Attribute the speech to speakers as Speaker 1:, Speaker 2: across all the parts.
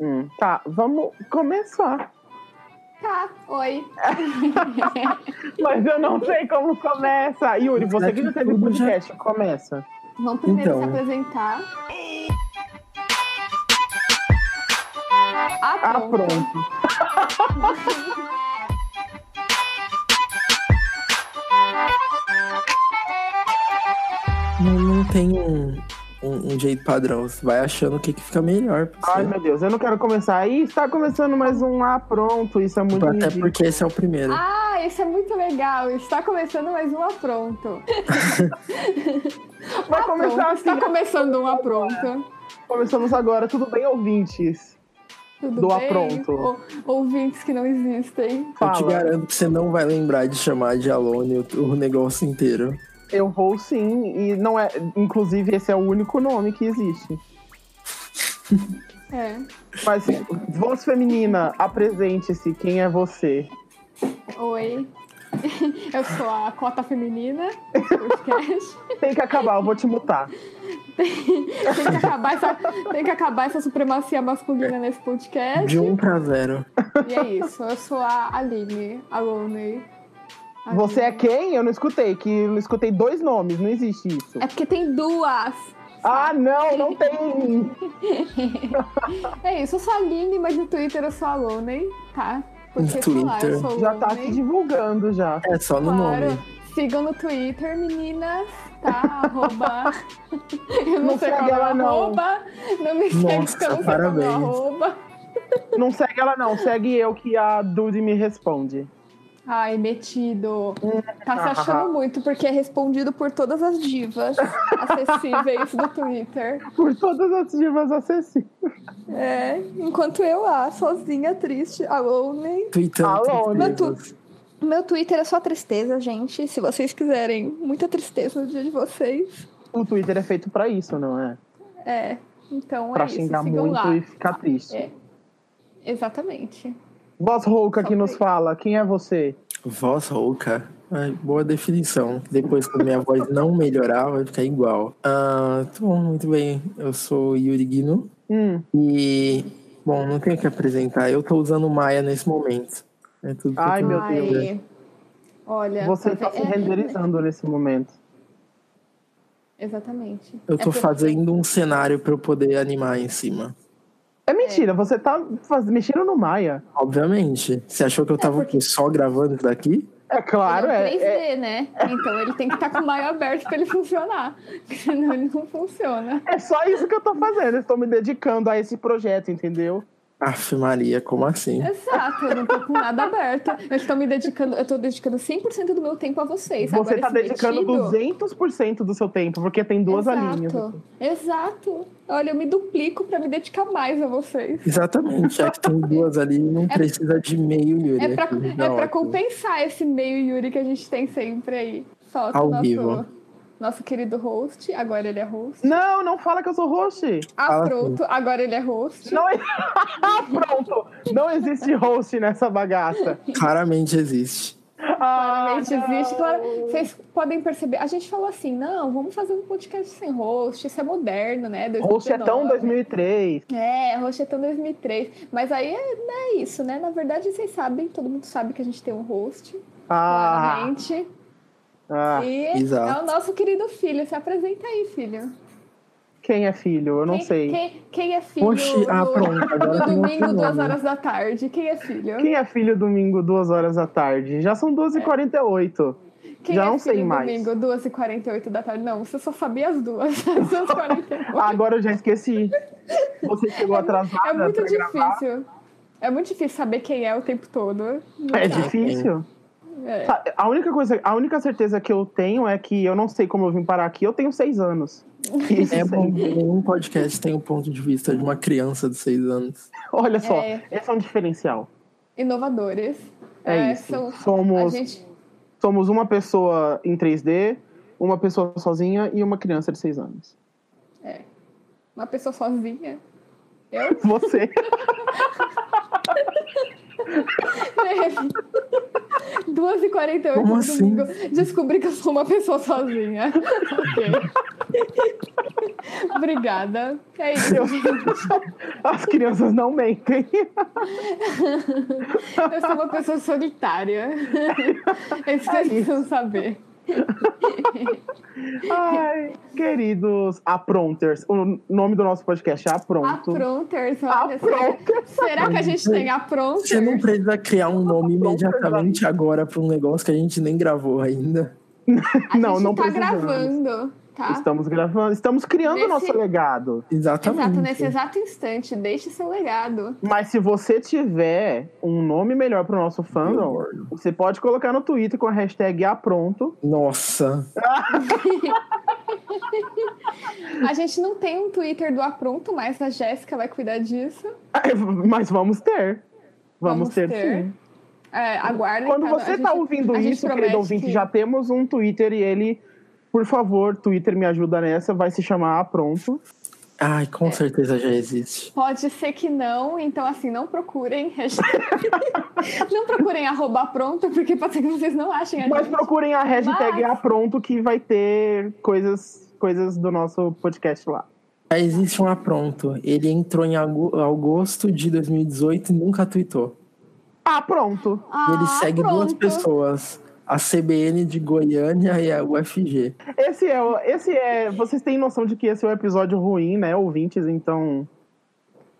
Speaker 1: Hum, tá, vamos começar.
Speaker 2: Tá, oi.
Speaker 1: Mas eu não sei como começa. Yuri, você que já teve podcast, começa.
Speaker 2: Vamos primeiro
Speaker 3: Então.
Speaker 2: se apresentar. Ah,
Speaker 1: Ah,
Speaker 2: pronto.
Speaker 1: pronto.
Speaker 3: Não, não tem um, um, um jeito padrão. Você vai achando o que, que fica melhor. pra
Speaker 1: Ai,
Speaker 3: você.
Speaker 1: meu Deus, eu não quero começar. Ih, está começando mais um Ah, pronto. Isso é muito
Speaker 3: Até
Speaker 1: ridículo.
Speaker 3: porque esse é o primeiro.
Speaker 2: Ah, isso é muito legal. Está começando mais um apronto.
Speaker 1: Vai
Speaker 2: Ah,
Speaker 1: começar
Speaker 2: pronto.
Speaker 1: assim.
Speaker 2: Está começando um apronto.
Speaker 1: Começamos agora. Tudo bem, ouvintes?
Speaker 2: Tudo
Speaker 1: Do
Speaker 2: bem?
Speaker 1: apronto.
Speaker 2: O- ouvintes que não existem.
Speaker 3: Eu te
Speaker 1: Fala.
Speaker 3: garanto que você não vai lembrar de chamar de Alone o, o negócio inteiro.
Speaker 1: Eu vou sim. E não é. Inclusive, esse é o único nome que existe.
Speaker 2: É.
Speaker 1: Mas, voz feminina, apresente-se. Quem é você?
Speaker 2: Oi. Eu sou a cota feminina do podcast.
Speaker 1: Tem que acabar, eu vou te mutar.
Speaker 2: Tem que acabar essa, tem que acabar essa supremacia masculina nesse
Speaker 1: É
Speaker 2: podcast.
Speaker 3: De 1 pra 0.
Speaker 2: E é isso, eu sou a Aline, a Loney. A
Speaker 1: Você é
Speaker 2: Aline.
Speaker 1: quem? Eu não escutei, que eu escutei dois nomes, não existe isso.
Speaker 2: É porque tem duas.
Speaker 1: Ah, não, não tem.
Speaker 2: É isso, eu sou a Aline, mas no Twitter eu sou a Loney, tá? Porque,
Speaker 3: No
Speaker 2: sei lá, eu
Speaker 3: Twitter.
Speaker 2: sou
Speaker 1: Já tá se
Speaker 2: Loney.
Speaker 1: divulgando já.
Speaker 3: É só no
Speaker 2: Claro.
Speaker 3: nome.
Speaker 2: Sigam no Twitter, meninas, tá? Arroba. Eu não,
Speaker 1: Não
Speaker 2: sei qual
Speaker 1: segue
Speaker 2: é o
Speaker 1: ela, não.
Speaker 2: arroba. Não me segue, porque eu
Speaker 3: Nossa,
Speaker 2: não sei qual é o
Speaker 3: parabéns.
Speaker 2: arroba.
Speaker 1: Não segue ela, não. Segue eu que a Dude me responde.
Speaker 2: Ai, metido. Tá se achando muito, porque é respondido por todas as divas acessíveis do Twitter.
Speaker 1: Por todas as divas acessíveis.
Speaker 2: É, enquanto eu, ah, sozinha, triste, alone.
Speaker 3: Twitter.
Speaker 1: Alone.
Speaker 2: Meu, tu- meu Twitter é só tristeza, gente. Se vocês quiserem muita tristeza no dia de vocês.
Speaker 1: O Twitter é feito pra isso, não é?
Speaker 2: É, então
Speaker 1: Pra
Speaker 2: é isso.
Speaker 1: xingar
Speaker 2: Sigam
Speaker 1: muito
Speaker 2: lá.
Speaker 1: e ficar triste.
Speaker 2: É. Exatamente.
Speaker 1: Voz rouca que
Speaker 2: Só
Speaker 1: nos
Speaker 2: pra
Speaker 1: fala, quem é você?
Speaker 3: Voz rouca. Ai, boa definição. Depois que a minha voz não melhorar, vai ficar igual. Ah, tá bom, muito bem. Eu sou Yuri Guino.
Speaker 1: Hum.
Speaker 3: E, bom, não tenho o que apresentar. Eu tô usando Maia nesse momento. É tudo que eu
Speaker 1: Ai,
Speaker 3: tenho.
Speaker 1: meu Deus.
Speaker 2: Olha,
Speaker 1: Você tá se
Speaker 2: é-
Speaker 1: renderizando nesse momento.
Speaker 2: Exatamente.
Speaker 3: Eu
Speaker 2: É
Speaker 3: tô
Speaker 2: porque-
Speaker 3: fazendo um cenário pra eu poder animar em cima.
Speaker 1: É mentira, você tá faz... mexendo no Maia.
Speaker 3: Obviamente. Você achou que eu tava
Speaker 2: É porque-
Speaker 3: só gravando isso daqui?
Speaker 1: É claro,
Speaker 2: ele é um
Speaker 1: é,
Speaker 2: 3D,
Speaker 1: é,
Speaker 2: né? Então ele tem que estar com o maio aberto para ele funcionar. Senão ele não funciona.
Speaker 1: É só isso que eu tô fazendo. Eu estou me dedicando a esse projeto, entendeu?
Speaker 3: Aff, Maria, como assim?
Speaker 2: Exato, eu não tô com nada aberto. Eu estou me dedicando, eu tô dedicando 100% do meu tempo a vocês.
Speaker 1: Você
Speaker 2: Agora,
Speaker 1: tá
Speaker 2: esse
Speaker 1: dedicando
Speaker 2: metido-
Speaker 1: 200% do seu tempo, porque tem duas
Speaker 2: Exato.
Speaker 1: alinhas.
Speaker 3: assim.
Speaker 2: Exato. Olha, eu me duplico para me dedicar mais a vocês.
Speaker 3: Exatamente. É que tem duas ali e não precisa de meio, Yuri.
Speaker 2: É pra,
Speaker 3: aqui.
Speaker 2: é
Speaker 3: assim, Não,
Speaker 2: pra
Speaker 3: aqui.
Speaker 2: compensar esse meio Yuri que a gente tem sempre aí. Solta
Speaker 3: Ao
Speaker 2: o nosso,
Speaker 3: vivo.
Speaker 2: nosso querido host. Agora ele é host.
Speaker 1: Não, não fala que eu sou host.
Speaker 2: Ah,
Speaker 3: Fala assim.
Speaker 2: pronto. Agora ele é host.
Speaker 1: Não, pronto. Não existe host nessa bagaça.
Speaker 3: Claramente existe.
Speaker 1: Ah,
Speaker 2: Claramente existe. Claro, vocês podem perceber. A gente falou assim: não, vamos fazer um podcast sem host. Isso é moderno, né?
Speaker 1: host é tão
Speaker 2: 2019.
Speaker 1: 2003.
Speaker 2: É, host é tão 2003. Mas aí é, é isso, né? Na verdade, vocês sabem, todo mundo sabe que a gente tem um host.
Speaker 1: Ah,
Speaker 2: Claramente.
Speaker 1: ah.
Speaker 2: e
Speaker 3: exato.
Speaker 2: é o nosso querido filho. Se apresenta aí, filho.
Speaker 1: quem é filho? Eu não
Speaker 2: quem,
Speaker 1: sei. Quem...
Speaker 2: Quem, quem é filho
Speaker 3: Oxi,
Speaker 2: no,
Speaker 3: ah, pronto, agora
Speaker 2: no
Speaker 3: tem outro
Speaker 2: domingo, duas
Speaker 3: nome.
Speaker 2: horas da tarde? Quem é filho?
Speaker 1: é filho domingo, duas horas da tarde? Já são 12h48.
Speaker 2: Quem
Speaker 1: já
Speaker 2: é
Speaker 1: não
Speaker 2: filho
Speaker 1: sei mais.
Speaker 2: domingo, 2h48 da tarde? Não, você só sabia as duas. As duas 48.
Speaker 1: Agora eu já esqueci. Você chegou atrasada. tá
Speaker 2: é muito
Speaker 1: pra
Speaker 2: difícil.
Speaker 1: gravar.
Speaker 2: É muito difícil saber quem é o tempo todo. Não
Speaker 1: É
Speaker 2: dá.
Speaker 1: difícil.
Speaker 2: É.
Speaker 1: Sabe, A única coisa, a única certeza que eu tenho é que eu não sei como eu vim parar aqui. Eu tenho seis anos. Isso,
Speaker 3: É
Speaker 1: é
Speaker 3: bom, nenhum podcast tem o ponto de vista de uma criança de seis anos.
Speaker 1: Olha só,
Speaker 2: É.
Speaker 1: esse é um diferencial.
Speaker 2: Inovadores.
Speaker 1: É, isso.
Speaker 2: são- a
Speaker 1: somos,
Speaker 2: gente,
Speaker 1: somos uma pessoa em 3D, uma pessoa sozinha e uma criança de seis anos.
Speaker 2: uma pessoa sozinha.
Speaker 1: Você.
Speaker 3: Como
Speaker 2: 2h48
Speaker 3: assim?
Speaker 2: domingo. Descobri que eu sou uma pessoa sozinha. ok. Obrigada. É isso.
Speaker 1: Eu- As crianças não mentem.
Speaker 2: Eu sou uma pessoa solitária. É isso que vocês precisam saber.
Speaker 1: Ai, queridos apronters. O nome do nosso podcast é Apronto.
Speaker 2: Apronters, olha. Será, será que a gente tem apronters?
Speaker 3: Você não precisa criar um nome imediatamente agora pra um negócio que a gente nem gravou ainda.
Speaker 2: A
Speaker 1: Não,
Speaker 2: gente
Speaker 1: não
Speaker 2: tá
Speaker 1: precisamos.
Speaker 2: gravando, tá?
Speaker 1: Estamos gravando, estamos criando
Speaker 2: Nesse-
Speaker 1: nosso legado.
Speaker 3: Exatamente.
Speaker 2: Exato, nesse exato instante. Deixe seu legado.
Speaker 1: Mas se você tiver um nome melhor pro nosso fandom, você pode colocar no Twitter com a hashtag apronto.
Speaker 3: Nossa.
Speaker 2: A gente não tem um Twitter do Apronto, mas a Jéssica vai cuidar disso.
Speaker 1: Ai, Mas vamos ter. Vamos, ter, sim.
Speaker 2: É, aguardem.
Speaker 1: Quando
Speaker 2: tá?
Speaker 1: você
Speaker 2: A
Speaker 1: tá
Speaker 2: gente-
Speaker 1: ouvindo
Speaker 2: a gente
Speaker 1: isso,
Speaker 2: promete
Speaker 1: querido ouvinte,
Speaker 2: que-
Speaker 1: já temos um Twitter e ele, por favor, Twitter me ajuda nessa, vai se chamar Apronto.
Speaker 3: Ai, com
Speaker 2: É.
Speaker 3: certeza já existe.
Speaker 2: Pode ser que não, então assim, não procurem. hashtag- não procurem arroba pronto, porque pode ser que vocês não achem a
Speaker 1: Mas
Speaker 2: gente.
Speaker 1: procurem a hashtag
Speaker 2: É Mas-
Speaker 1: Apronto que vai ter coisas, coisas do nosso podcast lá.
Speaker 3: Já existe um apronto. Ele entrou em agu- agosto de 2018 e nunca tweetou.
Speaker 1: Apronto.
Speaker 3: E
Speaker 2: Ah,
Speaker 3: ele segue duas
Speaker 2: pronto.
Speaker 3: pessoas. A CBN de Goiânia e a UFG.
Speaker 1: Esse é, o- esse é, vocês têm noção de que esse é um episódio ruim, né, ouvintes, então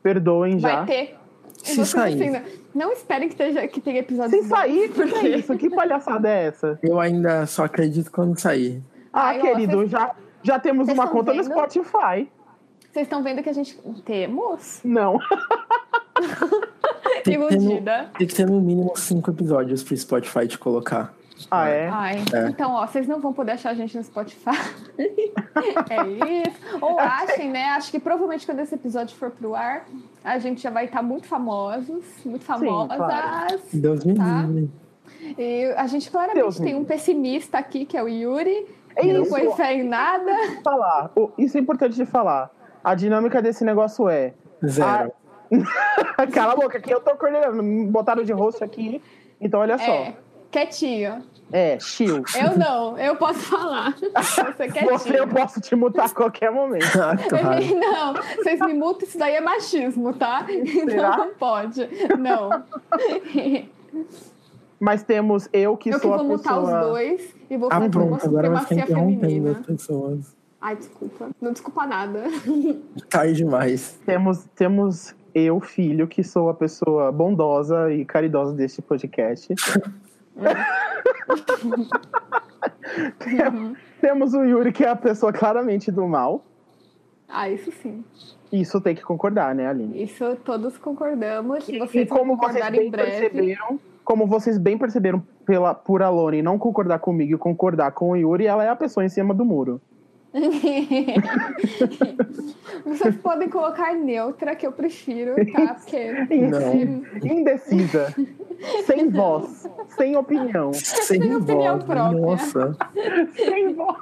Speaker 1: perdoem já.
Speaker 2: Vai ter. E
Speaker 3: Se
Speaker 2: vocês,
Speaker 3: sair.
Speaker 2: não, não esperem que, esteja, que tenha episódio.
Speaker 1: Se
Speaker 2: bom.
Speaker 1: sair, por
Speaker 2: Por quê?
Speaker 1: que é isso? Que palhaçada é essa?
Speaker 3: Eu ainda só acredito quando sair.
Speaker 1: Ah,
Speaker 2: Ai, ó,
Speaker 1: querido,
Speaker 2: vocês-
Speaker 1: já, já temos
Speaker 2: vocês
Speaker 1: uma
Speaker 2: estão
Speaker 1: conta no
Speaker 2: vendo?
Speaker 1: Spotify.
Speaker 2: Vocês estão vendo que a gente. Temos.
Speaker 1: Não.
Speaker 3: Tem que ter no-
Speaker 2: Iludida.
Speaker 3: Tem que ter no mínimo cinco episódios pro Spotify te colocar.
Speaker 1: Ah, é?
Speaker 2: Ai,
Speaker 3: É.
Speaker 2: então, ó, vocês não vão poder achar a gente no Spotify. é isso. Ou achem, né? Acho que provavelmente quando esse episódio for pro ar, a gente já vai estar muito famosos, muito famosas.
Speaker 1: claro.
Speaker 3: Deus me
Speaker 2: Tá.
Speaker 3: livre.
Speaker 2: E a gente claramente
Speaker 1: Deus
Speaker 2: tem um pessimista aqui, que é o Yuri,
Speaker 1: É
Speaker 2: que não
Speaker 1: isso.
Speaker 2: foi fé em nada.
Speaker 1: falar. O- Isso é importante de falar. A dinâmica desse negócio é.
Speaker 2: Tá.
Speaker 3: Zero.
Speaker 1: Ah, cala a boca, que eu tô coordenando. Me botaram de rosto aqui. Então, olha
Speaker 2: É,
Speaker 1: só.
Speaker 2: quietinho.
Speaker 1: É, chill.
Speaker 2: Eu não, eu posso falar. Você é quietinho.
Speaker 1: Você eu posso te mutar a qualquer momento.
Speaker 3: Ah, claro.
Speaker 2: Não, vocês me multam, isso daí é machismo, tá? Então
Speaker 1: Será?
Speaker 2: não pode. Não.
Speaker 1: Mas temos eu que
Speaker 2: eu que
Speaker 1: sou
Speaker 2: vou
Speaker 1: a
Speaker 2: mutar
Speaker 1: pessoa.
Speaker 2: os dois e vou fazer
Speaker 3: Ah, pronto,
Speaker 2: uma
Speaker 3: agora vai ficar
Speaker 2: supremacia
Speaker 3: interrompendo as
Speaker 2: feminina.
Speaker 3: pessoas.
Speaker 2: Ai, desculpa. Não desculpa nada.
Speaker 3: Tarde demais.
Speaker 1: Temos, temos eu, filho, que sou a pessoa bondosa e caridosa deste podcast.
Speaker 2: Uhum.
Speaker 1: Tem- Temos o Yuri, que é a pessoa claramente do mal.
Speaker 2: Ah, isso sim.
Speaker 1: Isso tem que concordar, né, Aline?
Speaker 2: Isso todos concordamos. Vocês
Speaker 1: E como
Speaker 2: vão concordar
Speaker 1: vocês bem
Speaker 2: em breve.
Speaker 1: perceberam, como vocês bem perceberam pela, por Alone não concordar comigo e concordar com o Yuri, ela é a pessoa em cima do muro.
Speaker 2: Vocês podem colocar neutra, que eu prefiro, tá? Porque.
Speaker 3: Não.
Speaker 1: Indecisa. sem voz. Sem opinião.
Speaker 3: Sem
Speaker 2: tenho opinião
Speaker 3: voz.
Speaker 2: própria.
Speaker 3: Nossa.
Speaker 1: Sem voz.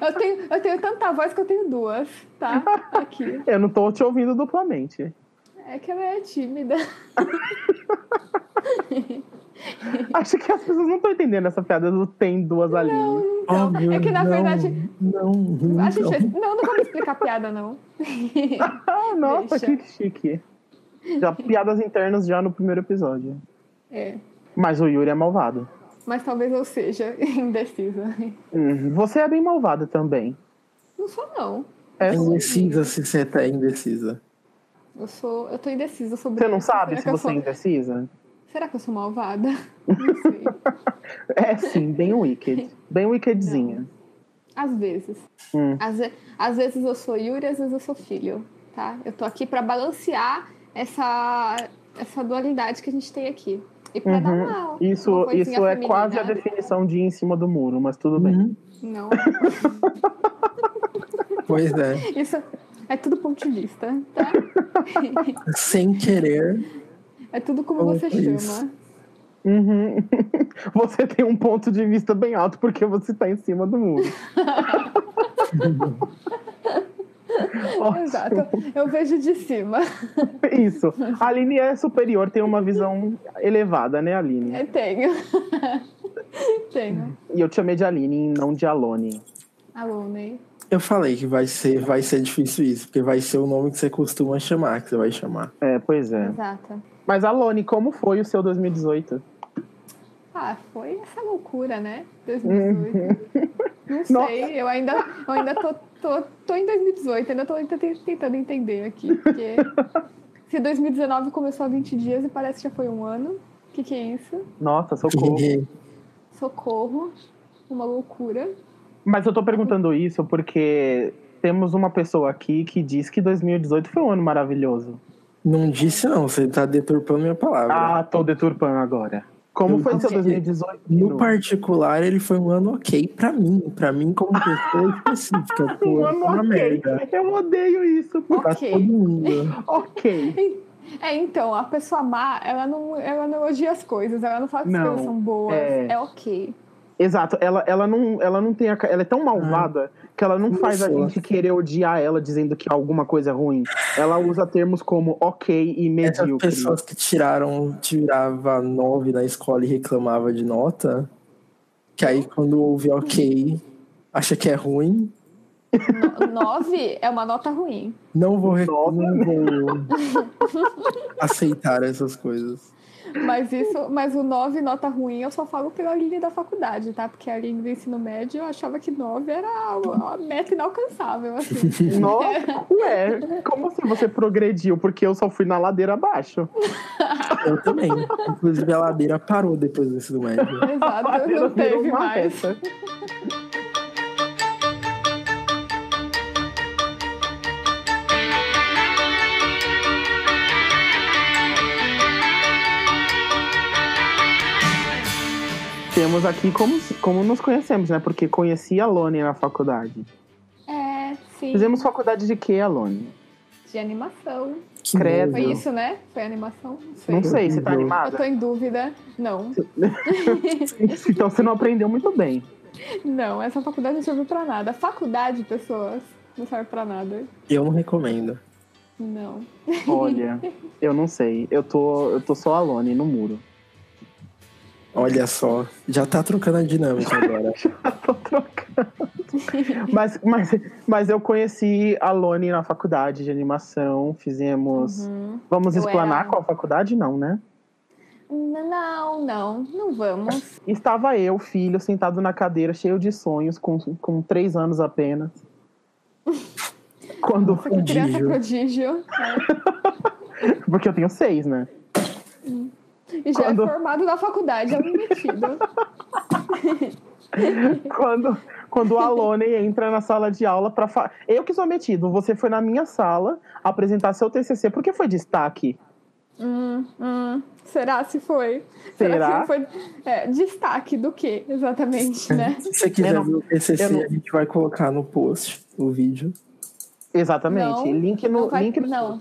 Speaker 2: Eu tenho, eu tenho tanta voz que eu tenho duas, tá? Aqui.
Speaker 1: Eu não tô te ouvindo duplamente.
Speaker 2: É que ela é tímida.
Speaker 1: Acho que as pessoas não estão entendendo essa piada do tem duas Aline.
Speaker 2: Então,
Speaker 3: Óbvio,
Speaker 2: é que na
Speaker 3: não,
Speaker 2: verdade-
Speaker 3: Não, não.
Speaker 1: Então.
Speaker 2: A gente... é- Não, não vamos explicar piada, não.
Speaker 1: Ah, nossa,
Speaker 2: Deixa.
Speaker 1: que chique. Já piadas internas já no primeiro episódio.
Speaker 2: É.
Speaker 1: Mas o Yuri é malvado.
Speaker 2: Mas talvez eu seja indecisa.
Speaker 1: Uhum. Você é bem malvada também.
Speaker 2: Não sou, não.
Speaker 1: É,
Speaker 3: É indecisa se você tá indecisa.
Speaker 2: Eu sou. Eu tô indecisa sobre.
Speaker 1: você não
Speaker 2: isso.
Speaker 1: sabe
Speaker 2: Será
Speaker 1: se
Speaker 2: que eu
Speaker 1: você é
Speaker 2: sou-
Speaker 1: indecisa?
Speaker 2: Será que eu sou malvada? Não sei.
Speaker 1: É sim, bem wicked. Bem wickedzinha.
Speaker 2: Às vezes.
Speaker 1: Hum.
Speaker 2: Às, ve- às vezes eu sou Yuri, às vezes eu sou filho. Tá? Eu tô aqui pra balancear essa, essa dualidade que a gente tem aqui. E pra dar
Speaker 1: Uhum.
Speaker 2: uma. uma
Speaker 1: Isso,
Speaker 2: coisinha
Speaker 1: isso é
Speaker 2: feminina.
Speaker 1: quase a definição de ir em cima do muro, mas tudo bem.
Speaker 3: Uhum.
Speaker 2: Não.
Speaker 3: Pois é.
Speaker 2: Isso é tudo ponto de vista, tá?
Speaker 3: Sem querer.
Speaker 2: É tudo como
Speaker 3: Como
Speaker 2: você
Speaker 3: foi
Speaker 2: chama.
Speaker 3: isso?
Speaker 1: Uhum. Você tem um ponto de vista bem alto porque você está em cima do muro. Ótimo.
Speaker 2: Exato. Eu vejo de cima.
Speaker 1: Isso. A Aline é superior, tem uma visão elevada, né, Aline?
Speaker 2: Eu tenho. tenho.
Speaker 1: E eu te chamei de Aline e não de Alone.
Speaker 2: Alone.
Speaker 3: Eu falei que vai ser, vai ser difícil isso, porque vai ser o nome que você costuma chamar, que você vai chamar.
Speaker 1: É, pois é.
Speaker 2: Exato.
Speaker 1: Mas, Alone, como foi o seu 2018?
Speaker 2: Ah, foi essa loucura, né? 2018. Não sei,
Speaker 1: Nossa.
Speaker 2: eu ainda, eu ainda tô, tô, tô em 2018, ainda tô, ainda te- tentando entender aqui. Porque se 2019 começou há 20 dias e parece que já foi um ano, o que, que é isso?
Speaker 1: Nossa, socorro.
Speaker 2: Socorro, uma loucura.
Speaker 1: Mas eu tô perguntando isso porque temos uma pessoa aqui que diz que 2018 foi um ano maravilhoso.
Speaker 3: não disse não, você tá deturpando minha palavra.
Speaker 1: Ah, tô deturpando agora. Como
Speaker 3: Eu
Speaker 1: foi seu
Speaker 3: não sei.
Speaker 1: 2018?
Speaker 3: No
Speaker 1: Bruno?
Speaker 3: particular, ele foi um ano ok pra mim, pra mim como pessoa específica. Pô,
Speaker 1: Um ano
Speaker 3: foi uma
Speaker 1: ok.
Speaker 3: merda. Tá.
Speaker 1: Eu odeio isso. por-
Speaker 3: Pra
Speaker 2: Ok.
Speaker 3: todo mundo.
Speaker 1: Ok.
Speaker 2: É, então, a pessoa má, ela não, ela não elogia as coisas, ela não fala que as
Speaker 1: Não,
Speaker 2: coisas são boas,
Speaker 1: é.
Speaker 2: é, ok.
Speaker 1: Exato, ela, ela, não, ela não tem a, ca- Ela é
Speaker 3: Ah.
Speaker 1: tão malvada que ela não faz a
Speaker 3: Isso.
Speaker 1: gente querer odiar ela dizendo que alguma coisa é ruim. Ela usa termos como ok e
Speaker 3: Essas
Speaker 1: medíocre.
Speaker 3: pessoas que tiraram, tirava nove na escola e reclamava de nota, que aí quando ouve ok, acha que é ruim,
Speaker 2: No- Nove é uma nota ruim.
Speaker 3: não vou, rec-
Speaker 1: Nota,
Speaker 3: não vou aceitar essas coisas.
Speaker 2: Mas isso, mas o 9 nota ruim eu só falo pela linha da faculdade, tá? Porque a linha do ensino médio eu achava que 9 era a a meta inalcançável, assim.
Speaker 1: Nossa, ué, como assim você progrediu? Porque eu só fui na ladeira abaixo.
Speaker 3: Eu também. Inclusive a ladeira parou depois do ensino médio.
Speaker 1: A
Speaker 2: Exato,
Speaker 1: ladeira
Speaker 2: não
Speaker 1: virou
Speaker 2: teve
Speaker 1: uma
Speaker 2: mais.
Speaker 1: reta. Temos aqui como, como nos conhecemos, né? Porque conheci a Lone na faculdade.
Speaker 2: É, sim.
Speaker 1: Fizemos faculdade de quê, Alone?
Speaker 2: De animação.
Speaker 3: Que
Speaker 1: Credo.
Speaker 2: Foi
Speaker 3: nojo.
Speaker 2: isso, né? Foi animação? Não sei.
Speaker 1: Não sei, você tá
Speaker 3: Eu-
Speaker 2: Eu tô
Speaker 1: animada?
Speaker 2: em dúvida. Não.
Speaker 1: Então você não aprendeu muito bem.
Speaker 2: Não, essa faculdade não serve pra nada. Faculdade, pessoas, não serve pra nada.
Speaker 3: Eu não recomendo.
Speaker 2: Não.
Speaker 1: Olha, eu não sei. Eu tô, eu tô só Alone no muro.
Speaker 3: Olha só, já tá trocando a dinâmica agora.
Speaker 1: Tô trocando. Mas, mas, mas eu conheci a Lone na faculdade de animação. Fizemos.
Speaker 2: Uhum.
Speaker 1: Vamos
Speaker 2: Eu
Speaker 1: explanar
Speaker 2: era-
Speaker 1: qual faculdade? Não, né?
Speaker 2: Não, não, não vamos.
Speaker 1: Estava eu, filho, sentado na cadeira, cheio de sonhos, com, com três anos apenas. Quando. um
Speaker 2: Nossa, que é criança prodígio. né?
Speaker 1: Porque eu tenho seis, né?
Speaker 2: E já
Speaker 1: Quando-
Speaker 2: é formado na faculdade, é um metido.
Speaker 1: quando, quando o Alone entra na sala de aula para falar. Eu que sou metido, você foi na minha sala apresentar seu TCC, porque foi destaque.
Speaker 2: Hum, hum. Será se foi?
Speaker 1: Será?
Speaker 2: que foi? É, destaque do que, exatamente, né?
Speaker 3: Se você quiser
Speaker 1: Eu não-
Speaker 3: ver o PCC,
Speaker 1: eu não-
Speaker 3: a gente vai colocar no post o vídeo.
Speaker 1: Exatamente.
Speaker 2: Não,
Speaker 1: link no.
Speaker 2: não, vai-
Speaker 1: link no
Speaker 2: não.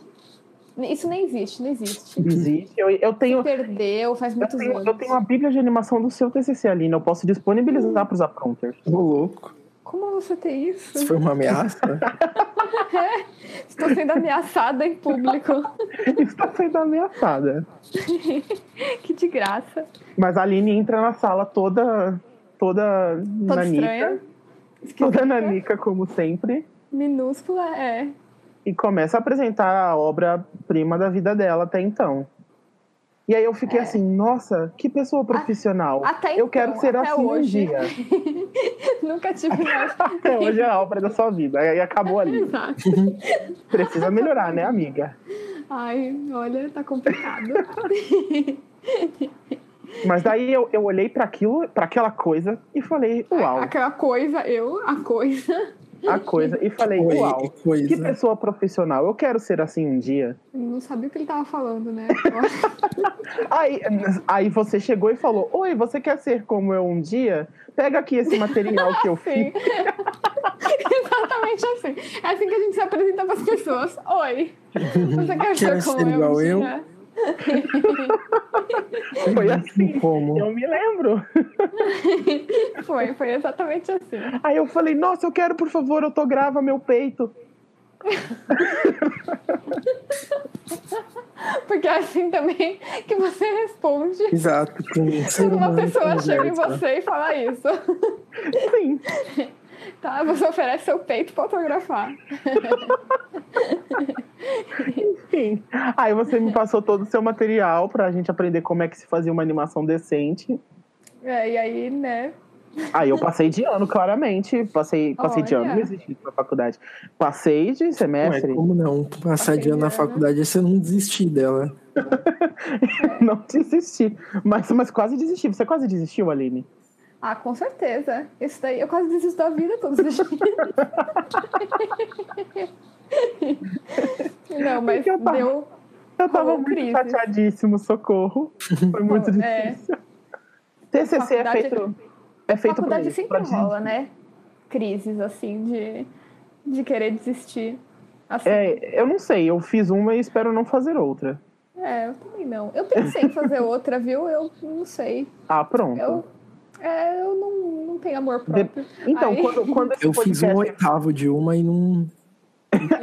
Speaker 2: Isso nem existe, não existe.
Speaker 1: Existe. Eu, eu tenho.
Speaker 2: Perdeu, faz
Speaker 1: Eu
Speaker 2: Uhum. muitos
Speaker 1: tenho,
Speaker 2: anos.
Speaker 1: eu tenho a bíblia de animação do seu TCC, Aline. Eu posso disponibilizar
Speaker 2: Uhum.
Speaker 1: para os apronters.
Speaker 3: Ô louco,
Speaker 2: Como você tem isso?
Speaker 3: isso foi uma ameaça?
Speaker 2: Estou sendo ameaçada em público.
Speaker 1: Está sendo ameaçada.
Speaker 2: que de graça.
Speaker 1: Mas a Aline entra na sala toda. Toda
Speaker 2: Toda
Speaker 1: nanica.
Speaker 2: estranha.
Speaker 1: Toda
Speaker 2: esquisita,
Speaker 1: nanica, como sempre.
Speaker 2: Minúscula, é.
Speaker 1: e começa a apresentar a obra-prima da vida dela até então. E aí eu
Speaker 2: É.
Speaker 1: fiquei assim, nossa, que pessoa profissional.
Speaker 2: Até então,
Speaker 1: eu quero ser
Speaker 2: até
Speaker 1: assim um
Speaker 2: hoje.
Speaker 1: dia.
Speaker 2: Nunca tive mais.
Speaker 1: Até hoje é a obra da sua vida. E acabou ali.
Speaker 2: Exato.
Speaker 1: Precisa melhorar, né, amiga?
Speaker 2: Ai, olha, tá complicado.
Speaker 1: Mas daí eu, eu olhei para aquilo, para aquela coisa e falei, uau,
Speaker 2: Aquela coisa, eu, a coisa.
Speaker 1: a coisa. E falei,
Speaker 3: Oi,
Speaker 1: uau,
Speaker 3: que
Speaker 1: que
Speaker 3: coisa.
Speaker 1: pessoa profissional. Eu quero ser assim um dia.
Speaker 2: Não sabia o que ele tava falando, né?
Speaker 1: Aí, aí você chegou e falou, oi, você quer ser como eu um dia? Pega aqui esse material que eu fiz.
Speaker 2: Sim. Exatamente assim. É assim que a gente se apresenta pras pessoas. Oi. Você quer
Speaker 3: Quer
Speaker 2: ser
Speaker 3: ser
Speaker 2: como eu? É.
Speaker 3: igual eu?
Speaker 2: Gina?
Speaker 1: Foi assim.
Speaker 3: Como?
Speaker 1: Eu me lembro.
Speaker 2: Foi, foi exatamente assim.
Speaker 1: Aí eu falei, nossa, eu quero, por favor, autograva meu peito.
Speaker 2: Porque é assim também que você responde
Speaker 3: Exato, com um ser
Speaker 2: quando uma
Speaker 3: humano né?
Speaker 2: pessoa chega em
Speaker 3: conversa.
Speaker 2: você e fala isso.
Speaker 1: Sim.
Speaker 2: Tá, você oferece seu peito pra autografar.
Speaker 1: Enfim. Aí você me passou todo o seu material pra gente aprender como é que se fazia uma animação decente.
Speaker 2: É, e aí, né?
Speaker 1: Aí eu passei de ano, claramente. Passei, passei de ano,
Speaker 2: Olha.
Speaker 1: não existe isso na faculdade. Passei de
Speaker 3: Ué,
Speaker 1: semestre,
Speaker 3: como não? Tu Passar de ano na
Speaker 2: Aprendendo.
Speaker 3: faculdade é você não desistir dela.
Speaker 1: não desisti. Mas, mas quase desisti. Você quase desistiu, Aline?
Speaker 2: Ah, com certeza. Isso daí, eu quase desisto da vida todos os dias. Não, mas
Speaker 1: Porque eu tava-
Speaker 2: deu.
Speaker 1: Eu tava
Speaker 2: Rolou
Speaker 1: muito
Speaker 2: crise.
Speaker 1: chateadíssimo, socorro. Foi muito
Speaker 2: É.
Speaker 1: difícil. TCC é
Speaker 2: Faculdade-
Speaker 1: feito, é feito pra
Speaker 2: faculdade
Speaker 1: isso,
Speaker 2: sempre
Speaker 1: pra gente.
Speaker 2: rola, né? Crises, assim, de, de querer desistir. Assim, é.
Speaker 1: É, eu não sei, eu fiz uma e espero não fazer outra.
Speaker 2: é, eu também não. Eu pensei em fazer outra, viu? Eu não sei.
Speaker 1: Ah, pronto.
Speaker 2: Eu, é, eu não, não tenho amor próprio.
Speaker 1: Então,
Speaker 2: Aí-
Speaker 1: quando, quando esse
Speaker 3: Eu fiz um
Speaker 2: assim.
Speaker 1: podcast,
Speaker 3: oitavo de uma e não.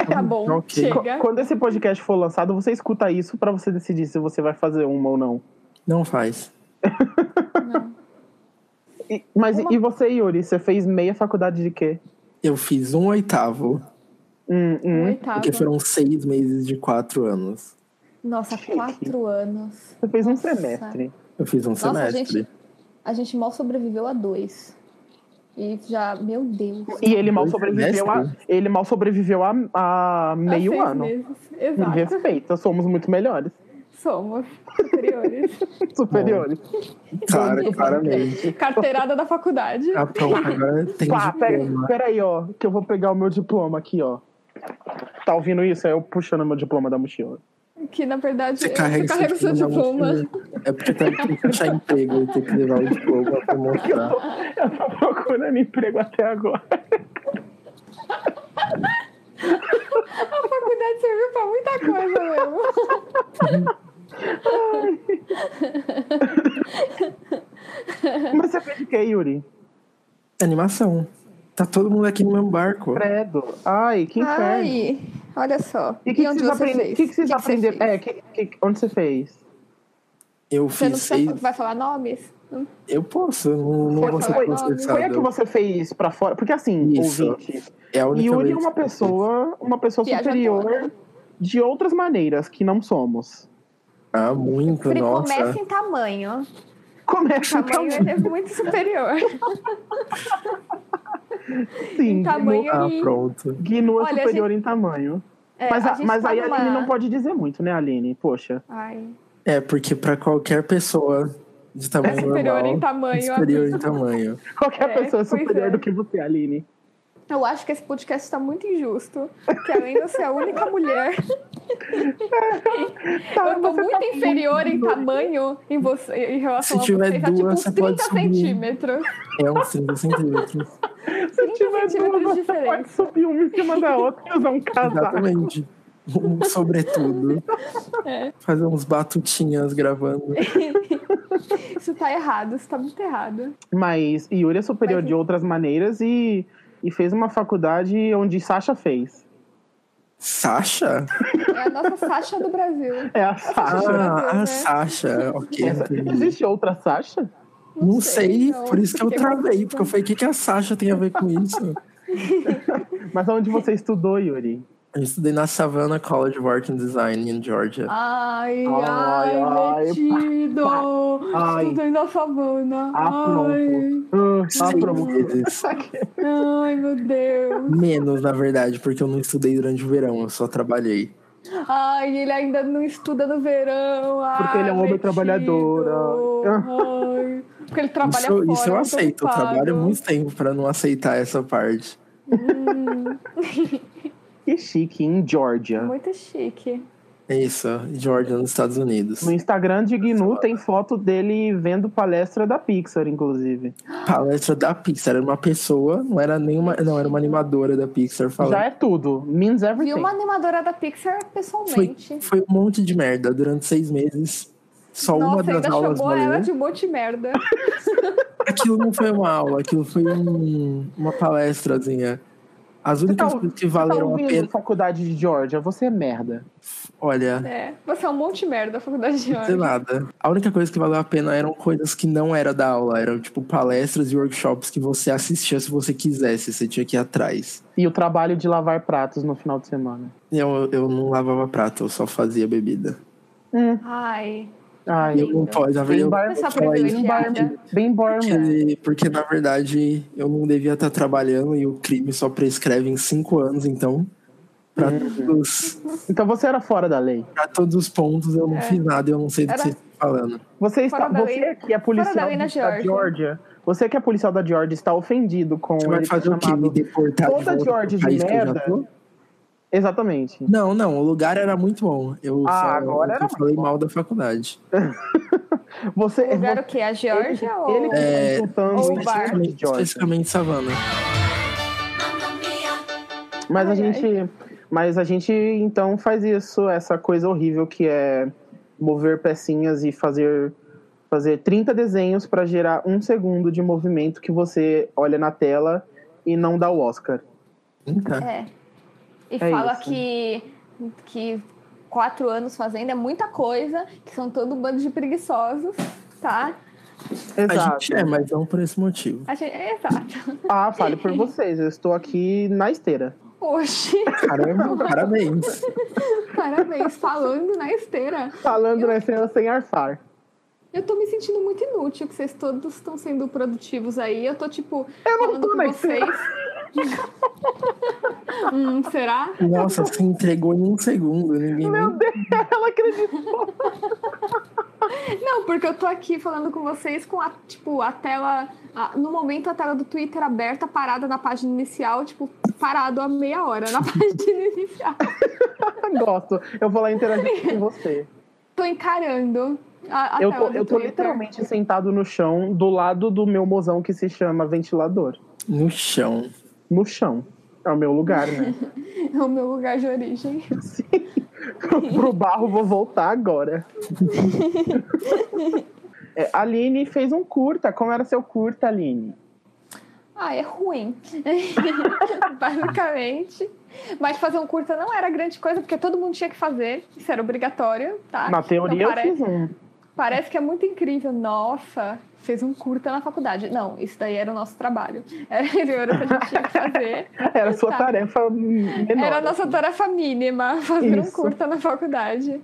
Speaker 2: Tá bom,
Speaker 3: ok.
Speaker 2: chega.
Speaker 1: quando esse podcast for lançado, você escuta isso pra você decidir se você vai fazer uma ou não.
Speaker 3: Não faz.
Speaker 2: Não.
Speaker 1: E- mas
Speaker 2: Uma-
Speaker 1: e você, Yuri? Você fez meia faculdade de quê?
Speaker 3: Eu fiz um oitavo,
Speaker 1: Hum, hum.
Speaker 2: Oitava.
Speaker 3: porque foram seis meses de quatro anos.
Speaker 2: Nossa, quatro anos.
Speaker 1: Você fez um
Speaker 2: Nossa.
Speaker 1: semestre.
Speaker 3: Eu fiz um
Speaker 2: Nossa,
Speaker 3: semestre.
Speaker 2: gente. A gente mal sobreviveu a dois. E já, meu Deus.
Speaker 1: E ele mal
Speaker 3: Dois
Speaker 1: sobreviveu a,
Speaker 3: semestres?
Speaker 1: ele mal sobreviveu a, a
Speaker 2: Há
Speaker 1: meio
Speaker 2: seis
Speaker 1: ano. Uhum.
Speaker 2: meses.
Speaker 1: Me
Speaker 2: Ah, Exato.
Speaker 1: respeita, somos muito melhores.
Speaker 2: Somos superiores.
Speaker 1: Superiores.
Speaker 2: né?
Speaker 3: Cara, claramente.
Speaker 2: Carteirada da faculdade.
Speaker 3: Ah, pronto, agora tem
Speaker 1: Pá, pera,
Speaker 3: diploma.
Speaker 1: peraí, ó, que eu vou pegar o meu diploma aqui, ó. Tá ouvindo isso? É eu puxando meu diploma da mochila.
Speaker 2: Que na verdade
Speaker 3: Você
Speaker 2: eu
Speaker 3: carrega
Speaker 2: carrego
Speaker 3: seu
Speaker 2: seu diploma.
Speaker 3: É porque tá tem que achar emprego e tem que levar o diploma pra mostrar.
Speaker 1: Eu tô procurando emprego até agora.
Speaker 2: A faculdade serviu pra muita coisa mesmo.
Speaker 1: Mas você fez o quê, Yuri?
Speaker 3: Animação. Tá todo mundo aqui no mesmo barco.
Speaker 1: Credo. Ai, que inferno.
Speaker 2: Ai, olha só.
Speaker 1: E o que, que
Speaker 2: onde
Speaker 1: vocês
Speaker 2: você
Speaker 1: aprenderam?
Speaker 2: fez?
Speaker 1: que, que vocês
Speaker 2: você
Speaker 1: aprenderam?
Speaker 2: fez?
Speaker 1: É, que- que- onde você fez?
Speaker 3: Eu
Speaker 2: Você
Speaker 3: fiz
Speaker 2: não
Speaker 3: seis.
Speaker 2: vai falar nomes? Não
Speaker 3: Eu posso, eu não, não
Speaker 2: Foi-
Speaker 3: vou ser
Speaker 2: foi-
Speaker 1: Foi a que
Speaker 3: processado.
Speaker 1: você fez pra fora? Porque assim,
Speaker 3: Isso.
Speaker 1: ouvinte,
Speaker 3: É a única
Speaker 1: Yuri é
Speaker 3: vez
Speaker 1: uma
Speaker 3: que eu fiz.
Speaker 1: pessoa, uma pessoa superior
Speaker 2: Viajadora.
Speaker 1: de outras maneiras que não somos.
Speaker 3: Ah, muito,
Speaker 2: Pri-
Speaker 3: nossa.
Speaker 2: Começa em tamanho.
Speaker 1: Começa
Speaker 2: Tamanho
Speaker 1: então,
Speaker 2: ele é muito superior.
Speaker 1: sim.
Speaker 2: em tamanho
Speaker 1: Gnu-
Speaker 3: Ah,
Speaker 2: e-
Speaker 3: pronto.
Speaker 1: Gnu é
Speaker 2: Olha,
Speaker 1: superior em tamanho.
Speaker 2: É,
Speaker 1: mas a-
Speaker 2: gente
Speaker 1: mas
Speaker 2: tá
Speaker 1: aí
Speaker 2: numa-
Speaker 1: a Aline não pode dizer muito, né, Aline? Poxa.
Speaker 2: Ai,
Speaker 3: É, porque pra qualquer pessoa de tamanho
Speaker 2: superior
Speaker 3: normal,
Speaker 2: em tamanho. assim.
Speaker 3: é superior em tamanho.
Speaker 1: Qualquer
Speaker 2: É,
Speaker 1: pessoa é
Speaker 2: pois
Speaker 1: superior
Speaker 2: é.
Speaker 1: do que você, Aline.
Speaker 2: Eu acho que esse podcast está muito injusto. Que além de eu ser a única mulher,
Speaker 1: Tá,
Speaker 2: eu tô
Speaker 1: você
Speaker 2: muito
Speaker 1: tá
Speaker 2: inferior em
Speaker 1: muito
Speaker 2: tamanho em, você, em relação
Speaker 3: Se
Speaker 2: a
Speaker 3: tiver
Speaker 2: você. Tá tipo
Speaker 3: duas,
Speaker 2: uns
Speaker 3: você pode
Speaker 2: 30
Speaker 3: subir.
Speaker 2: centímetros.
Speaker 3: É uns 30 centímetros.
Speaker 1: Se
Speaker 2: 30
Speaker 1: tiver
Speaker 2: centímetros
Speaker 1: duas,
Speaker 2: de
Speaker 1: você pode
Speaker 2: diferença.
Speaker 1: subir uma em cima da outra e usar um casaco.
Speaker 3: Exatamente. Um sobretudo. Fazer uns batutinhas gravando.
Speaker 2: Isso tá errado, isso tá muito errado.
Speaker 1: Mas Yuri é superior
Speaker 2: Mas-
Speaker 1: de outras maneiras e, e fez uma faculdade onde Sasha fez.
Speaker 3: Sasha?
Speaker 2: É a nossa Sasha do Brasil.
Speaker 1: É a
Speaker 3: Ah,
Speaker 1: Sasha.
Speaker 3: a
Speaker 2: né?
Speaker 3: Sasha. Ok.
Speaker 1: Essa-
Speaker 3: entendi.
Speaker 1: Existe outra Sasha?
Speaker 3: Não, sei,
Speaker 2: não.
Speaker 3: por isso que eu
Speaker 2: Fiquei
Speaker 3: travei,
Speaker 2: confusa.
Speaker 3: porque eu falei, o que, que a Sasha tem a ver com isso?
Speaker 1: Mas onde você estudou, Yuri?
Speaker 3: Eu estudei na Savannah College of Art and Design em Georgia.
Speaker 2: Ai,
Speaker 1: Ai,
Speaker 2: ai,
Speaker 1: ai,
Speaker 2: metido!
Speaker 1: ai.
Speaker 2: Estudei na savana.
Speaker 1: Ah,
Speaker 2: ai,
Speaker 1: Ah, ah,
Speaker 3: Seis
Speaker 1: pronto.
Speaker 3: meses.
Speaker 2: ai, meu Deus.
Speaker 3: Menos, na verdade, porque eu não estudei durante o verão, eu só trabalhei.
Speaker 2: Ai, ele ainda não estuda no verão.
Speaker 1: Porque ele é um homem trabalhador,
Speaker 2: trabalhador. Ai. Porque ele trabalha
Speaker 3: Isso,
Speaker 2: fora. um
Speaker 3: isso eu
Speaker 2: muito
Speaker 3: aceito, eu
Speaker 2: ocupado.
Speaker 3: trabalho há muito tempo pra não aceitar essa parte.
Speaker 1: Que chique, em Georgia.
Speaker 2: Muito chique.
Speaker 3: É isso, Georgia, nos Estados Unidos.
Speaker 1: No Instagram de Gnu tem foto dele vendo palestra da Pixar, inclusive.
Speaker 3: Palestra da Pixar, era uma pessoa, não era nenhuma, não, era uma animadora da Pixar
Speaker 1: Já
Speaker 3: falando.
Speaker 1: é tudo. Means
Speaker 2: Vi
Speaker 1: everything.
Speaker 2: uma animadora da Pixar
Speaker 3: Foi,
Speaker 2: pessoalmente.
Speaker 3: foi um monte de merda durante seis meses. Só uma
Speaker 2: Nossa,
Speaker 3: das
Speaker 2: ainda
Speaker 3: aulas
Speaker 2: chamou ela
Speaker 3: valeu.
Speaker 2: de um monte de merda.
Speaker 3: Aquilo não foi uma aula, aquilo foi um- uma palestrazinha. As únicas
Speaker 1: tá-
Speaker 3: coisas que
Speaker 1: Você tá
Speaker 3: valeram a
Speaker 1: ouvindo
Speaker 3: pena.
Speaker 1: faculdade de Georgia, você é merda.
Speaker 3: Olha,
Speaker 2: É, você é um monte de merda, faculdade de
Speaker 3: sei
Speaker 2: ordem.
Speaker 3: nada. A única coisa que valeu a pena eram coisas que não era da aula. Eram, tipo, palestras e workshops que você assistia se você quisesse. Você tinha que ir atrás.
Speaker 1: E o trabalho de lavar pratos no final de semana.
Speaker 3: Eu, eu não lavava prato, eu só fazia bebida.
Speaker 1: Hum,
Speaker 2: Ai,
Speaker 1: ai,
Speaker 3: Eu não posso, na
Speaker 1: Bem
Speaker 3: verdade, eu
Speaker 1: bar-
Speaker 3: vou
Speaker 2: Pessoal
Speaker 3: falar isso
Speaker 2: privilegiado.
Speaker 3: porque-
Speaker 1: bem Borman.
Speaker 3: porque, porque, na verdade, eu não devia estar trabalhando e o crime só prescreve em cinco anos, então, pra, todos,
Speaker 1: Então você era fora da lei.
Speaker 3: pra todos os pontos, eu não
Speaker 2: É.
Speaker 3: fiz nada, eu não sei do
Speaker 2: Era-
Speaker 3: que vocês estão falando.
Speaker 1: Você está,
Speaker 2: Fora da
Speaker 1: você
Speaker 2: lei-
Speaker 1: que é policial
Speaker 2: da
Speaker 1: da,
Speaker 2: lei na
Speaker 1: Georgia. você que é policial da Georgia está ofendido com
Speaker 3: Você vai
Speaker 1: ele ser
Speaker 3: fazer o quê? Me
Speaker 1: chamado-
Speaker 3: deportar
Speaker 1: Toda
Speaker 3: de volta pro
Speaker 1: Georgia de
Speaker 3: país que eu já
Speaker 1: merda.
Speaker 3: tô?
Speaker 1: Exatamente.
Speaker 3: Não, não, o lugar era muito bom. Eu
Speaker 1: Ah,
Speaker 3: só
Speaker 1: agora
Speaker 3: eu
Speaker 1: era
Speaker 3: falei
Speaker 1: muito bom.
Speaker 3: mal da faculdade.
Speaker 1: Você,
Speaker 2: o lugar o
Speaker 1: você-
Speaker 2: quê? A Georgia ou...
Speaker 1: É ele que
Speaker 3: É,
Speaker 1: está insultando
Speaker 2: ou
Speaker 1: o bar de
Speaker 2: o bar.
Speaker 3: Especificamente,
Speaker 1: Georgia.
Speaker 3: especificamente Savana.
Speaker 1: Mas a
Speaker 2: Ai, ai.
Speaker 1: gente, mas a gente então faz isso, essa coisa horrível que é mover pecinhas e fazer fazer 30 desenhos para gerar um segundo de movimento que você olha na tela e não dá o Oscar.
Speaker 3: Eita.
Speaker 2: É. E
Speaker 1: É
Speaker 2: fala
Speaker 1: isso.
Speaker 2: que, que quatro anos fazendo é muita coisa, que são todo um bando de preguiçosos, tá?
Speaker 3: A
Speaker 1: Exato.
Speaker 3: gente é, mas não por esse motivo.
Speaker 2: A gente, é, exato.
Speaker 1: Ah, fale por vocês, eu estou aqui na esteira.
Speaker 2: Hoje,
Speaker 3: Caramba, parabéns.
Speaker 2: parabéns, falando na esteira.
Speaker 1: Falando na esteira sem arfar.
Speaker 2: Eu tô me sentindo muito inútil, que vocês todos estão sendo produtivos aí. Eu tô, tipo,
Speaker 1: não
Speaker 2: falando
Speaker 1: tô
Speaker 2: com
Speaker 1: na
Speaker 2: vocês.
Speaker 1: esteira.
Speaker 2: hum, será?
Speaker 3: Nossa, se entregou em um segundo. Ninguém
Speaker 1: Meu
Speaker 3: nem...
Speaker 1: Deus, ela acreditou.
Speaker 2: Não, porque eu tô aqui falando com vocês com a, tipo, a tela. a- no momento a tela do Twitter aberta, parada na página inicial, tipo, parado há meia hora na página inicial.
Speaker 1: Gosto. Eu vou lá interagir com você.
Speaker 2: Tô encarando a, a
Speaker 1: Eu
Speaker 2: tela
Speaker 1: tô,
Speaker 2: do
Speaker 1: eu tô
Speaker 2: Twitter.
Speaker 1: literalmente sentado no chão, do lado do meu mozão que se chama ventilador.
Speaker 3: No chão.
Speaker 1: no chão. É o meu lugar, né?
Speaker 2: É o meu lugar de origem.
Speaker 1: Pro barro vou voltar agora. É, a Aline fez um curta. Como era seu curta, Aline?
Speaker 2: Ah, é ruim. Basicamente. Mas fazer um curta não era grande coisa, porque todo mundo tinha que fazer. Isso era obrigatório, tá?
Speaker 1: Na teoria,
Speaker 2: Então,
Speaker 1: eu
Speaker 2: parece-
Speaker 1: fiz um.
Speaker 2: Parece que é muito incrível. Nossa, fez um curta na faculdade. Não, isso daí era o nosso trabalho. Era era o que a gente tinha que fazer.
Speaker 1: Era a sua
Speaker 2: Tá.
Speaker 1: tarefa menor.
Speaker 2: Era a nossa tarefa mínima, fazer um
Speaker 1: Isso.
Speaker 2: curta na faculdade.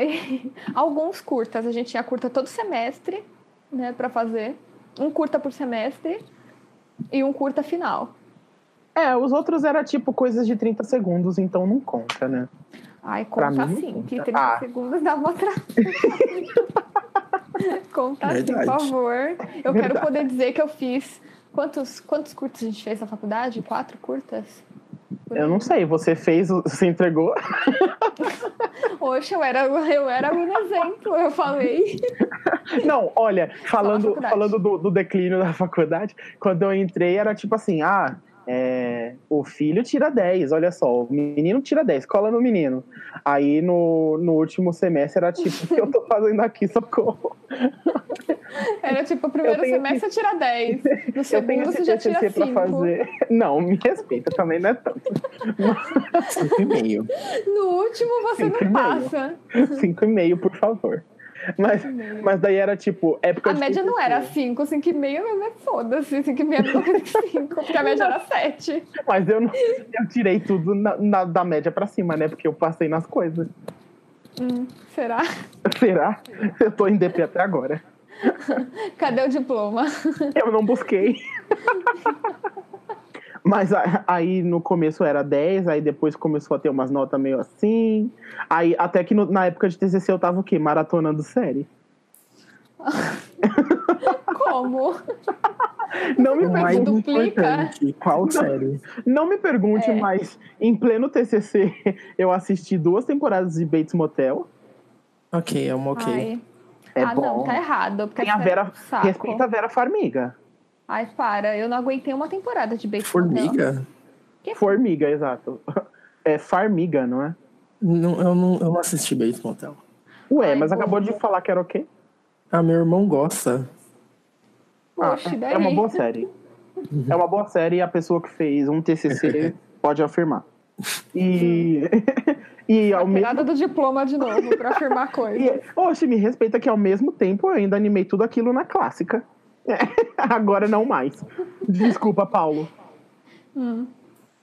Speaker 2: E Alguns curtas, a gente tinha curta todo semestre, né, para fazer. Um curta por semestre e um curta final.
Speaker 1: É, os outros era tipo coisas de 30 segundos, então não conta, né?
Speaker 2: Ai,
Speaker 1: Pra
Speaker 2: conta
Speaker 1: mim,
Speaker 2: assim,
Speaker 1: não
Speaker 2: que
Speaker 1: conta.
Speaker 2: 30
Speaker 1: Ah.
Speaker 2: segundos dá uma tra... Conta assim, por
Speaker 3: Verdade.
Speaker 2: favor. Eu quero
Speaker 1: Verdade.
Speaker 2: poder dizer que eu fiz. Quantos, quantos curtas a gente fez na faculdade? Quatro curtas? Por
Speaker 1: Eu
Speaker 2: aí.
Speaker 1: não sei, você fez, você entregou.
Speaker 2: Oxe, eu era, eu era um exemplo, eu falei.
Speaker 1: Não, olha, falando,
Speaker 2: faculdade.
Speaker 1: falando do, do declínio da faculdade, quando eu entrei era tipo assim, ah, é, o filho tira 10, olha só, o menino tira 10, cola no menino. Aí no, no último semestre era tipo, o que eu tô fazendo aqui, socorro.
Speaker 2: Era tipo, o primeiro
Speaker 1: Eu tenho
Speaker 2: semestre você tira 10. No
Speaker 1: Eu tenho
Speaker 2: segundo
Speaker 1: esse
Speaker 2: você já tira
Speaker 1: TCC pra
Speaker 2: 5.
Speaker 1: fazer. Não, me respeita, também não é tanto.
Speaker 3: Cinco e meio.
Speaker 2: No último você
Speaker 1: Cinco e
Speaker 2: não
Speaker 1: meio.
Speaker 2: passa.
Speaker 1: 5,5, por favor. Mas, mas daí era tipo, época
Speaker 2: A
Speaker 1: de
Speaker 2: média não
Speaker 1: TCC.
Speaker 2: era 5, 5,5, mas é foda-se. 5,5 é melhor que 5, porque a média era 7.
Speaker 1: Mas eu, não, eu tirei tudo na- na- da média pra cima, né? Porque eu passei nas coisas.
Speaker 2: Será?
Speaker 1: Será? Eu tô em DP até agora.
Speaker 2: Cadê o diploma?
Speaker 1: Eu não busquei. Mas a- aí no começo era 10, aí depois começou a ter umas notas meio assim. Aí até que no- na época de TCC eu tava o quê? Maratonando série.
Speaker 2: Como?
Speaker 1: Não me,
Speaker 3: O mais
Speaker 1: pergunte,
Speaker 2: duplica.
Speaker 3: importante, qual série?
Speaker 1: não me pergunte,
Speaker 2: É.
Speaker 1: mas em pleno TCC eu assisti duas temporadas de Bates Motel.
Speaker 3: Ok, é uma ok.
Speaker 2: Ai.
Speaker 1: É
Speaker 2: ah,
Speaker 1: bom.
Speaker 2: não, tá errado. Porque
Speaker 1: Tem a
Speaker 2: essa- é
Speaker 1: Vera-
Speaker 2: Saco.
Speaker 1: Respeita a Vera Farmiga.
Speaker 2: Ai, para. Eu não aguentei uma temporada de Bates Motel.
Speaker 3: Formiga?
Speaker 1: Formiga, exato. É Farmiga, não é?
Speaker 3: Não, eu, não, eu não assisti Bates Motel.
Speaker 1: Ué,
Speaker 2: Ai,
Speaker 1: mas acabou
Speaker 2: bobo.
Speaker 1: de falar que era o quê?
Speaker 3: Ah, meu irmão gosta.
Speaker 1: Ah,
Speaker 2: Poxa, daí. Tá
Speaker 1: é uma Ah, boa série. É uma boa série e a pessoa que fez um TCC pode afirmar. E, e ao mesmo
Speaker 2: Tirada do diploma de novo pra afirmar coisa.
Speaker 1: e, é- oxe, me respeita que ao mesmo tempo eu ainda animei tudo aquilo na clássica. É, Agora não mais. Desculpa, Paulo.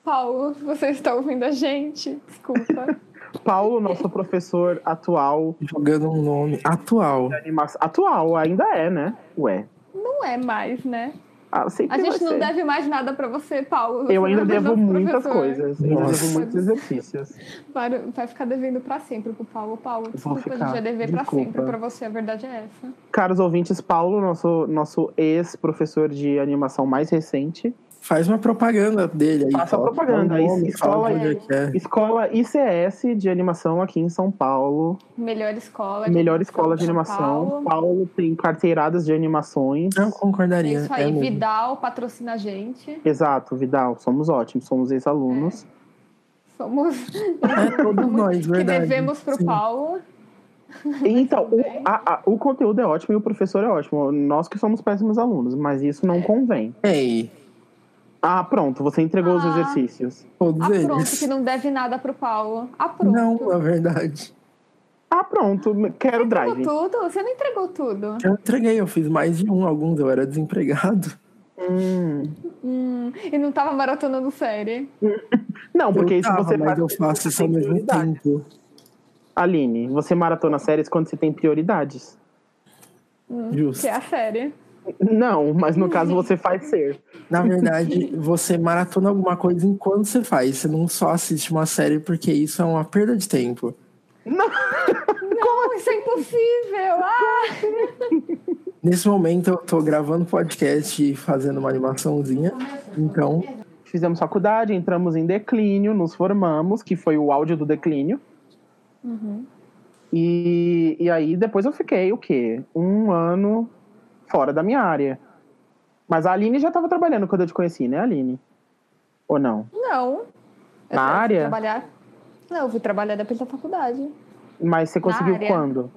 Speaker 2: Paulo, você está ouvindo a gente? Desculpa.
Speaker 1: Paulo, nosso professor atual,
Speaker 3: Jogando um nome atual.
Speaker 1: de anima- atual ainda é, né? Ué.
Speaker 2: Não é mais, né?
Speaker 1: Ah, sempre
Speaker 2: A gente
Speaker 1: vai ser.
Speaker 2: não deve mais nada pra você, Paulo.
Speaker 1: Eu
Speaker 2: Você
Speaker 1: ainda
Speaker 2: não é
Speaker 1: devo
Speaker 2: nosso
Speaker 1: muitas
Speaker 2: professor.
Speaker 1: coisas. Eu ainda
Speaker 3: Nossa.
Speaker 1: devo muitos exercícios.
Speaker 2: Vai, vai ficar devendo pra sempre pro Paulo. Paulo, desculpa, a
Speaker 1: ficar.
Speaker 2: gente vai dever pra
Speaker 1: Desculpa.
Speaker 2: sempre pra você. A verdade é essa.
Speaker 1: Caros ouvintes, Paulo, nosso, nosso ex-professor de animação mais recente.
Speaker 3: Faz uma propaganda dele aí.
Speaker 1: Faça
Speaker 3: fala-
Speaker 1: propaganda,
Speaker 3: fala o nome,
Speaker 1: isso,
Speaker 3: fala
Speaker 1: fala
Speaker 3: de onde é que é.
Speaker 1: Escola ICS de animação aqui em São Paulo.
Speaker 2: Melhor escola. de
Speaker 1: Melhor
Speaker 2: animação
Speaker 1: escola de
Speaker 2: São
Speaker 1: animação. Paulo.
Speaker 2: Paulo.
Speaker 1: tem carteiradas de animações.
Speaker 3: Não
Speaker 2: É
Speaker 3: concordaria.
Speaker 2: isso aí,
Speaker 3: é mesmo.
Speaker 2: Vidal patrocina a gente.
Speaker 1: Exato, Vidal, somos ótimos, somos ex-alunos.
Speaker 2: Somos
Speaker 3: É todos nós,
Speaker 2: que
Speaker 3: verdade.
Speaker 2: devemos pro
Speaker 3: Sim.
Speaker 2: Paulo. É.
Speaker 1: Então, o,
Speaker 2: bem.
Speaker 1: a- a- o conteúdo é ótimo e o professor é ótimo. Nós que somos péssimos alunos, mas isso não convém.
Speaker 3: Ei,
Speaker 1: Ah, pronto, você entregou os
Speaker 2: Ah.
Speaker 1: exercícios.
Speaker 3: todos
Speaker 2: Ah, pronto,
Speaker 3: eles.
Speaker 2: que não deve nada pro Paulo. Ah, pronto.
Speaker 3: Não, é verdade.
Speaker 1: Ah, pronto, quero
Speaker 2: entregou
Speaker 1: drive.
Speaker 2: tudo? Você não entregou tudo.
Speaker 3: Eu entreguei, eu fiz mais de um, alguns, eu era desempregado.
Speaker 1: Hum.
Speaker 2: Hum, e não tava maratonando série.
Speaker 1: Não, porque
Speaker 3: eu
Speaker 1: isso
Speaker 3: tava,
Speaker 1: você
Speaker 3: mas
Speaker 1: faz.
Speaker 3: eu faço isso ao mesmo
Speaker 1: prioridade.
Speaker 3: tempo.
Speaker 1: Aline, você maratona séries quando você tem prioridades.
Speaker 3: Justo.
Speaker 2: Que é a série.
Speaker 1: Não, mas no caso você faz ser.
Speaker 3: Na verdade, você maratona alguma coisa enquanto você faz. Você não só assiste uma série, porque isso é uma perda de tempo.
Speaker 2: Não, isso é
Speaker 1: assim?
Speaker 2: impossível. Ah,
Speaker 3: Nesse momento, eu tô gravando podcast e fazendo uma animaçãozinha. Então,
Speaker 1: Fizemos faculdade, entramos em declínio, nos formamos, que foi o áudio do declínio.
Speaker 2: Uhum.
Speaker 1: E, e aí depois eu fiquei o quê? Um ano fora da minha área. Mas a Aline já estava trabalhando quando eu te conheci, né, Aline? Ou não?
Speaker 2: não. Eu fui
Speaker 1: área?
Speaker 2: Trabalhar. Não, eu fui trabalhar depois da faculdade.
Speaker 1: Mas você conseguiu
Speaker 2: área.
Speaker 1: quando?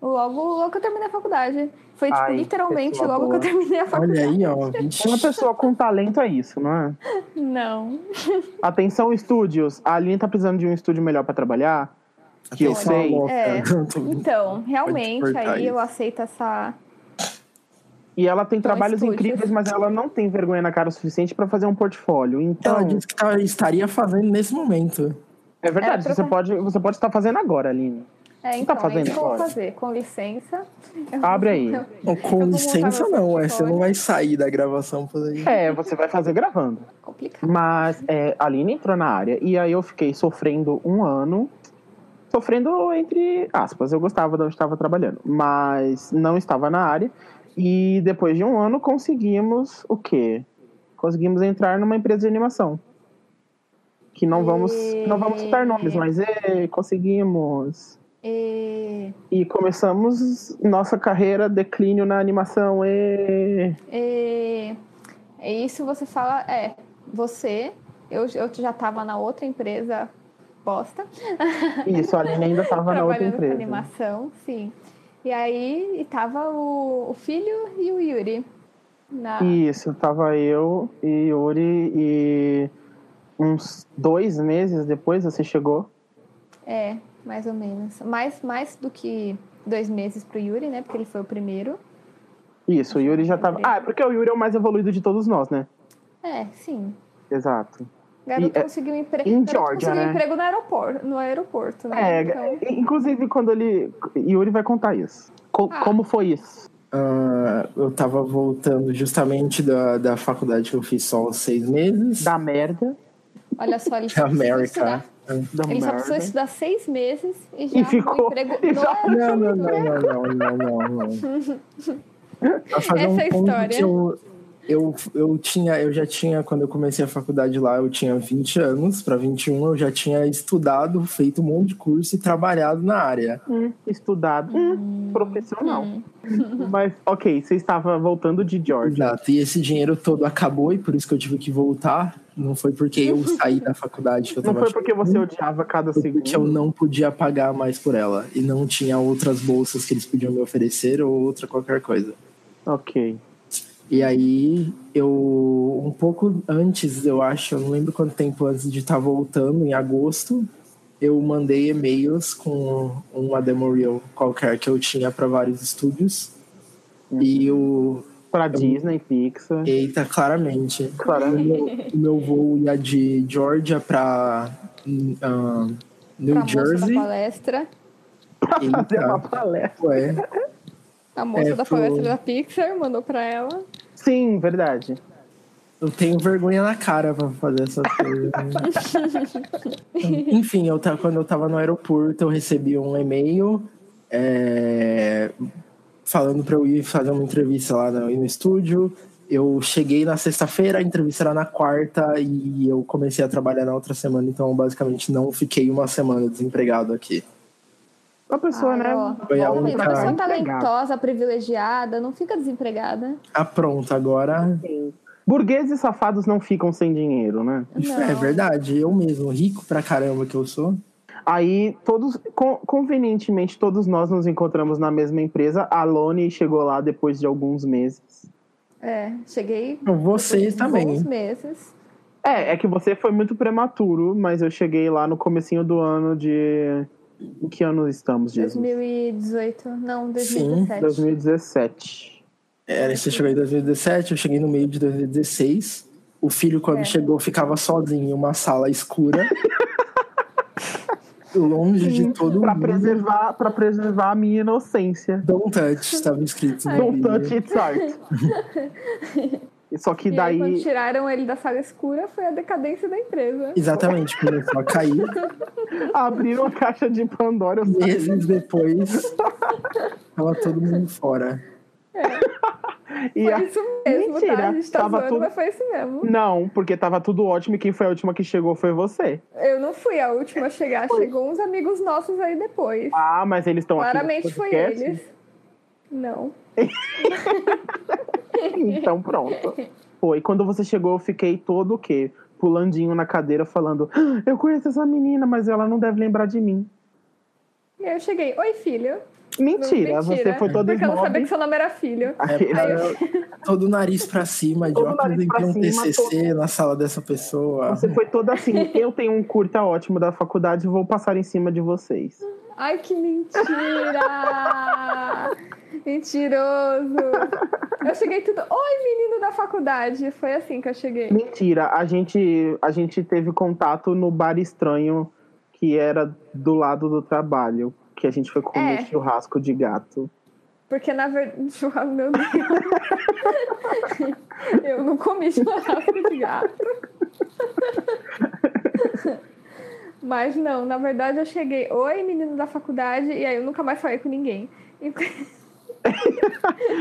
Speaker 2: Logo, logo que eu terminei a faculdade. Foi, tipo,
Speaker 1: Ai,
Speaker 2: literalmente
Speaker 1: pessoa
Speaker 2: logo
Speaker 1: boa.
Speaker 2: que eu terminei a é faculdade.
Speaker 3: olha aí, ó. 20...
Speaker 1: Uma pessoa com talento é isso, não é?
Speaker 2: Não.
Speaker 1: Atenção, estúdios. A Aline tá precisando de um estúdio melhor pra trabalhar. Que eu
Speaker 3: Atenção,
Speaker 1: sei.
Speaker 3: louca.
Speaker 2: É.
Speaker 3: Tô-
Speaker 2: Então, realmente,
Speaker 3: cortar
Speaker 2: aí
Speaker 3: isso.
Speaker 2: eu aceito essa.
Speaker 1: E ela tem trabalhos
Speaker 2: estúdios.
Speaker 1: incríveis, mas ela não tem vergonha na cara o suficiente pra fazer um portfólio. Então,
Speaker 3: Ela disse que tá- estaria fazendo nesse momento.
Speaker 1: é verdade.
Speaker 2: É, pra-
Speaker 1: Você, pode, você pode estar fazendo agora, Aline.
Speaker 2: É,
Speaker 1: Você tá
Speaker 2: então,
Speaker 1: fazendo
Speaker 2: é isso que eu vou
Speaker 1: agora?
Speaker 2: fazer. Com licença.
Speaker 1: Abre aí.
Speaker 3: Não,
Speaker 2: vou
Speaker 3: com
Speaker 2: montar
Speaker 3: licença,
Speaker 2: meu
Speaker 3: não. É,
Speaker 2: portfólio.
Speaker 3: você não vai sair da gravação por aí.
Speaker 1: É, você vai fazer gravando.
Speaker 2: Complicado.
Speaker 1: Mas é, a Aline entrou na área e aí eu fiquei sofrendo um ano. Sofrendo entre aspas, eu gostava de onde estava trabalhando, mas não estava na área. E depois de um ano conseguimos o quê? Conseguimos entrar numa empresa de animação. Que não vamos, não vamos citar nomes, mas é, conseguimos.
Speaker 2: E,
Speaker 1: E começamos nossa carreira declínio na animação. E...
Speaker 2: e, e isso você fala, é, você, eu, eu já tava na outra empresa bosta,
Speaker 1: Isso, a Aline ainda estava na outra
Speaker 2: trabalhando com
Speaker 1: empresa.
Speaker 2: animação, sim. E aí e tava o, o filho e o Yuri. Na,
Speaker 1: Isso, tava eu e Yuri e uns dois meses depois você chegou.
Speaker 2: É, mais ou menos. Mais, mais do que dois meses pro Yuri, né? Porque ele foi o primeiro.
Speaker 1: Isso, o Yuri já tava. Ah, é porque o Yuri é o mais evoluído de todos nós, né?
Speaker 2: É, sim.
Speaker 1: Exato.
Speaker 2: Garoto
Speaker 1: E, é,
Speaker 2: conseguiu um emprego.
Speaker 1: em
Speaker 2: garoto
Speaker 1: Georgia,
Speaker 2: conseguiu
Speaker 1: né?
Speaker 2: emprego no aeroporto, no aeroporto, né?
Speaker 1: É,
Speaker 2: Então,
Speaker 1: inclusive quando ele. Yuri vai contar isso. Co-
Speaker 2: Ah.
Speaker 1: Como foi isso?
Speaker 3: Ah, eu tava voltando justamente da, da faculdade que eu fiz só os seis meses.
Speaker 1: Da merda.
Speaker 2: olha só, ele
Speaker 3: Que é
Speaker 2: só precisou
Speaker 3: América.
Speaker 2: estudar-
Speaker 1: Da
Speaker 2: Ele só precisou
Speaker 1: merda.
Speaker 2: estudar seis meses e já
Speaker 1: né? E ficou-
Speaker 2: um emprego
Speaker 1: e
Speaker 2: no
Speaker 1: já-
Speaker 2: aeroporto.
Speaker 3: Não, não, não, não, não, não, não, não. Pra fazer um
Speaker 2: Essa é a
Speaker 3: ponto
Speaker 2: história.
Speaker 3: que eu, eu, eu, tinha, eu já tinha, quando eu comecei a faculdade lá, eu tinha 20 anos, para 21, eu já tinha estudado, feito um monte de curso e trabalhado na área.
Speaker 1: Hum, estudado. Hum, profissional. Mas, ok, você estava voltando de Georgia.
Speaker 3: Exato. E esse dinheiro todo acabou e por isso que eu tive que voltar. Não foi porque eu saí da faculdade que eu
Speaker 1: Não
Speaker 3: tava
Speaker 1: foi porque você odiava cada
Speaker 3: Foi porque eu
Speaker 1: segundo.
Speaker 3: não podia pagar mais por ela. E não tinha outras bolsas que eles podiam me oferecer ou outra qualquer coisa.
Speaker 1: Ok.
Speaker 3: E aí eu um pouco antes, eu acho, eu não lembro quanto tempo antes de estar voltando, em agosto, eu mandei e-mails com uma demo reel qualquer que eu tinha para vários estúdios. E o
Speaker 1: Pra Disney, Pixar.
Speaker 3: Eita, claramente.
Speaker 1: Claramente.
Speaker 3: O meu voo ia de Georgia para New
Speaker 2: pra moça da
Speaker 3: Jersey.
Speaker 2: palestra.
Speaker 3: Então,
Speaker 1: Fazer uma
Speaker 3: Eita,
Speaker 1: palestra.
Speaker 3: ué.
Speaker 2: A moça
Speaker 3: É,
Speaker 2: da
Speaker 3: pro-
Speaker 2: palestra da Pixar mandou pra ela.
Speaker 1: Sim, verdade.
Speaker 3: Eu tenho vergonha na cara pra fazer essas coisas. né? Enfim, eu ta- quando eu tava no aeroporto, eu recebi um e-mail é, falando pra eu ir fazer uma entrevista lá no, no estúdio. Eu cheguei na sexta-feira, a entrevista era na quarta e eu comecei a trabalhar na outra semana, então eu basicamente não fiquei uma semana desempregado aqui.
Speaker 1: Uma pessoa,
Speaker 2: Ai,
Speaker 1: né?
Speaker 2: ó.
Speaker 3: Foi a
Speaker 2: Tá
Speaker 1: volta
Speaker 2: vendo?
Speaker 3: única-
Speaker 2: A pessoa
Speaker 1: empregada.
Speaker 2: talentosa, privilegiada, não fica desempregada.
Speaker 3: Ah, pronto, agora
Speaker 1: Sim. Burgueses safados não ficam sem dinheiro, né?
Speaker 3: é
Speaker 2: Não.
Speaker 3: verdade, eu mesmo, rico pra caramba que eu sou.
Speaker 1: Aí, todos, con- convenientemente, todos nós nos encontramos na mesma empresa. A Lone chegou lá depois de alguns meses.
Speaker 2: É, cheguei
Speaker 3: Vocês também.
Speaker 2: bons meses.
Speaker 1: É, é que você foi muito prematuro, mas eu cheguei lá no comecinho do ano de... Em que ano estamos, Jesus?
Speaker 2: 2018, não,
Speaker 3: Sim,
Speaker 2: 2017.
Speaker 1: 2017.
Speaker 3: É, você chegou em 2017, eu cheguei no meio de 2016. O filho, quando
Speaker 2: É.
Speaker 3: chegou, ficava sozinho em uma sala escura. longe de todo
Speaker 1: Pra
Speaker 3: mundo.
Speaker 1: preservar, pra preservar a minha inocência.
Speaker 3: Don't touch, estava escrito. no
Speaker 1: Don't
Speaker 3: livro.
Speaker 1: touch its art. Só que
Speaker 2: E
Speaker 1: daí...
Speaker 2: aí, quando tiraram ele da sala escura, foi a decadência da empresa.
Speaker 3: Exatamente, começou a cair.
Speaker 1: abriram a caixa de Pandora. eu saí.
Speaker 3: Meses depois, tava todo mundo fora.
Speaker 1: E
Speaker 2: Foi
Speaker 1: a-
Speaker 2: isso mesmo, tá? A gente
Speaker 1: Mentira,
Speaker 2: tá
Speaker 1: tava
Speaker 2: zoando,
Speaker 1: tudo-
Speaker 2: mas foi isso mesmo.
Speaker 1: Não, porque tava tudo ótimo e quem foi a última que chegou foi você.
Speaker 2: Eu não fui a última a chegar, chegou uns amigos nossos aí depois.
Speaker 1: Ah, mas eles estão aqui. no
Speaker 2: Claramente foi
Speaker 1: podcast, né?
Speaker 2: eles. Não.
Speaker 1: Então pronto. Foi. Quando você chegou, eu fiquei todo o quê? Pulandinho na cadeira, falando: "Ah, Eu conheço essa menina, mas ela não deve lembrar de mim.
Speaker 2: E aí eu cheguei, oi filho.
Speaker 1: Mentira,
Speaker 2: Não,
Speaker 1: você foi todo
Speaker 2: Porque eu não sabia
Speaker 1: snob.
Speaker 2: que seu nome era filho.
Speaker 1: Aquele-
Speaker 2: Aí
Speaker 3: Era todo nariz pra cima, de
Speaker 1: Todo
Speaker 3: óculos
Speaker 1: nariz
Speaker 3: em
Speaker 1: pra
Speaker 3: um
Speaker 1: cima,
Speaker 3: TCC na sala dessa pessoa.
Speaker 1: Você foi toda assim, eu tenho um curta ótimo da faculdade, vou passar em cima de vocês.
Speaker 2: Ai, que mentira! Mentiroso! Eu cheguei tudo. Oi, menino da faculdade! Foi assim que eu cheguei.
Speaker 1: Mentira, a gente, a gente teve contato no bar estranho que era do lado do trabalho, que a gente foi comer
Speaker 2: É.
Speaker 1: churrasco de gato.
Speaker 2: Porque na verdade. Churrasco, meu Deus! Eu não comi churrasco de gato. Mas não, na verdade eu cheguei, oi menino da faculdade, e aí eu nunca mais falei com ninguém. E-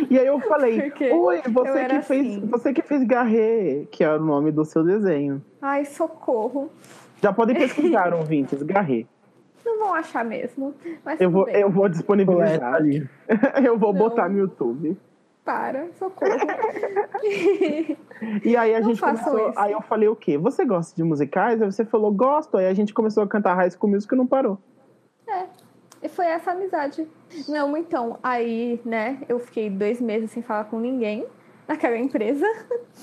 Speaker 1: E aí eu falei,
Speaker 2: Porque
Speaker 1: oi,
Speaker 2: eu
Speaker 1: você
Speaker 2: era
Speaker 1: que, fez,
Speaker 2: assim.
Speaker 1: você que fez Garré, que era o nome do seu desenho.
Speaker 2: Ai, socorro!
Speaker 1: Já podem pesquisar, ouvintes, Garré.
Speaker 2: Não vão achar mesmo. Mas
Speaker 1: Eu
Speaker 2: tudo
Speaker 1: vou,
Speaker 2: bem.
Speaker 1: eu vou
Speaker 3: Coleta
Speaker 1: disponibilizar,
Speaker 3: ali.
Speaker 1: eu vou
Speaker 2: Não.
Speaker 1: botar no YouTube.
Speaker 2: Para, socorro.
Speaker 1: E aí a
Speaker 2: Não
Speaker 1: gente
Speaker 2: façam
Speaker 1: começou,
Speaker 2: isso.
Speaker 1: aí eu falei o quê? Você gosta de musicais? Aí você falou, gosto. Aí a gente começou a cantar High School Music e não parou.
Speaker 2: E foi essa amizade. Não, então, aí, né, eu fiquei dois meses sem falar com ninguém naquela empresa.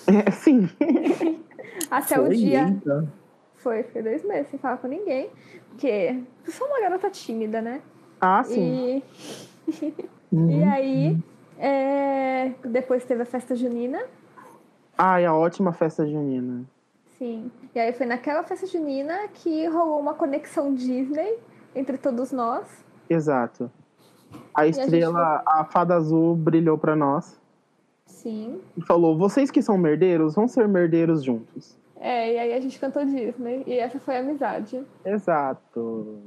Speaker 1: É, sim.
Speaker 2: Até o
Speaker 3: Foi, então.
Speaker 2: dia.
Speaker 3: eita.
Speaker 2: Foi, fiquei dois meses sem falar com ninguém. Porque eu sou uma garota tímida, né?
Speaker 1: Ah, sim.
Speaker 2: E, e
Speaker 3: Uhum.
Speaker 2: aí, é, depois teve a festa junina.
Speaker 1: Ai, a ótima festa junina.
Speaker 2: Sim. E aí foi naquela festa junina que rolou uma conexão Disney entre todos nós.
Speaker 1: Exato. A
Speaker 2: gente
Speaker 1: estrela, a fada azul, brilhou pra nós
Speaker 2: Sim.
Speaker 1: e falou: Vocês que são merdeiros vão ser merdeiros juntos.
Speaker 2: É, e aí a gente cantou Disney. E essa foi a amizade.
Speaker 1: Exato.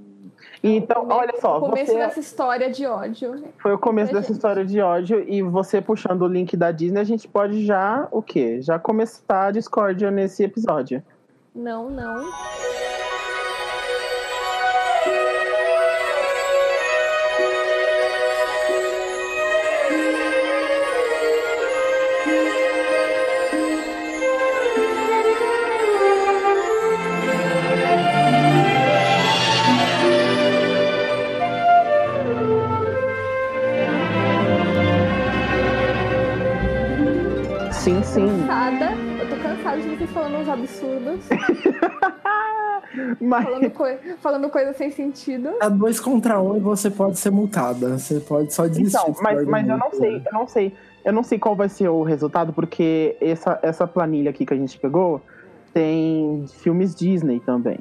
Speaker 1: Então,
Speaker 2: Come-
Speaker 1: olha só,
Speaker 2: o começo
Speaker 1: você
Speaker 2: dessa história de ódio.
Speaker 1: foi o começo
Speaker 2: Foi,
Speaker 1: dessa
Speaker 2: gente.
Speaker 1: história de ódio e você puxando o link da Disney, a gente pode já, o quê? Já começar a discórdia nesse episódio.
Speaker 2: Não, não.
Speaker 1: Sim, sim.
Speaker 4: Cansada. Eu tô cansada de vocês falando uns absurdos.
Speaker 1: Mas
Speaker 4: falando, coi- falando coisa sem sentido.
Speaker 3: Tá dois contra um e você pode ser multada. Você pode só desistir.
Speaker 1: Então,
Speaker 3: desse
Speaker 1: mas, mas eu não
Speaker 3: argumento.
Speaker 1: sei, eu não sei. Eu não sei qual vai ser o resultado, porque essa, essa planilha aqui que a gente pegou tem filmes Disney também.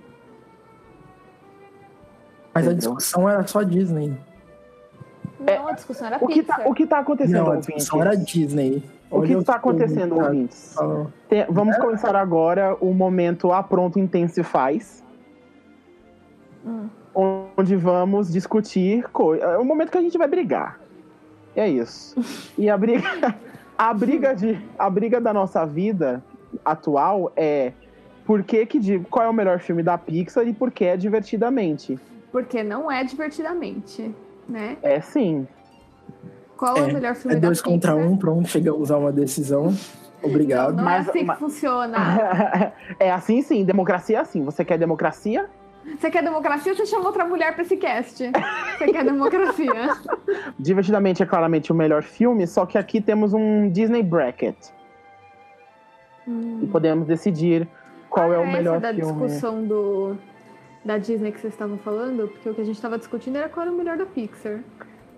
Speaker 3: Mas a
Speaker 1: Entendeu?
Speaker 3: discussão era só Disney.
Speaker 4: Não, a discussão
Speaker 2: É
Speaker 4: era
Speaker 1: O que tá,
Speaker 4: Pixar.
Speaker 1: o que tá acontecendo,
Speaker 3: não, a
Speaker 1: ouvintes?
Speaker 3: discussão era Disney.
Speaker 1: O que
Speaker 3: Olha
Speaker 1: está
Speaker 3: filme,
Speaker 1: acontecendo,
Speaker 3: cara.
Speaker 1: ouvintes?
Speaker 3: Fala.
Speaker 1: Tem- vamos começar agora o momento A Pronto Intense Faz.
Speaker 4: Hum.
Speaker 1: Onde vamos discutir coisas. É o momento que a gente vai brigar. É isso. E a briga, a briga, de, a briga da nossa vida atual é por que que di- qual é o melhor filme da Pixar e por que é divertidamente.
Speaker 2: Porque não é divertidamente, né?
Speaker 1: É sim.
Speaker 2: Qual é, o melhor filme
Speaker 3: É
Speaker 2: da
Speaker 3: dois contra
Speaker 2: Pixar?
Speaker 3: um, pronto, chegamos a uma decisão.
Speaker 1: Então,
Speaker 3: Obrigado.
Speaker 2: Não
Speaker 1: Mas- Ah.
Speaker 2: é assim
Speaker 1: mas-
Speaker 2: que funciona.
Speaker 1: é assim sim, democracia é assim. Você quer democracia?
Speaker 2: Você quer democracia? Você chama outra mulher pra esse cast. Você quer democracia?
Speaker 1: Divertidamente é claramente o melhor filme, só que aqui temos um Disney Bracket. E podemos decidir qual é o
Speaker 2: Ah, essa
Speaker 1: melhor
Speaker 2: da
Speaker 1: filme.
Speaker 2: discussão do, da Disney que vocês estavam falando? Porque o que a gente estava discutindo era qual era o melhor da Pixar.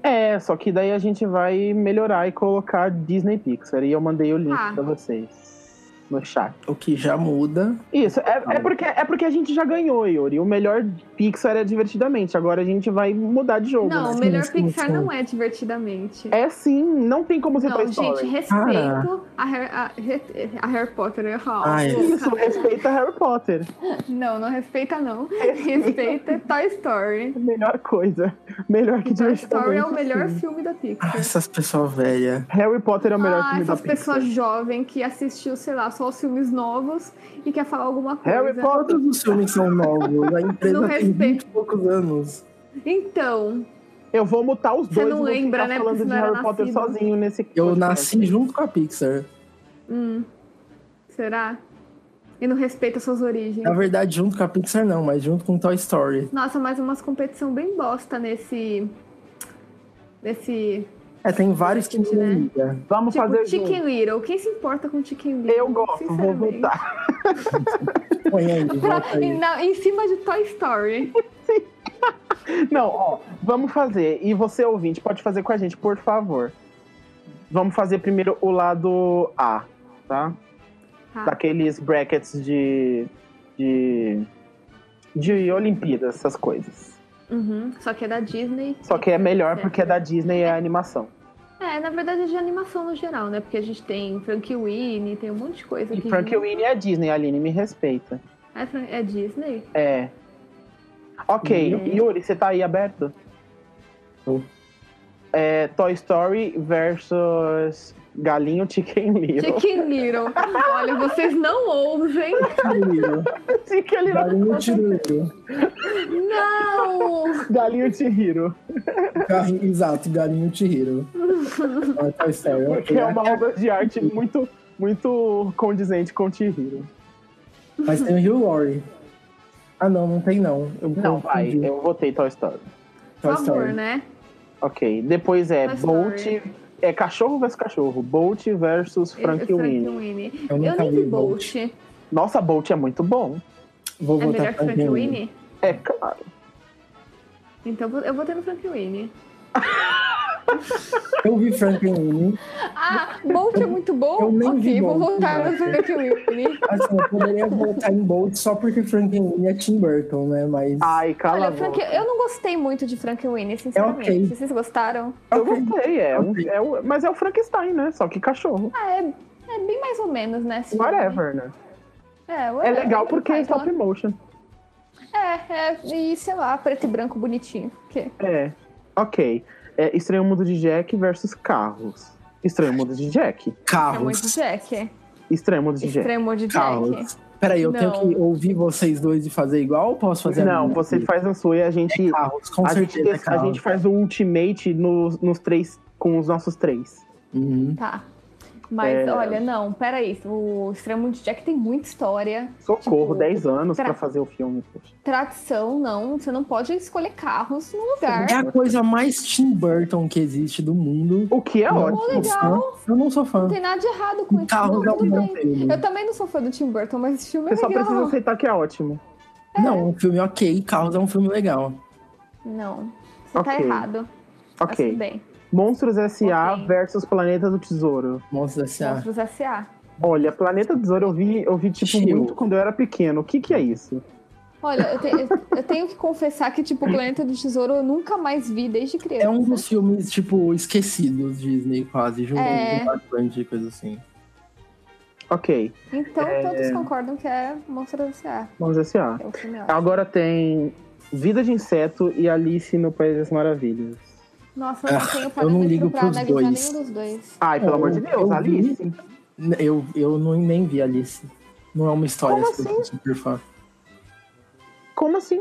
Speaker 1: É, só que daí a gente vai melhorar e colocar Disney Pixar. E eu mandei o link
Speaker 2: Ah.
Speaker 1: pra vocês no chat.
Speaker 3: O que já muda.
Speaker 1: Isso, é, é porque, é porque a gente já ganhou, Yuri. O melhor Pixar é divertidamente. Agora a gente vai mudar de jogo.
Speaker 2: não,
Speaker 1: né?
Speaker 2: o melhor
Speaker 3: sim,
Speaker 2: Pixar
Speaker 3: sim.
Speaker 2: não é divertidamente.
Speaker 1: É sim, não tem como ser
Speaker 2: não,
Speaker 1: Toy
Speaker 2: gente,
Speaker 1: Story.
Speaker 2: respeito a, Harry, a, Re- a Harry Potter. Eu ia falar,
Speaker 3: Ai.
Speaker 2: ó,
Speaker 1: Isso,
Speaker 2: louca.
Speaker 1: respeita Harry Potter.
Speaker 2: Não, não respeita, não.
Speaker 1: É
Speaker 2: Respeita Toy Story.
Speaker 1: Melhor coisa. Melhor que
Speaker 2: Toy Story é o
Speaker 1: divertidamente,
Speaker 2: melhor
Speaker 1: sim.
Speaker 2: filme da Pixar.
Speaker 3: Ah, essas pessoas velhas.
Speaker 1: Harry Potter assim. é o melhor
Speaker 2: ah,
Speaker 1: filme da
Speaker 2: essas
Speaker 1: Pixar.
Speaker 2: pessoas jovens que assistiu, sei lá, só os filmes novos e quer falar alguma coisa.
Speaker 1: Harry Potter.
Speaker 3: Todos os filmes são novos. A empresa
Speaker 2: Não
Speaker 3: tem
Speaker 2: respeito.
Speaker 3: 20 e poucos anos.
Speaker 2: Então,
Speaker 1: Eu vou mutar os
Speaker 2: Você
Speaker 1: dois.
Speaker 2: não
Speaker 1: e vou
Speaker 2: lembra,
Speaker 1: ficar
Speaker 2: né, porque
Speaker 1: Falando
Speaker 2: você
Speaker 1: de
Speaker 2: não era
Speaker 1: Harry Potter
Speaker 2: nascido.
Speaker 1: sozinho nesse.
Speaker 3: Eu
Speaker 1: podcast.
Speaker 3: nasci junto com a Pixar.
Speaker 2: hum, será? E não respeita suas origens.
Speaker 3: Na verdade, junto com a Pixar não, mas junto com Toy Story.
Speaker 2: Nossa, mas umas competição bem bosta nesse. Nesse.
Speaker 3: É, tem vários que me
Speaker 2: Gente, né?
Speaker 3: ligam.
Speaker 1: Vamos
Speaker 2: tipo,
Speaker 1: fazer
Speaker 2: Chicken
Speaker 1: junto.
Speaker 2: Little. Quem se importa com Chicken Little?
Speaker 1: Eu gosto, vou
Speaker 2: sinceramente?
Speaker 1: votar.
Speaker 3: Põe aí,
Speaker 2: Pra-
Speaker 3: volta
Speaker 2: e
Speaker 3: aí.
Speaker 2: na- em cima de Toy Story.
Speaker 1: Não, ó, vamos fazer. E você, ouvinte, pode fazer com a gente, por favor. Vamos fazer primeiro o lado A, tá?
Speaker 2: Tá.
Speaker 1: Daqueles brackets de. de. de Olimpíadas, essas coisas.
Speaker 2: Uhum, Só que é da Disney.
Speaker 1: Só que é melhor
Speaker 2: Certo.
Speaker 1: porque é da Disney e é animação.
Speaker 2: É, na verdade é de animação no geral, né? Porque a gente tem Frank Winnie, tem um monte de coisa.
Speaker 1: E
Speaker 2: que
Speaker 1: Frank
Speaker 2: junta.
Speaker 1: Winnie é Disney, Aline, me respeita.
Speaker 2: É, Fran- é Disney?
Speaker 1: É. Ok,
Speaker 2: Hum.
Speaker 1: Yuri, você tá aí aberto?
Speaker 3: Tô.
Speaker 1: É Toy Story versus Galinho Chicken Little.
Speaker 2: Chicken Little. Olha, vocês não ousem.
Speaker 3: Tiro,
Speaker 1: Chicken Little.
Speaker 3: Galinho tireiro.
Speaker 2: Não!
Speaker 1: Galinho Chihiro.
Speaker 3: Galinho- Exato, galinho tireiro. É Toy Story.
Speaker 1: Porque
Speaker 3: ok.
Speaker 1: é uma obra de arte muito, muito condizente com Chihiro.
Speaker 3: Mas tem o Hugh Laurie. Ah, não, não tem não. Eu
Speaker 1: Não, vai,
Speaker 3: confundi.
Speaker 1: eu votei Toy Story.
Speaker 3: Toy
Speaker 2: Por favor,
Speaker 3: Story.
Speaker 2: né?
Speaker 1: Ok, depois é
Speaker 2: Toy
Speaker 1: Bolt.
Speaker 2: Story.
Speaker 1: É cachorro versus cachorro. Bolt versus Frank Winnie.
Speaker 2: Winnie.
Speaker 3: Eu
Speaker 2: Eu,
Speaker 3: nunca
Speaker 2: nem
Speaker 3: vi
Speaker 2: vi Bolt.
Speaker 1: Nossa, Bolt é muito bom.
Speaker 3: Vou
Speaker 2: É melhor
Speaker 3: votar
Speaker 2: que Frank Winnie?
Speaker 1: É claro.
Speaker 2: Então eu votei no Frank Winnie.
Speaker 3: Eu vi Frankenweenie.
Speaker 2: Ah, Bolt é muito bom?
Speaker 3: Eu nem
Speaker 2: ok,
Speaker 3: vi
Speaker 2: vou
Speaker 3: Bolt,
Speaker 2: votar no
Speaker 3: cara.
Speaker 2: Frank Winnie.
Speaker 3: Assim, eu poderia votar em Bolt só porque Frankenweenie é Tim Burton, né? Mas
Speaker 1: Ai, cala
Speaker 2: Olha,
Speaker 1: a boca.
Speaker 2: Frank, eu não gostei muito de Frank Winnie, sinceramente.
Speaker 3: ok.
Speaker 2: Vocês gostaram?
Speaker 1: Eu gostei, é. um-
Speaker 3: Ok.
Speaker 1: é um- mas é o Frankenstein, né? Só que cachorro.
Speaker 2: Ah, é, é bem mais ou menos, né? esse filme.
Speaker 1: Whatever, né?
Speaker 2: É,
Speaker 1: É
Speaker 2: whatever.
Speaker 1: legal porque é
Speaker 2: Faz uma-
Speaker 1: stop motion.
Speaker 2: É, é, e sei lá, preto e branco bonitinho. Que-
Speaker 1: É. Ok. É Estranho Mundo de Jack versus Carros. Estranho Mundo de Jack.
Speaker 2: É muito
Speaker 3: carros.
Speaker 2: Jack.
Speaker 1: Estranho Mundo de Jack.
Speaker 2: Extremo de Jack.
Speaker 3: Carros. Peraí, eu tenho
Speaker 2: Não.
Speaker 3: que ouvir vocês dois e fazer igual ou posso fazer a
Speaker 1: Não,
Speaker 3: minha?
Speaker 1: você faz a sua e a gente.
Speaker 3: Carros, É com
Speaker 1: a, gente,
Speaker 3: certeza. é
Speaker 1: des- a
Speaker 3: carros.
Speaker 1: gente faz o ultimate nos, nos três. Com os nossos três.
Speaker 3: Uhum.
Speaker 2: Tá. Mas
Speaker 1: É.
Speaker 2: olha, não, peraí. O Extremo de Jack tem muita história.
Speaker 1: Socorro,
Speaker 2: Tipo,
Speaker 1: 10 anos
Speaker 2: tra-
Speaker 1: pra fazer o filme. poxa.
Speaker 2: Tradição, não. Você não pode escolher carros no lugar.
Speaker 3: É a coisa mais Tim Burton que existe do mundo.
Speaker 1: O que é
Speaker 3: Eu não
Speaker 1: ótimo.
Speaker 3: sou
Speaker 2: legal.
Speaker 3: fã, Eu não sou
Speaker 2: Não
Speaker 3: fã.
Speaker 2: tem nada de errado com
Speaker 3: Um
Speaker 2: isso.
Speaker 3: carro
Speaker 2: não,
Speaker 3: é
Speaker 2: tudo
Speaker 3: um
Speaker 2: bem.
Speaker 3: filme.
Speaker 2: Eu também não sou fã do Tim Burton, mas esse filme
Speaker 1: Você
Speaker 2: é
Speaker 1: só
Speaker 2: legal.
Speaker 1: precisa aceitar que é ótimo.
Speaker 3: Não, um filme ok, Carros é um filme legal.
Speaker 2: Não, você tá
Speaker 1: Ok.
Speaker 2: errado. Mas tudo
Speaker 1: Ok.
Speaker 2: bem.
Speaker 1: Monstros S.A.
Speaker 2: Assim, Ok.
Speaker 1: versus Planeta do Tesouro.
Speaker 3: Monstros S.A.
Speaker 2: Monstros S.A.
Speaker 1: Olha, Planeta do Tesouro eu vi, eu vi tipo,
Speaker 3: Chill.
Speaker 1: muito quando eu era pequeno. O que que é isso?
Speaker 2: Olha, eu, te- eu- eu tenho que confessar que, tipo, o Planeta do Tesouro eu nunca mais vi desde criança.
Speaker 3: Hum. É um dos filmes, tipo, esquecidos Disney, quase, junto
Speaker 2: É.
Speaker 3: com bastante coisa assim.
Speaker 1: Ok,
Speaker 2: Então
Speaker 1: É.
Speaker 2: todos concordam que é Monstros S.A.
Speaker 1: Monstros S.A.
Speaker 2: que É o filme ótimo.
Speaker 1: Agora tem Vida de Inseto e Alice no País das Maravilhas.
Speaker 2: Nossa, eu não tenho
Speaker 3: Ah, eu não
Speaker 2: parâmetro
Speaker 3: ligo
Speaker 2: pra
Speaker 3: pros
Speaker 2: analisar
Speaker 3: dois.
Speaker 2: nenhum dos dois.
Speaker 1: Ai, pelo
Speaker 3: Eu-
Speaker 1: amor de Deus,
Speaker 3: Oh, eu vi.
Speaker 1: Alice.
Speaker 3: N- Eu, eu não, nem vi Alice. Não é uma história
Speaker 1: Como
Speaker 3: que eu
Speaker 2: assim?
Speaker 3: sou super fã.
Speaker 1: Como assim?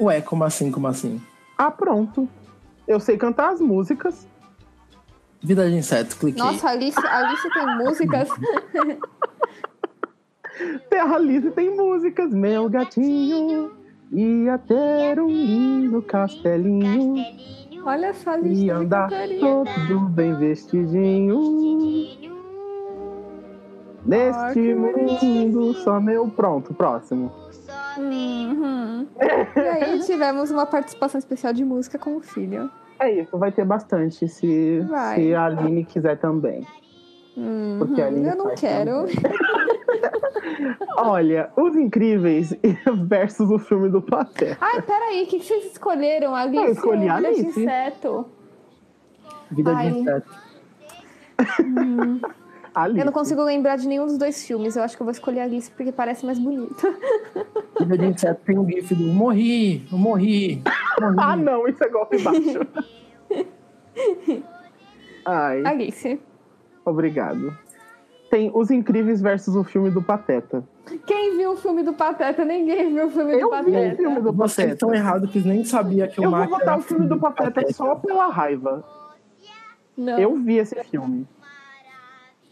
Speaker 3: Ué, como assim, como assim?
Speaker 1: Ah, pronto. Eu sei cantar as músicas.
Speaker 3: Vida de inseto, cliquei.
Speaker 2: Nossa, a Alice, a Alice tem músicas.
Speaker 1: Terra Alice tem músicas. Meu gatinho ia ter um lindo castelinho.
Speaker 2: Olha só, a gente
Speaker 1: E
Speaker 2: tem
Speaker 1: andar
Speaker 2: cantoria.
Speaker 1: todo bem vestidinho. Neste mundo só meu. Pronto, próximo. Hum.
Speaker 2: Uhum. E aí tivemos uma participação especial de música com o filho.
Speaker 1: É isso, vai ter bastante se,
Speaker 2: Vai.
Speaker 1: se a Aline quiser também.
Speaker 2: Uhum.
Speaker 1: Porque a Aline
Speaker 2: Eu não
Speaker 1: faz
Speaker 2: quero.
Speaker 1: Olha, Os Incríveis versus o filme do Platão.
Speaker 2: Ai, peraí, o que que vocês escolheram? Alice
Speaker 1: Eu escolhi
Speaker 2: ou
Speaker 1: a
Speaker 2: Ilha de
Speaker 1: Alice.
Speaker 2: Inseto?
Speaker 3: Vida
Speaker 2: Ai.
Speaker 3: de inseto.
Speaker 1: Alice.
Speaker 2: Eu não consigo lembrar de nenhum dos dois filmes. Eu acho que eu vou escolher a Alice porque parece mais bonita.
Speaker 3: Vida de inseto tem um gif do morri, eu morri.
Speaker 1: Ah, não, isso é golpe baixo. Ai,
Speaker 2: Alice.
Speaker 1: obrigado. Tem Os Incríveis versus o filme do Pateta.
Speaker 2: Quem viu o filme do Pateta? Ninguém viu o filme do
Speaker 1: Eu vi o
Speaker 2: Pateta.
Speaker 1: filme do
Speaker 3: Vocês
Speaker 1: Pateta.
Speaker 3: estão errados que nem sabia que o
Speaker 1: Eu vou
Speaker 3: Max era
Speaker 1: botar o filme do Pateta só pela raiva.
Speaker 2: Não.
Speaker 1: Eu vi esse filme.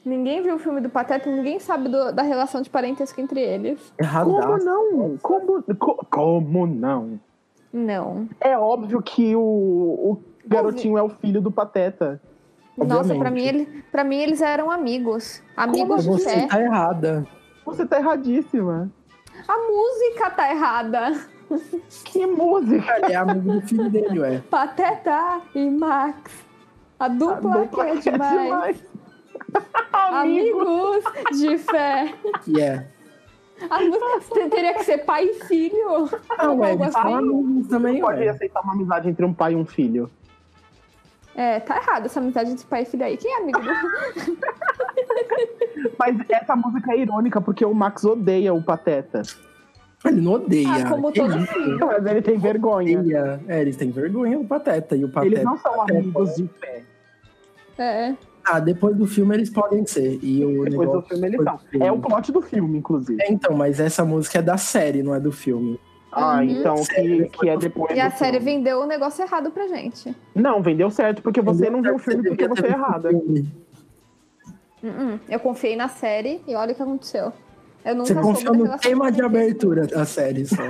Speaker 2: Ninguém viu o filme do Pateta, ninguém sabe do- da relação de parentesco entre eles.
Speaker 1: Como
Speaker 3: Erradaço.
Speaker 1: não? Como, co- como não?
Speaker 2: Não.
Speaker 1: É óbvio que o, o garotinho é o filho do Pateta.
Speaker 2: Nossa,
Speaker 3: Obviamente.
Speaker 2: pra mim, ele, pra mim eles eram amigos. Amigos de
Speaker 3: Você
Speaker 2: fé.
Speaker 3: tá errada.
Speaker 1: Você tá erradíssima.
Speaker 2: A música tá errada.
Speaker 1: Que música!
Speaker 3: É amigo do filho dele, ué.
Speaker 2: Pateta e Max. A dupla, que é demais.
Speaker 1: Amigo.
Speaker 2: Amigos de fé.
Speaker 3: Yeah.
Speaker 2: A música te- teria que ser pai e filho.
Speaker 3: Ah, ué,
Speaker 2: Algo
Speaker 3: eles são
Speaker 2: assim.
Speaker 3: amigos também,
Speaker 1: Pode
Speaker 3: ué.
Speaker 1: aceitar uma amizade entre um pai e um filho.
Speaker 2: É, tá errado essa amizade entre pai e filho aí. Quem é amigo do
Speaker 1: Mas essa música é irônica porque o Max odeia o Pateta.
Speaker 3: Ele não odeia.
Speaker 2: Ah, como
Speaker 3: Ele
Speaker 2: todo filho.
Speaker 1: Mas ele tem vergonha.
Speaker 3: odeia. É, eles têm vergonha do Pateta e o Pateta.
Speaker 1: Eles não são amigos de fé.
Speaker 2: É.
Speaker 3: Ah, depois do filme eles podem ser. E o
Speaker 1: Depois do
Speaker 3: negócio
Speaker 1: filme eles
Speaker 3: depois
Speaker 1: são.
Speaker 3: do filme.
Speaker 1: É o plot do filme, inclusive.
Speaker 3: É, então, mas essa música é da série, não é do filme.
Speaker 1: Ah, então que,
Speaker 3: Sério,
Speaker 1: que é depois.
Speaker 2: E a
Speaker 1: do
Speaker 2: série
Speaker 1: filme.
Speaker 2: vendeu o negócio errado pra gente.
Speaker 1: Não, vendeu certo porque você não viu o filme porque você é errada.
Speaker 2: Hum, hum. Eu confiei na série e olha o que aconteceu. Eu nunca
Speaker 3: Você confiou
Speaker 2: soube da
Speaker 3: no
Speaker 2: relação
Speaker 3: tema de
Speaker 2: parentesco.
Speaker 3: abertura da série só.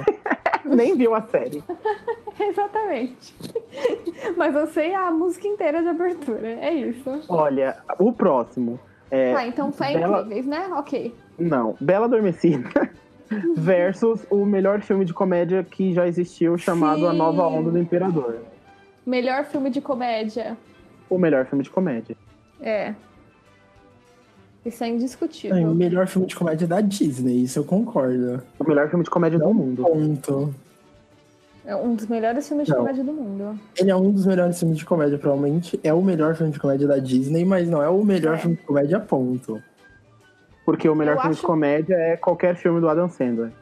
Speaker 1: Nem viu a série.
Speaker 2: Exatamente. Mas eu sei a música inteira de abertura. É isso.
Speaker 1: Olha, o próximo. É,
Speaker 2: Tá, então foi
Speaker 1: Bela-
Speaker 2: incríveis, né? Ok.
Speaker 1: Não, Bela Adormecida versus o melhor filme de comédia que já existiu, chamado A
Speaker 2: Sim.
Speaker 1: Nova Onda do Imperador.
Speaker 2: Melhor filme de comédia.
Speaker 1: O melhor filme de comédia.
Speaker 2: É. Isso é
Speaker 3: É o
Speaker 2: indiscutível.
Speaker 3: melhor filme de comédia é da Disney, isso eu concordo.
Speaker 1: O melhor filme de comédia do mundo.
Speaker 3: Ponto.
Speaker 2: É um dos melhores filmes de
Speaker 3: Não.
Speaker 2: comédia do mundo.
Speaker 3: Ele é um dos melhores filmes de comédia, provavelmente. É o melhor filme de comédia da Disney, mas não é o melhor
Speaker 2: É.
Speaker 3: filme de comédia, ponto.
Speaker 1: Porque o melhor
Speaker 2: Eu
Speaker 1: filme de
Speaker 2: acho-
Speaker 1: comédia é qualquer filme do Adam Sandler.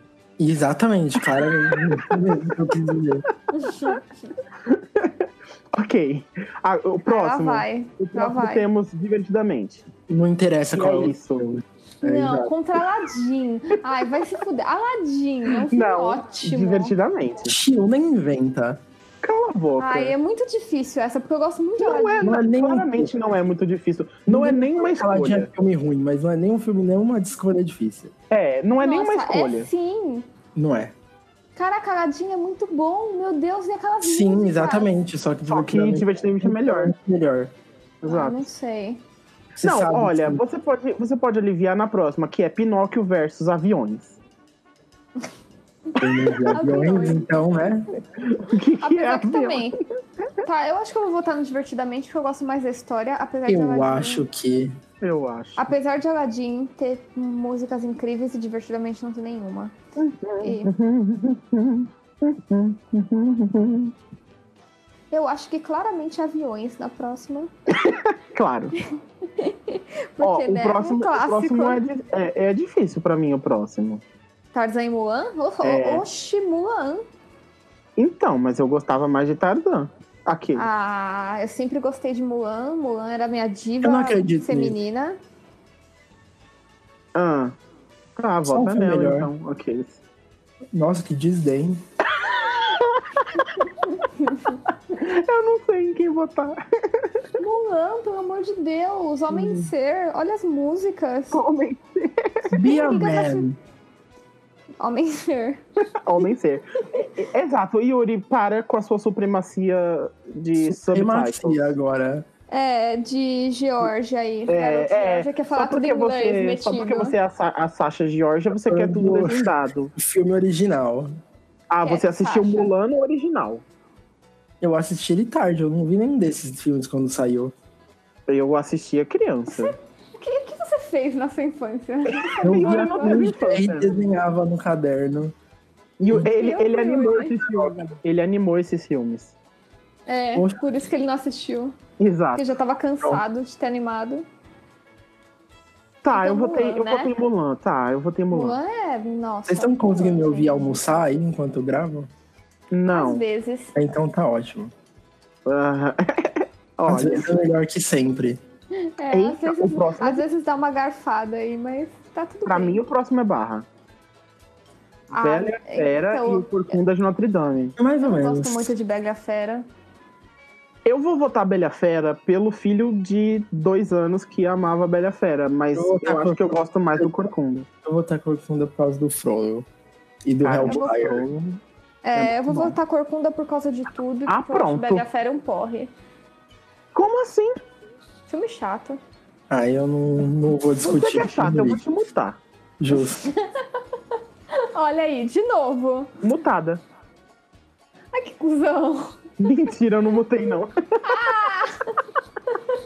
Speaker 3: Exatamente, claramente. É isso que eu quis dizer.
Speaker 2: Ah,
Speaker 1: Ok. Ah, o
Speaker 2: Ela
Speaker 1: próximo.
Speaker 2: vai.
Speaker 1: O próximo
Speaker 2: vai.
Speaker 1: temos Divertidamente.
Speaker 3: não interessa
Speaker 1: Que
Speaker 3: qual
Speaker 1: é
Speaker 3: é o
Speaker 1: isso.
Speaker 3: filme. É,
Speaker 2: Não,
Speaker 3: exato.
Speaker 2: contra Aladdin. Ai, vai se fuder. Aladdin é um filme
Speaker 1: Não,
Speaker 2: ótimo.
Speaker 1: Divertidamente.
Speaker 3: Tio nem inventa.
Speaker 1: Cala a boca.
Speaker 2: Ai, é muito difícil essa, porque eu gosto muito de
Speaker 1: Não
Speaker 2: Aladdin.
Speaker 1: é,
Speaker 3: Não é nem um
Speaker 1: claramente não é muito difícil. Não é nem uma
Speaker 3: Falar de
Speaker 1: escolha.
Speaker 3: filme ruim, mas não é nem um filme, nem uma escolha difícil.
Speaker 1: É, não é nem uma
Speaker 2: Nossa,
Speaker 1: escolha.
Speaker 2: É sim.
Speaker 3: Não é.
Speaker 2: Caraca, Aladdin é muito bom, meu Deus, e aquelas
Speaker 3: Sim,
Speaker 2: músicas?
Speaker 3: exatamente. Só que
Speaker 1: Uhum. Só que divertidamente é melhor.
Speaker 3: Melhor.
Speaker 2: Ah,
Speaker 1: Exato.
Speaker 2: não sei.
Speaker 3: Você
Speaker 1: não,
Speaker 3: sabe
Speaker 1: olha,
Speaker 3: que-
Speaker 1: você pode, você pode aliviar na próxima, que é Pinóquio versus Aviões.
Speaker 3: filmes de aviões, então, né?
Speaker 1: O que, que é
Speaker 2: Apesar que
Speaker 1: avião?
Speaker 2: também. Tá, eu acho que eu vou votar no Divertidamente, porque eu gosto mais da história, apesar de
Speaker 3: Eu
Speaker 2: Aladdin.
Speaker 3: acho que.
Speaker 1: Eu acho.
Speaker 2: Apesar de Aladdin ter músicas incríveis e divertidamente não ter nenhuma. E eu acho que claramente aviões na próxima.
Speaker 1: Claro.
Speaker 2: Porque,
Speaker 1: Ó,
Speaker 2: né,
Speaker 1: o próximo,
Speaker 2: é um
Speaker 1: o
Speaker 2: clássico.
Speaker 1: próximo é, di- é, é difícil pra mim, o próximo.
Speaker 2: Tarzan e Mulan? O-
Speaker 1: É.
Speaker 2: Oxi, Mulan.
Speaker 1: Então, mas eu gostava mais de Tarzan. Aqui.
Speaker 2: Ah, eu sempre gostei de Mulan. Mulan era minha diva
Speaker 3: Eu não acredito
Speaker 2: feminina.
Speaker 1: Ah, ah
Speaker 3: Só um
Speaker 1: vota
Speaker 3: filme
Speaker 1: nela,
Speaker 3: melhor.
Speaker 1: então. Ok.
Speaker 3: Nossa, que desdém.
Speaker 1: Eu não sei em quem votar.
Speaker 2: Mulan, pelo amor de Deus.
Speaker 1: Hum.
Speaker 2: Homem Ser. Olha as músicas.
Speaker 1: Homem.
Speaker 3: Be a
Speaker 2: Quem que é
Speaker 3: man.
Speaker 2: Homem Ser.
Speaker 1: Homem ser. E- e- Exato. Yuri, para com a sua supremacia de subtitles.
Speaker 3: Supremacia agora.
Speaker 2: É, de Georgia aí.
Speaker 1: É,
Speaker 2: Garota
Speaker 1: é,
Speaker 2: Georgia quer
Speaker 1: Só
Speaker 2: falar tudo
Speaker 1: porque,
Speaker 2: em inglês,
Speaker 1: você,
Speaker 2: metido.
Speaker 1: só porque você é a, Sa a Sasha Georgia, você
Speaker 3: Eu
Speaker 1: quer tudo
Speaker 3: vou-
Speaker 1: legendado.
Speaker 3: Filme original.
Speaker 1: Ah,
Speaker 2: É,
Speaker 1: você assistiu
Speaker 2: Sasha.
Speaker 1: Mulan no original.
Speaker 3: Eu assisti ele tarde, eu não vi nenhum desses filmes quando saiu.
Speaker 1: Eu assistia criança.
Speaker 2: O que, o que você tá fez na sua infância?
Speaker 3: Eu
Speaker 1: Yuri
Speaker 3: vi
Speaker 1: não teve infância.
Speaker 3: e desenhava no caderno. é
Speaker 1: E o- ele,
Speaker 2: Eu
Speaker 1: ele
Speaker 2: fui,
Speaker 1: animou
Speaker 2: mas-
Speaker 1: esses filmes. Ele animou esses filmes.
Speaker 2: É,
Speaker 3: Oxi.
Speaker 2: por isso que ele não assistiu.
Speaker 1: Exato.
Speaker 2: Porque já tava cansado de ter animado.
Speaker 1: Tá, eu
Speaker 2: Então,
Speaker 1: votei, eu
Speaker 2: Mulan, né?
Speaker 1: votei Mulan. Tá, eu votei Mulan.
Speaker 2: Mulan é, nossa.
Speaker 3: Vocês
Speaker 1: Ah.
Speaker 3: estão conseguindo me
Speaker 2: Mulan,
Speaker 3: ouvir
Speaker 2: gente.
Speaker 3: almoçar aí enquanto eu gravo?
Speaker 2: Às
Speaker 1: Não.
Speaker 2: vezes.
Speaker 3: Então tá ótimo.
Speaker 1: Ah,
Speaker 3: Às
Speaker 1: Olha,
Speaker 3: vezes é melhor que sempre.
Speaker 2: É, às
Speaker 1: Eita,
Speaker 2: vezes,
Speaker 1: o próximo é-
Speaker 2: às vezes dá uma garfada aí, mas tá tudo
Speaker 1: pra
Speaker 2: bem.
Speaker 1: mim o próximo é Barra.
Speaker 2: Ah,
Speaker 1: Bela Fera
Speaker 2: então,
Speaker 1: e o Corcunda de Notre Dame.
Speaker 3: É Mais ou
Speaker 2: Eu
Speaker 3: menos.
Speaker 2: gosto muito de Bela Fera.
Speaker 1: Eu vou votar Bela Fera pelo filho de dois anos que amava Bela Fera, mas
Speaker 3: Eu vou
Speaker 1: eu,
Speaker 3: votar
Speaker 1: acho que eu
Speaker 3: Corcunda.
Speaker 1: gosto mais do Corcunda.
Speaker 3: Eu vou estar corcunda por causa do Frodo. E do
Speaker 1: Ah, eu
Speaker 2: vou-
Speaker 3: Hellfire.
Speaker 2: É, eu vou
Speaker 3: bom.
Speaker 2: votar Corcunda por causa de tudo.
Speaker 1: Ah,
Speaker 2: porque eu acho
Speaker 1: pronto.
Speaker 2: Bela Fera um porre.
Speaker 1: Como assim?
Speaker 2: Filme chato.
Speaker 3: Ah, eu não, não vou
Speaker 1: Você
Speaker 3: discutir.
Speaker 1: que é chato, eu vou te mutar.
Speaker 3: Justo.
Speaker 2: Olha aí, de novo.
Speaker 1: Mutada.
Speaker 2: Ai, que cuzão.
Speaker 1: Mentira, eu não mutei, não.
Speaker 2: Ah!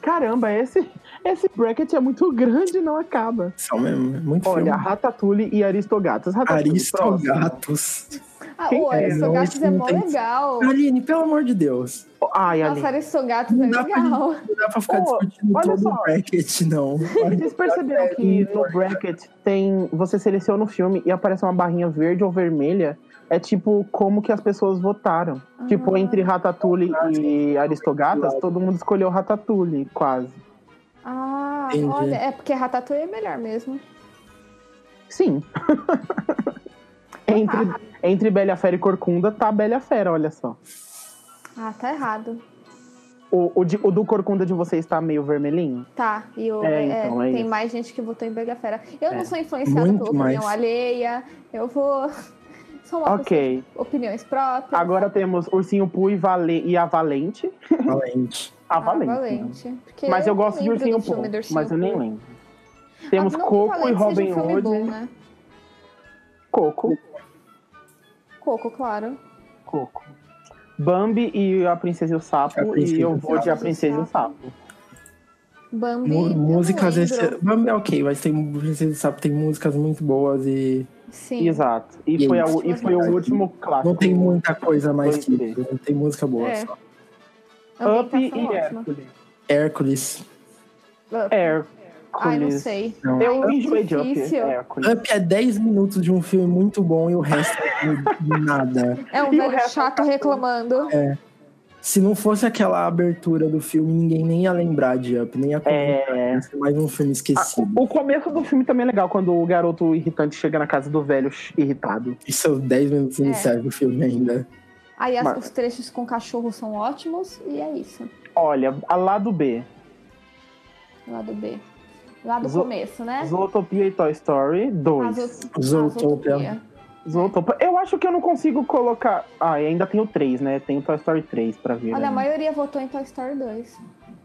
Speaker 1: Caramba, esse, esse bracket é muito grande não acaba.
Speaker 3: São mesmo. é Muito
Speaker 1: Olha,
Speaker 3: filme.
Speaker 1: Ratatouille e Aristogatas. Ratatouille, próximo.
Speaker 3: Aristogatos.
Speaker 2: Ah,
Speaker 1: Quem
Speaker 2: o
Speaker 1: é?
Speaker 2: Aristogatos
Speaker 3: Não,
Speaker 2: é
Speaker 3: isso
Speaker 2: mó
Speaker 3: não tem-
Speaker 2: legal.
Speaker 3: Aline, pelo amor de Deus.
Speaker 1: Ai,
Speaker 2: Nossa,
Speaker 1: Aline.
Speaker 2: Aristogatos é
Speaker 3: Não dá pra
Speaker 2: legal.
Speaker 3: Não dá pra ficar
Speaker 1: Ô,
Speaker 3: discutindo
Speaker 1: olha
Speaker 3: todo
Speaker 1: só.
Speaker 3: o bracket, não.
Speaker 1: Vocês perceberam que no bracket tem. Você seleciona o filme e aparece uma barrinha verde ou vermelha. É tipo como que as pessoas votaram. Tipo, entre Ratatouille e Aristogatas, todo mundo escolheu Ratatouille, quase.
Speaker 2: Ah,
Speaker 3: Entendi.
Speaker 2: olha, é porque Ratatouille é melhor mesmo.
Speaker 1: Sim. entre, entre Bela Fera e Corcunda tá Bela Fera, olha só.
Speaker 2: Ah, tá errado.
Speaker 1: O, o, de- o do Corcunda de vocês tá meio vermelhinho?
Speaker 2: Tá, e o,
Speaker 1: É, então, é
Speaker 2: tem
Speaker 1: isso.
Speaker 2: mais gente que votou em Bela Fera. Eu
Speaker 1: É,
Speaker 2: não sou influenciada
Speaker 3: muito
Speaker 2: pela opinião
Speaker 3: mais.
Speaker 2: alheia. Eu vou. Sou uma pessoa
Speaker 1: Ok.
Speaker 2: de opiniões próprias.
Speaker 1: Agora temos Ursinho Poo e, Vale- e a Valente.
Speaker 3: Valente.
Speaker 1: A
Speaker 2: Ah,
Speaker 1: Valente. né?
Speaker 2: porque
Speaker 1: Mas eu
Speaker 2: não
Speaker 1: gosto de
Speaker 2: lembro um
Speaker 1: Ursinho
Speaker 2: do
Speaker 1: Poo,
Speaker 2: filme do Ursinho
Speaker 1: mas eu nem
Speaker 2: Poo.
Speaker 1: lembro. Temos
Speaker 2: Ah, não que
Speaker 1: Coco e
Speaker 2: Valente seja
Speaker 1: Robin
Speaker 2: um filme
Speaker 1: Hood.
Speaker 2: bom, né?
Speaker 1: Coco.
Speaker 2: Coco, claro.
Speaker 1: Coco. Bambi e a Princesa e o Sapo.
Speaker 3: A Princesa
Speaker 1: e
Speaker 3: e
Speaker 1: eu
Speaker 3: o
Speaker 1: vou de A
Speaker 2: Sapo.
Speaker 1: Princesa e o Sapo.
Speaker 2: Bambi. eu
Speaker 3: Mu-
Speaker 2: não
Speaker 3: música às vezes.
Speaker 2: lembro.
Speaker 3: Bambi é ok, mas tem, você sabe, tem músicas muito boas e
Speaker 2: Sim.
Speaker 1: Exato. E,
Speaker 3: E é
Speaker 1: foi, a-
Speaker 3: isso.
Speaker 1: e foi o último clássico.
Speaker 3: não tem muita coisa mais que
Speaker 1: Dois,
Speaker 3: isso. Não tem música boa
Speaker 2: É.
Speaker 3: só.
Speaker 1: Up
Speaker 2: Ambientação
Speaker 1: e
Speaker 2: é ótima. Ah,
Speaker 1: Hércules.
Speaker 3: Hércules.
Speaker 1: Hércules.
Speaker 2: Ai, não sei.
Speaker 3: Não.
Speaker 1: Eu
Speaker 2: Ai,
Speaker 1: enjoei de Up.
Speaker 2: difícil.
Speaker 1: Hércules.
Speaker 3: Up é 10 minutos de um filme muito bom e o resto é nada.
Speaker 2: É um
Speaker 1: E o
Speaker 2: velho
Speaker 1: resto
Speaker 2: chato
Speaker 1: tá tudo.
Speaker 2: reclamando.
Speaker 3: Se não fosse aquela abertura do filme, ninguém nem ia lembrar de Up, nem ia comentar.
Speaker 1: É. Ah,
Speaker 3: Ia ser mais um filme esquecido.
Speaker 1: O começo do filme também é legal, quando o garoto irritante chega na casa do velho irritado.
Speaker 3: Isso é os 10 minutos iniciais do filme ainda.
Speaker 2: Aí as-
Speaker 1: Mas-
Speaker 2: os trechos com cachorro são ótimos e é isso.
Speaker 1: Olha, a lado B,
Speaker 2: Lado B. Lá do
Speaker 1: Zo-
Speaker 2: começo, né?
Speaker 1: Zootopia e Toy Story 2.
Speaker 2: Azo-
Speaker 3: Zootopia.
Speaker 2: Azootopia.
Speaker 1: Zootopia. Eu acho que eu não consigo colocar. Ah, e ainda tem o 3, né? Tem o Toy Story 3 pra ver.
Speaker 2: Olha,
Speaker 1: né?
Speaker 2: a maioria votou em Toy Story 2.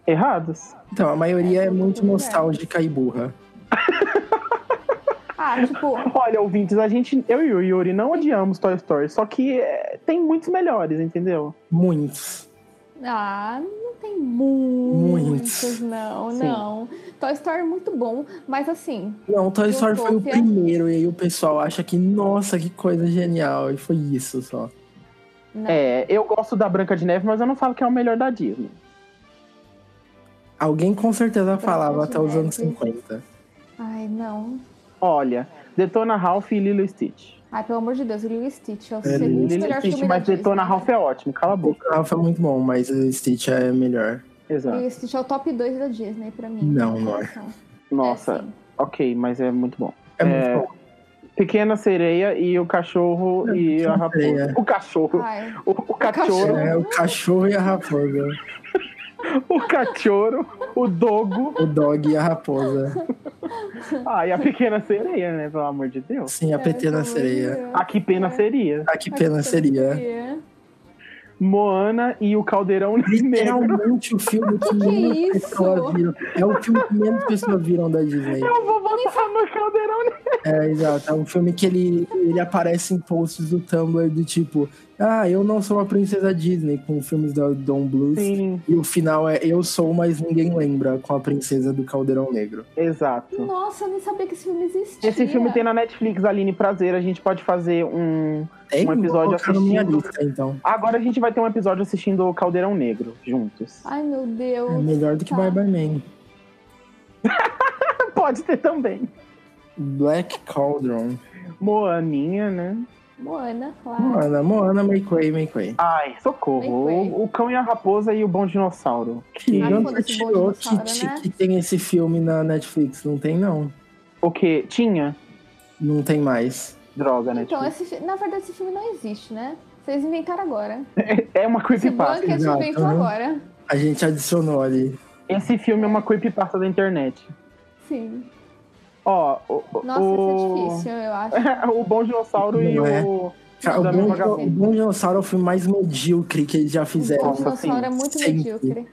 Speaker 1: Errados.
Speaker 3: Então, a maioria é muito
Speaker 2: Tudo bem.
Speaker 3: nostálgica e burra.
Speaker 2: Ah, tipo,
Speaker 1: Olha, ouvintes, a gente, eu e o Yuri não odiamos Toy Story, só que é, tem muitos melhores, entendeu?
Speaker 3: Muitos.
Speaker 2: Ah, não tem muitos,
Speaker 3: Muitos.
Speaker 2: não,
Speaker 1: Sim.
Speaker 2: não. Toy Story é muito bom, mas assim,
Speaker 3: Não, Toy Story foi o
Speaker 2: Zootopia.
Speaker 3: primeiro, e aí o pessoal acha que, nossa, que coisa genial. E foi isso só.
Speaker 2: não.
Speaker 1: É, eu gosto da Branca de Neve, mas eu não falo que é o melhor da Disney.
Speaker 3: Alguém com certeza
Speaker 2: de
Speaker 3: falava até os
Speaker 2: Neve.
Speaker 3: anos 50.
Speaker 2: Ai, não.
Speaker 1: Olha, Detona Ralph e Lilo e Stitch.
Speaker 2: Ai, pelo amor de Deus, o Lilo e Stitch é o
Speaker 3: É,
Speaker 2: segundo
Speaker 1: Lilo e
Speaker 2: melhor
Speaker 1: Stitch,
Speaker 2: filme
Speaker 1: mas
Speaker 2: da
Speaker 1: Detona
Speaker 2: Disney.
Speaker 1: Ralph é ótimo, cala a
Speaker 3: O
Speaker 1: boca.
Speaker 3: Rafa é muito bom, mas o Stitch é melhor.
Speaker 1: Exato.
Speaker 2: Lilo e Stitch é o top 2 da Disney pra mim.
Speaker 3: Tá.
Speaker 2: né? Então,
Speaker 3: Não, não é.
Speaker 1: Nossa,
Speaker 2: sim.
Speaker 1: ok, mas é muito bom.
Speaker 3: É,
Speaker 1: É,
Speaker 3: muito bom.
Speaker 1: Pequena Sereia e o cachorro
Speaker 3: É,
Speaker 1: e a
Speaker 3: Pequena
Speaker 1: raposa.
Speaker 3: Sereia.
Speaker 1: O cachorro.
Speaker 2: Ai,
Speaker 1: O, o cachorro.
Speaker 3: É, o cachorro e a raposa.
Speaker 1: O cachorro, o dogo.
Speaker 3: O dog e a raposa.
Speaker 1: Ah, e a pequena sereia, né? Pelo amor de Deus.
Speaker 3: Sim, a PT
Speaker 2: pelo
Speaker 3: na
Speaker 2: amor de
Speaker 3: sereia.
Speaker 2: Deus.
Speaker 1: Ah, que pena seria.
Speaker 3: Ah, tá que
Speaker 2: Ai,
Speaker 3: pena seria.
Speaker 1: Moana e o caldeirão negro.
Speaker 3: Literalmente o filme que menos
Speaker 2: isso?
Speaker 3: pessoas viram. É o filme que menos pessoas viram da Disney.
Speaker 1: Eu vou votar no caldeirão negro.
Speaker 3: É, exato. É um filme que ele, ele aparece em posts do Tumblr do tipo, ah, eu não sou uma princesa Disney, com filmes da Don Bluth.
Speaker 1: Sim,
Speaker 3: E o final é Eu Sou, mas ninguém lembra, com a princesa do Caldeirão Negro.
Speaker 1: exato.
Speaker 2: Nossa, eu nem sabia que esse filme existia.
Speaker 1: Esse filme tem na Netflix, Aline Prazer. A gente pode fazer um.
Speaker 3: Tem
Speaker 1: Um episódio
Speaker 3: colocar na minha
Speaker 1: assistido.
Speaker 3: lista, então.
Speaker 1: Agora a gente vai ter um episódio assistindo o Caldeirão Negro juntos.
Speaker 2: Ai, meu
Speaker 3: É
Speaker 2: Deus.
Speaker 3: melhor do que
Speaker 2: Tá.
Speaker 3: Bye Bye Man.
Speaker 1: Pode ter também.
Speaker 3: Black Cauldron.
Speaker 1: Moaninha, né?
Speaker 2: Moana, claro.
Speaker 3: Moana, Moana, Makeway, Makeway.
Speaker 1: Ai, socorro.
Speaker 2: Bem feio.
Speaker 1: O, o cão e a raposa e o bom dinossauro.
Speaker 3: Que
Speaker 1: Ai,
Speaker 3: não
Speaker 2: foda-se,
Speaker 3: tirou
Speaker 2: bom
Speaker 3: que,
Speaker 2: dinossauro, né?
Speaker 3: que tem esse filme na Netflix. Não tem, não.
Speaker 1: O que? Tinha?
Speaker 3: Não tem mais.
Speaker 1: Droga, né?
Speaker 2: Então,
Speaker 1: Tipo,
Speaker 2: esse, fi- na verdade, esse filme não existe, né? Vocês inventaram agora.
Speaker 1: É uma
Speaker 2: Esse
Speaker 1: creepypasta.
Speaker 2: Blanket
Speaker 3: exato,
Speaker 2: inventou
Speaker 3: né?
Speaker 2: agora.
Speaker 3: A gente adicionou ali.
Speaker 1: Esse filme é uma creepypasta da internet.
Speaker 2: Sim.
Speaker 1: Ó, o, o-
Speaker 2: Nossa,
Speaker 1: o...
Speaker 2: isso é difícil, eu acho.
Speaker 1: o Bom Dinossauro e
Speaker 3: Não é.
Speaker 1: o.
Speaker 3: Cara, o
Speaker 1: Da
Speaker 3: Bom,
Speaker 1: mesma
Speaker 3: o
Speaker 1: Vagabundo.
Speaker 3: Bom Dinossauro é o filme mais medíocre que eles já
Speaker 2: O
Speaker 3: fizeram.
Speaker 1: Nossa,
Speaker 2: dinossauro
Speaker 1: sim.
Speaker 2: é muito
Speaker 3: Sempre.
Speaker 2: medíocre.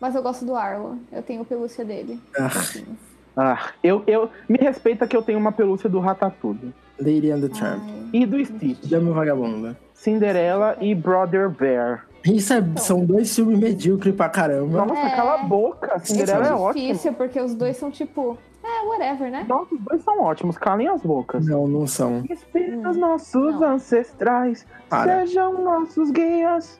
Speaker 2: Mas eu gosto do Arlo. Eu tenho pelúcia dele.
Speaker 3: Ah,
Speaker 2: Sim.
Speaker 1: Ah, eu, eu. Me respeita que eu tenho uma pelúcia do Ratatouille.
Speaker 3: Lady and the Tramp.
Speaker 2: Ai.
Speaker 1: E do Stitch.
Speaker 3: Dama e Vagabunda.
Speaker 1: Cinderela e Brother Bear.
Speaker 3: Isso é-
Speaker 1: Então.
Speaker 3: são dois filmes medíocres pra caramba.
Speaker 1: Nossa,
Speaker 2: É.
Speaker 1: cala a boca. Cinderela é
Speaker 2: é
Speaker 1: ótima.
Speaker 2: difícil, porque os dois são tipo... É, whatever, né?
Speaker 1: Nossa, os dois são ótimos. Calem as bocas.
Speaker 3: Não, não são.
Speaker 1: Espíritos
Speaker 2: Hum,
Speaker 1: nossos
Speaker 2: não.
Speaker 1: ancestrais,
Speaker 3: Para.
Speaker 1: sejam nossos guias.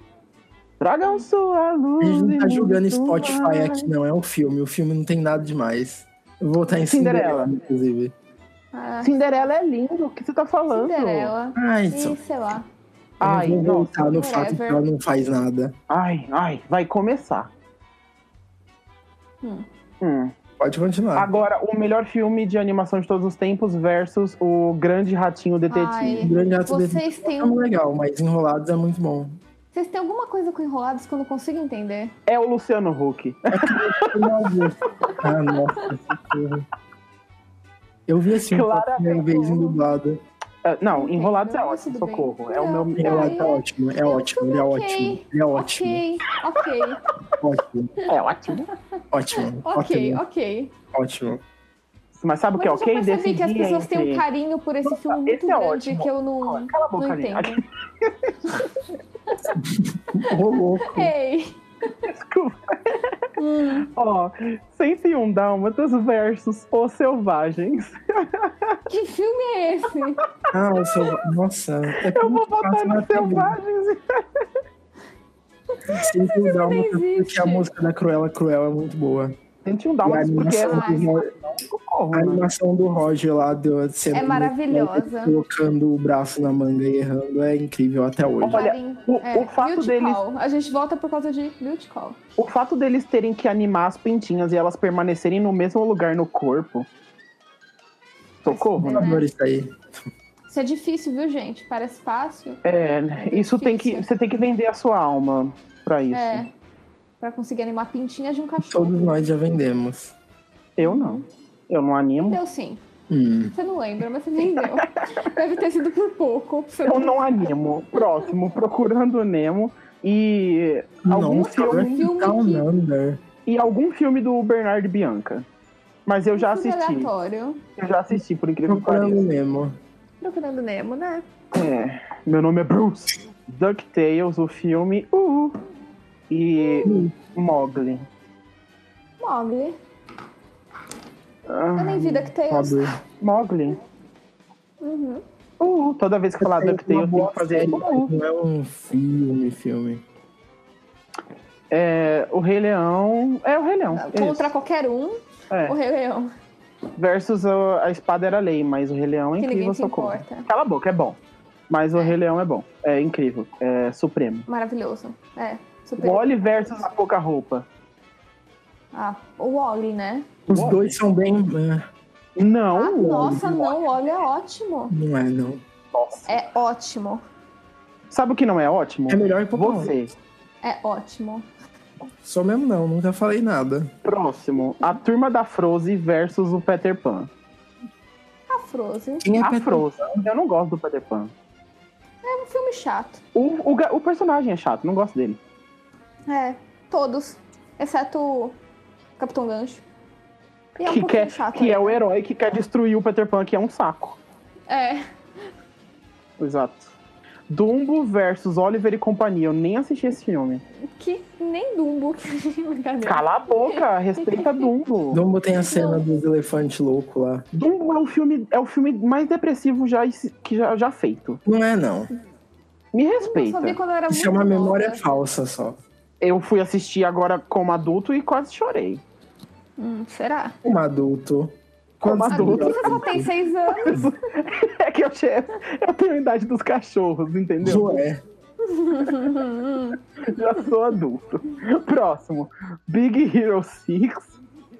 Speaker 1: Tragam sua
Speaker 3: A
Speaker 1: luz.
Speaker 3: gente não tá
Speaker 1: e
Speaker 3: julgando
Speaker 1: muito
Speaker 3: Spotify
Speaker 1: mais.
Speaker 3: aqui, não. É um filme. O filme não tem nada demais. Eu vou estar em
Speaker 1: Cinderela.
Speaker 3: Cinderela, inclusive.
Speaker 2: Ah,
Speaker 1: Cinderela é lindo. O que você tá falando?
Speaker 2: Cinderela.
Speaker 3: Ai, então.
Speaker 2: E sei lá.
Speaker 1: Ai,
Speaker 3: eu vou
Speaker 1: nossa.
Speaker 3: voltar no fato que
Speaker 2: Whatever.
Speaker 3: ela não faz nada.
Speaker 1: Ai, ai, vai começar.
Speaker 2: Hum.
Speaker 1: Hum.
Speaker 3: Pode continuar.
Speaker 1: Agora, o melhor filme de animação de todos os tempos versus o Grande Ratinho Detetive.
Speaker 2: Ai,
Speaker 3: O Grande Ato Detetive
Speaker 2: vocês têm, um,
Speaker 3: é
Speaker 1: um
Speaker 3: muito legal, mas Enrolados é muito bom.
Speaker 2: vocês têm alguma coisa com enrolados que eu não consigo entender?
Speaker 1: É o Luciano Huck.
Speaker 3: ah, nossa, que porra. Eu vi assim pela
Speaker 1: Claramente.
Speaker 3: primeira vez em dublado.
Speaker 1: É, Não,
Speaker 2: Entendo,
Speaker 1: Enrolados é
Speaker 2: tudo
Speaker 1: ótimo,
Speaker 2: bem.
Speaker 1: socorro. É o
Speaker 2: Não,
Speaker 1: meu
Speaker 2: não.
Speaker 1: é,
Speaker 3: Enrolados é ótimo, é ótimo, ele é
Speaker 2: ok,
Speaker 3: ótimo. Ele é ótimo,
Speaker 2: Ok, ok,
Speaker 3: ótimo,
Speaker 1: é ótimo.
Speaker 3: ótimo,
Speaker 2: ok,
Speaker 3: ótimo,
Speaker 2: ok.
Speaker 3: ótimo.
Speaker 1: Mas sabe o que é
Speaker 2: Mas eu já
Speaker 1: ok?
Speaker 2: percebi que as
Speaker 1: Decidir
Speaker 2: pessoas têm um
Speaker 1: entre-
Speaker 2: carinho por esse filme muito
Speaker 1: esse é
Speaker 2: grande
Speaker 1: ótimo.
Speaker 2: que eu não,
Speaker 1: Cala a boca,
Speaker 2: não
Speaker 1: Aline.
Speaker 2: entendo.
Speaker 3: Ô, louco.
Speaker 2: É. Ei,
Speaker 1: Desculpa. Ó, 101 Dálmatas versus Os Selvagens.
Speaker 2: que filme é esse?
Speaker 3: Ah, o seu... Nossa. é
Speaker 1: Eu vou
Speaker 3: muito
Speaker 1: votar
Speaker 3: fácil
Speaker 1: nos
Speaker 3: na TV.
Speaker 1: Selvagens.
Speaker 3: Sim, que dá uma
Speaker 2: nem
Speaker 3: porque a
Speaker 2: existe.
Speaker 3: música da Cruella Cruel é muito boa.
Speaker 1: 101
Speaker 3: E a
Speaker 1: Dálmatas porque é
Speaker 3: animação,
Speaker 2: Ai.
Speaker 3: do, Ro- a
Speaker 1: socorro, né?
Speaker 3: animação do Roger lá do cena
Speaker 2: É
Speaker 3: do-
Speaker 2: maravilhosa.
Speaker 3: Colocando o braço na manga e errando é incrível até hoje.
Speaker 1: Olha,
Speaker 2: Carinho.
Speaker 1: o-
Speaker 2: É,
Speaker 1: o fato
Speaker 2: Beauty
Speaker 1: deles-
Speaker 2: Call. A gente volta por causa de Beauty Call.
Speaker 1: O fato deles terem que animar as pintinhas e elas permanecerem no mesmo lugar no corpo. Socorro,
Speaker 2: Mas,
Speaker 1: né?
Speaker 2: né?
Speaker 3: Adoro isso aí.
Speaker 2: Isso é difícil, viu, gente? Parece fácil.
Speaker 1: É, né? isso tem que. Você tem que vender a sua alma pra isso.
Speaker 2: É. Pra conseguir animar pintinhas de um cachorro.
Speaker 3: Todos nós já vendemos.
Speaker 1: Eu não. Eu não animo.
Speaker 2: Vendeu sim.
Speaker 3: Hum.
Speaker 2: Você não lembra, mas você vendeu. Deve ter sido por pouco. Você
Speaker 1: Eu não animo. Próximo, procurando o Nemo. E algum
Speaker 3: Nossa,
Speaker 1: filme.
Speaker 2: filme
Speaker 3: Down
Speaker 2: que-
Speaker 3: Under.
Speaker 1: E algum filme do Bernardo Bianca. Mas eu já
Speaker 2: Filme
Speaker 1: assisti.
Speaker 2: é aleatório.
Speaker 1: Eu já assisti, por incrível que pareça.
Speaker 3: Procurando Nemo.
Speaker 2: Procurando Nemo, né?
Speaker 1: É, meu nome é Bruce. DuckTales, o filme. Uh, e Mogli.
Speaker 2: Mogli. Eu nem vi DuckTales.
Speaker 3: Sabe?
Speaker 1: Ah, Mogli.
Speaker 2: Uhum. é
Speaker 1: Uh, toda vez que falar
Speaker 3: Tem uma
Speaker 1: DuckTales, tem
Speaker 3: boa
Speaker 1: que fazer.
Speaker 3: série,
Speaker 1: Uh,
Speaker 3: mas Não é um filme, filme.
Speaker 1: é, o Rei Leão. É o Rei Leão.
Speaker 2: Contra qualquer um,
Speaker 1: isso, é.
Speaker 2: o Rei Leão.
Speaker 1: Versus a, a espada era lei, mas o Rei Leão é
Speaker 2: Que
Speaker 1: incrível,
Speaker 2: ninguém se
Speaker 1: socorro.
Speaker 2: importa.
Speaker 1: Cala a boca, é bom. Mas o Rei Leão é bom. É incrível. É supremo.
Speaker 2: Maravilhoso. É. Super.
Speaker 1: Wally versus a pouca roupa.
Speaker 2: Ah, o Wally, né?
Speaker 3: Os
Speaker 1: Boa.
Speaker 3: dois são bem. ah,
Speaker 1: Não.
Speaker 2: ah, nossa, não, o Wally é ótimo.
Speaker 3: Não é, não.
Speaker 1: Nossa.
Speaker 2: É ótimo.
Speaker 1: Sabe o que não é ótimo?
Speaker 3: É melhor que Pokémon.
Speaker 1: Você.
Speaker 2: É ótimo.
Speaker 3: Sou mesmo, não. Nunca falei nada.
Speaker 1: Próximo, a turma da Frozen versus o Peter Pan.
Speaker 2: A Frozen.
Speaker 3: Quem é
Speaker 1: a
Speaker 3: Peter-
Speaker 1: Frozen, eu não gosto do Peter Pan.
Speaker 2: É um filme chato.
Speaker 1: O, o, ga- o personagem é chato, não gosto dele.
Speaker 2: É. Todos. Exceto o Capitão Gancho. E é um
Speaker 1: que
Speaker 2: pouquinho
Speaker 1: quer,
Speaker 2: chato.
Speaker 1: que
Speaker 2: né?
Speaker 1: é o herói que quer destruir o Peter Pan, que é um saco.
Speaker 2: É.
Speaker 1: Exato. Dumbo versus Oliver e companhia. Eu nem assisti esse filme.
Speaker 2: Que nem Dumbo. Brincadeira.
Speaker 1: Cala a boca, respeita Dumbo.
Speaker 3: Dumbo tem a cena dos elefantes loucos lá.
Speaker 1: Dumbo é o filme, é o filme mais depressivo já, que já, já feito.
Speaker 3: Não é, não.
Speaker 1: Me
Speaker 2: Eu só vi
Speaker 1: respeita.
Speaker 2: quando eu era Tá muito né?
Speaker 3: Isso é uma memória
Speaker 2: nova.
Speaker 3: falsa só.
Speaker 1: Eu fui assistir agora como adulto e quase chorei.
Speaker 2: Hum, será?
Speaker 3: Um adulto.
Speaker 1: Como
Speaker 3: Quantos
Speaker 1: adulto.
Speaker 3: anos?
Speaker 2: Você só tem seis anos.
Speaker 1: É que eu, che- eu tenho a idade dos cachorros, entendeu?
Speaker 3: Joé.
Speaker 1: Já sou adulto. Próximo. Big Hero 6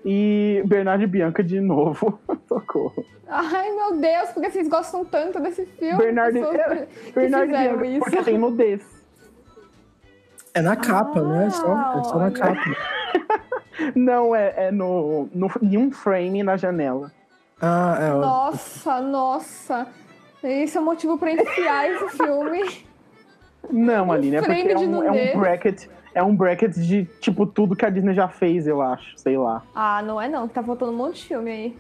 Speaker 1: e Bernardo e Bianca de novo. Socorro.
Speaker 2: Ai, meu Deus, porque vocês gostam tanto desse filme?
Speaker 1: Bernardo,
Speaker 2: pessoas
Speaker 1: é,
Speaker 2: que
Speaker 1: Bernardo e
Speaker 2: fizeram
Speaker 1: Bianca,
Speaker 2: isso.
Speaker 1: porque tem nudez.
Speaker 3: É na capa, não é só, é só na
Speaker 2: olha.
Speaker 3: capa.
Speaker 1: Não, é, é no, no, em um frame na janela.
Speaker 3: Ah, é. ó.
Speaker 2: Nossa, nossa. Isso é motivo pra enfiar esse filme.
Speaker 1: Não, Aline, é
Speaker 2: frame
Speaker 1: porque é
Speaker 2: de
Speaker 1: um, é um
Speaker 2: nudez.
Speaker 1: bracket. É um bracket de, tipo, tudo que a Disney já fez, eu acho. Sei lá.
Speaker 2: Ah, não é não, que tá faltando um monte de filme aí.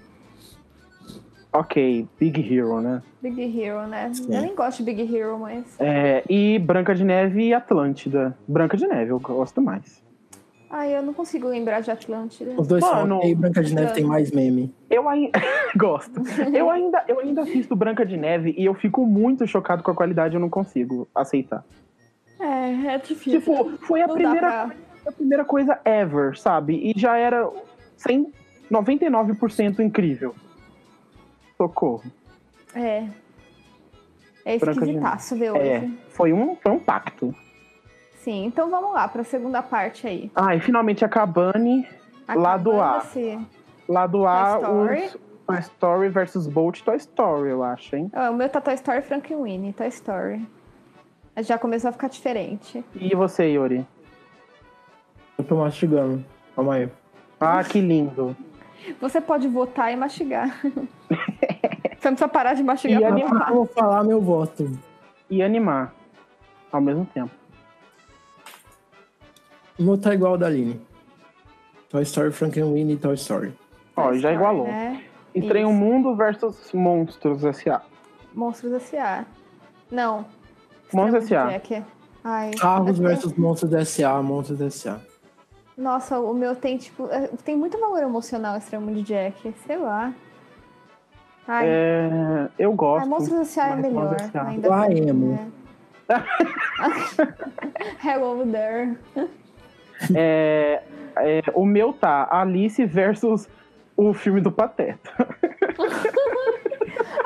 Speaker 1: Ok, Big Hero, né?
Speaker 2: Big Hero, né?
Speaker 3: Sim.
Speaker 2: Eu nem gosto de Big Hero, mas.
Speaker 1: É, e Branca de Neve e Atlântida. Branca de Neve, eu gosto mais.
Speaker 2: Ai, eu não consigo lembrar de Atlântida.
Speaker 1: Tipo,
Speaker 3: Os dois
Speaker 1: Mano.
Speaker 3: são ok. Branca de Neve tem mais meme.
Speaker 1: Eu ainda gosto. Eu ainda, eu ainda assisto Branca de Neve e eu fico muito chocado com a qualidade, eu não consigo aceitar.
Speaker 2: É, é difícil.
Speaker 1: Tipo, foi a
Speaker 2: não
Speaker 1: primeira,
Speaker 2: dá pra...
Speaker 1: a primeira coisa ever, sabe? E já era 100, 99% incrível. Socorro.
Speaker 2: É. É
Speaker 1: Branca de
Speaker 2: esquisitaço ver hoje.
Speaker 1: É, foi um, foi um pacto.
Speaker 2: Sim, então vamos lá pra segunda parte aí.
Speaker 1: Ah, e finalmente a Cabane, Lado A.
Speaker 2: Acabando-se-
Speaker 1: lá do A,
Speaker 2: Toy
Speaker 1: os Toy Story versus Bolt Toy Story, eu acho, hein?
Speaker 2: Ah, o meu tá Toy Story Frank Winnie, Toy Story. Já começou a ficar diferente.
Speaker 1: E você, Yuri?
Speaker 3: Eu tô mastigando. Calma aí.
Speaker 1: Ah, que lindo.
Speaker 2: Você pode votar e mastigar. Você não precisa parar de mastigar
Speaker 1: E é
Speaker 2: pra
Speaker 1: animar.
Speaker 2: votar.
Speaker 3: Eu vou falar meu voto.
Speaker 1: E animar ao mesmo tempo.
Speaker 3: O meu tá igual ao da Aline. Toy Story, Frankenweenie e Toy Story.
Speaker 1: Ó,
Speaker 2: Toy
Speaker 1: já
Speaker 2: Story,
Speaker 1: igualou.
Speaker 2: Né?
Speaker 1: Estranho
Speaker 2: Isso.
Speaker 1: Mundo versus Monstros S.A.
Speaker 2: Monstros S.A. Não.
Speaker 1: Monstros
Speaker 2: Extremo
Speaker 1: S.A.
Speaker 2: Jack. Ai.
Speaker 3: Carros
Speaker 2: eu-
Speaker 3: versus Monstros S.A. Monstros S.A.
Speaker 2: Nossa, o meu tem, tipo... é, Tem muito valor emocional Extremo de Jack. Sei lá. Ai,
Speaker 1: É, eu
Speaker 2: ah,
Speaker 1: gosto.
Speaker 2: Monstros S.A. é
Speaker 1: mas
Speaker 2: melhor.
Speaker 1: Monstros S.A..
Speaker 2: Ainda
Speaker 3: Lá,
Speaker 2: bem,
Speaker 3: Ah, emo.
Speaker 2: né? Hello there.
Speaker 1: É, é, o meu tá Alice versus o filme do Pateta.